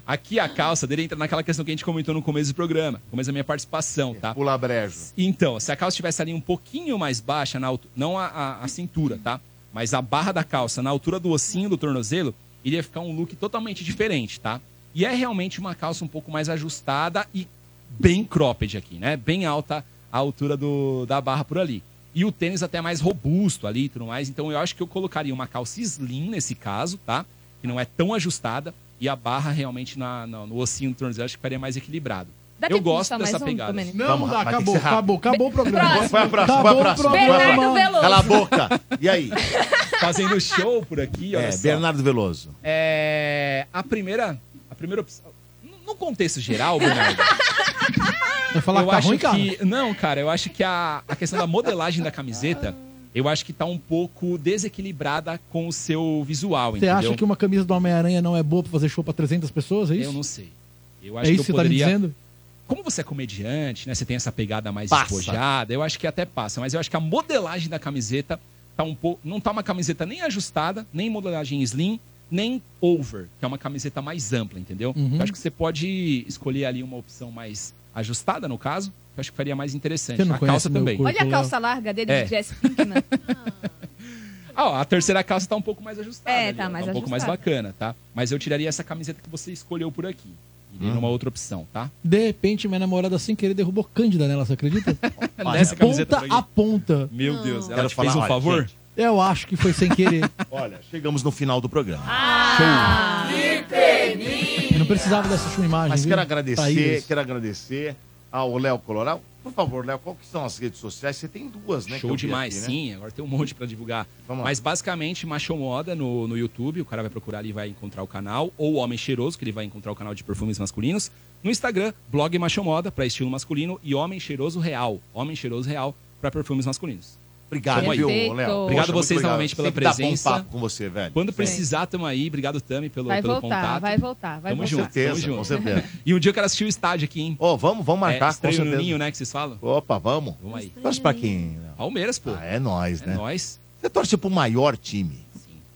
S11: Aqui a calça dele entra naquela questão que a gente comentou no começo do programa, no começo da minha participação, tá?
S1: Pula brejo.
S11: Então, se a calça tivesse ali um pouquinho mais baixa, na altu- não a, a- a cintura, tá? Mas a barra da calça na altura do ossinho do tornozelo, iria ficar um look totalmente diferente, tá? E é realmente uma calça um pouco mais ajustada e bem cropped aqui, né? Bem alta a altura do, da barra por ali. E o tênis até mais robusto ali e tudo mais. Então eu acho que eu colocaria uma calça slim nesse caso, tá? Que não é tão ajustada. E a barra realmente na, na- no ossinho do tornozelo, acho que ficaria mais equilibrado.
S5: Dá
S11: eu
S5: tempo de
S11: gosto
S5: só mais
S11: dessa
S5: um,
S11: pegada.
S5: Domênico?
S6: Não dá,
S11: vai ter que
S6: acabou,
S11: ser rápido.
S6: acabou, acabou o programa.
S11: Próximo. Vai a próxima,
S6: Acabou
S11: vai a próxima.
S6: o programa.
S11: Bernardo Veloso.
S1: Cala a boca. E aí?
S11: Fazendo show por aqui, olha
S1: É,
S11: só.
S1: Bernardo Veloso.
S11: É, a primeira. A primeira opção. No- No contexto geral, Bernardo.
S6: Vai falar
S11: eu
S6: que tá
S11: acho
S6: ruim, cara?
S11: que- Não, cara, eu acho que a, a questão da modelagem da camiseta, eu acho que tá um pouco desequilibrada com o seu visual,
S6: Você
S11: entendeu?
S6: acha que uma camisa do Homem-Aranha não é boa pra fazer show pra 300 pessoas? É isso?
S11: Eu não sei. Eu
S6: É
S11: acho
S6: isso
S11: que
S6: que você
S11: eu
S6: tá me
S11: poderia.
S6: dizendo?
S11: Como você é comediante, né? Você tem essa pegada mais
S6: Passa.
S11: espojada, eu acho que até passa, mas eu acho que a modelagem da camiseta tá um pouco. Não tá uma camiseta nem ajustada, nem modelagem slim, nem over, que é uma camiseta mais ampla, entendeu?
S6: Uhum.
S11: Eu acho que você pode escolher ali uma opção mais ajustada, no caso, que eu acho que faria mais interessante.
S6: Você não
S11: a
S6: conhece
S11: calça
S6: meu
S11: também.
S5: Olha a calça larga dele
S11: É.
S5: de Jess Pinkman.
S11: Ah, ó, a terceira calça tá um pouco mais ajustada.
S5: É,
S11: ali,
S5: tá
S11: ó,
S5: mais
S11: um pouco mais
S5: ajustada.
S11: bacana, tá? Mas eu tiraria essa camiseta que você escolheu por aqui. Iria
S6: Ah.
S11: numa outra opção, tá?
S6: De repente, minha namorada sem querer derrubou Cândida nela, você acredita?
S11: Nessa camiseta
S6: ponta
S11: pra
S6: a ponta.
S11: Meu Deus, ela
S1: Quero
S11: te
S1: falar,
S11: fez um
S1: olha,
S11: favor?
S1: gente.
S6: Eu acho que foi sem querer.
S1: Olha, chegamos no final do programa.
S11: Ah.
S6: que Eu não precisava dessa sua imagem.
S1: Mas
S6: viu?
S1: quero agradecer,
S6: Thaís.
S1: quero agradecer ao Léo Coloral. Por favor, Léo, qual que são as redes sociais? Você tem duas, né? que
S11: Show
S1: eu vi
S11: demais,
S1: aqui, né?
S11: sim. Agora tem um monte pra divulgar.
S1: Vamos lá.
S11: Mas basicamente, Macho Moda no, no YouTube, o cara vai procurar ali e vai encontrar o canal. Ou Homem Cheiroso, que ele vai encontrar o canal de perfumes masculinos. No Instagram, blog Macho Moda pra estilo masculino e Homem Cheiroso Real. Homem Cheiroso Real pra perfumes masculinos.
S1: Obrigado,
S11: Tamo aí.
S1: viu, Léo? Poxa,
S11: Obrigado a
S1: muito
S11: vocês
S1: obrigado.
S11: novamente pela
S1: Sempre dá bom
S11: presença.
S1: papo com você, velho.
S11: Quando
S1: Sim.
S11: precisar, tamo aí. Obrigado, Tami, pelo,
S5: Vai
S11: pelo
S5: voltar,
S11: contato.
S5: vai voltar, vai
S11: Tamo
S5: voltar.
S11: junto,
S1: certeza,
S11: tamo junto.
S1: com certeza.
S11: E um dia eu quero assistir o estádio aqui, hein?
S1: Ô, vamos, vamos marcar,
S11: é,
S1: com
S11: estreia no
S1: certeza.
S11: Ninho, né, que vocês falam?
S1: Opa, vamos.
S11: Vamos aí.
S1: Torce pra quem?
S11: Palmeiras, pô.
S1: Ah, é nós, né? É
S11: nós.
S1: Você torce pro maior time.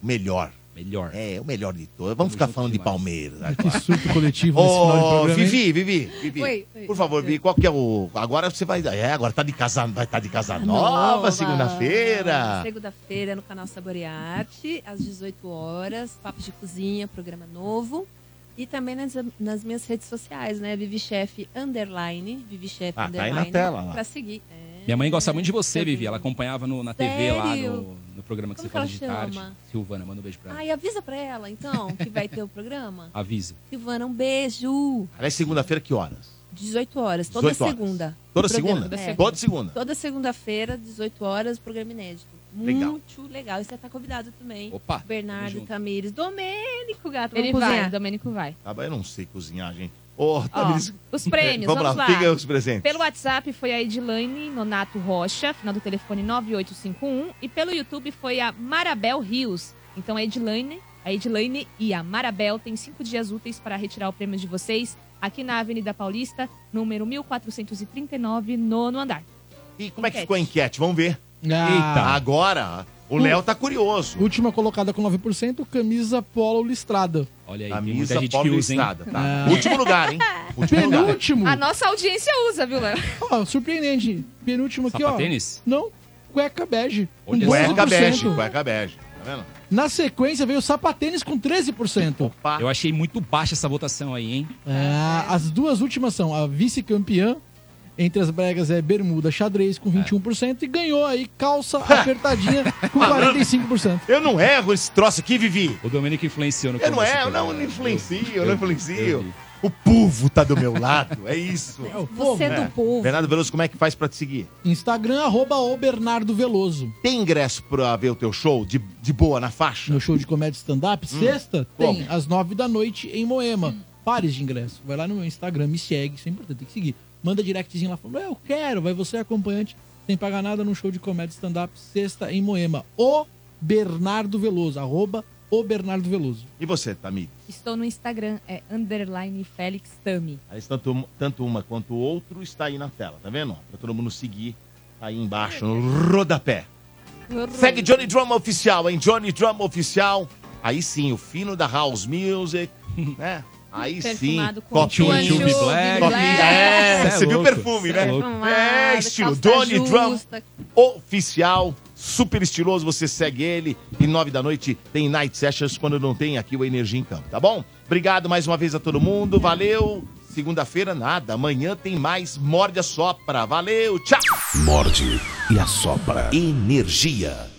S1: Melhor.
S11: Melhor.
S1: É, o melhor de todos. Vamos ficar falando de Palmeiras.
S6: Que surto coletivo nesse final de
S1: Ô,
S6: programa, hein?
S1: Vivi, Vivi, Vivi.
S6: Oi,
S1: Por favor, Vivi, qual que é o. Agora você vai. É, agora tá de casa, vai estar de casa nova,
S4: Ah,
S1: segunda-feira.
S4: Segunda-feira no canal Sabor e Arte, às 18 horas, papo de cozinha, programa novo. E também nas, nas minhas redes sociais, né? Vivi Chef Underline, Vivi Chef
S11: Ah, tá aí
S4: Underline.
S11: na tela, lá. Tá.
S4: Pra seguir. É.
S11: Minha mãe gosta muito de você, Vivi. Ela acompanhava no- na TV lá no,
S4: Sério?
S11: no programa que
S4: Como
S11: você
S4: que ela
S11: faz de tarde.
S4: chama?
S11: Silvana, manda um beijo pra ela.
S4: Ai, avisa pra ela, então, que vai ter o programa.
S11: Aviso.
S4: Silvana, um beijo.
S1: Aliás, segunda-feira, que horas?
S4: 18 horas, toda
S1: 18 horas.
S4: segunda.
S1: Toda
S4: O programa-
S1: segunda?
S4: É.
S1: Toda segunda.
S4: Toda segunda-feira, 18 horas, programa inédito.
S1: Legal.
S4: Muito legal. E você tá convidado também.
S1: Opa, tamo
S4: Bernardo,
S1: junto.
S4: Tamires, Domênico, gato.
S5: Ele
S4: vamos
S5: vai,
S4: cozinhar.
S5: Domênico vai.
S1: Ah, mas eu não sei cozinhar, gente. Ô,
S5: Ó,
S1: Tamiris,
S5: os prêmios,
S1: Vamos
S5: vamos,
S1: lá, diga os presentes.
S5: Pelo WhatsApp foi a Edilane Nonato Rocha, final do telefone 9851. E pelo YouTube foi a Marabel Rios. Então a Edilane, a Edilane e a Marabel têm cinco dias úteis para retirar o prêmio de vocês aqui na Avenida Paulista, número 1439, nono andar.
S1: E como é que ficou a enquete? Vamos ver.
S6: Ah.
S1: Eita, agora o
S6: Uh.
S1: Léo tá curioso.
S6: Última colocada com 9%, camisa polo listrada.
S11: Olha aí, tem
S1: Camisa
S11: muita gente que
S1: Paulo
S11: usa, hein?
S1: Estrada, tá?
S6: Ah.
S1: Último lugar, hein? Último lugar.
S6: Penúltimo.
S11: Ah,
S5: A nossa audiência usa, viu, Léo?
S6: Ó, surpreendente. Penúltimo aqui, ó.
S11: Sapatênis?
S6: Não, cueca bege. com
S1: É Cueca
S6: 12%.
S1: bege, cueca bege. Tá vendo?
S6: Na sequência veio sapatênis com 13%.
S11: Eu achei muito baixa essa votação aí, hein?
S6: Ah, as duas últimas são a vice-campeã. Entre as bregas é bermuda xadrez com 21% e ganhou aí calça apertadinha com 45%.
S1: Eu não erro esse troço aqui, Vivi.
S11: O Domênico influenciou no
S1: Eu não
S11: começo do
S1: é, eu
S11: programa.
S1: não não influencio, eu
S11: eu
S1: não
S11: vi, eu
S1: influencio. O povo tá do meu lado, é isso.
S6: É o povo. Você é do povo.
S1: Bernardo Veloso, como né? é que faz pra te seguir?
S6: Instagram, arroba o Bernardo Veloso.
S1: Tem ingresso pra ver o teu show de, de boa na faixa?
S6: No show de comédia stand-up, sexta, tem
S1: Como?
S6: às nove da noite em Moema. Pares de ingresso. Vai lá no meu Instagram, me segue, isso é importante, tem que seguir. Manda directzinho lá, falando, eu quero, vai você acompanhante, sem pagar nada, num show de comédia stand-up, sexta em Moema. O Bernardo Veloso, arroba o Bernardo Veloso.
S1: E você, Tamir?
S5: Estou no Instagram, é underline Félix Tami.
S1: Aliás, tanto, um, tanto uma quanto o outro está aí na tela, tá vendo? Pra todo mundo seguir tá aí embaixo, no rodapé. Segue Johnny Drum Oficial, hein? Johnny Drum Oficial. Aí sim, o fino da House Music, né? Aí sim,
S5: Perfumado com
S1: copinho,
S5: Tube Tube Black.
S1: copinho-
S5: Cê
S1: É,
S5: é
S1: você viu o
S5: louco,
S1: perfume,
S5: cê é
S1: né?
S5: louco.
S1: É, estilo Johnny Drum Oficial, super estiloso, você segue ele. E nove da noite tem Night Sessions quando não tem aqui o Energia em Campo, tá bom? Obrigado mais uma vez a todo mundo, valeu. Segunda-feira nada, amanhã tem mais Morde a Sopra. Valeu, tchau.
S3: Morde e assopra. Energia.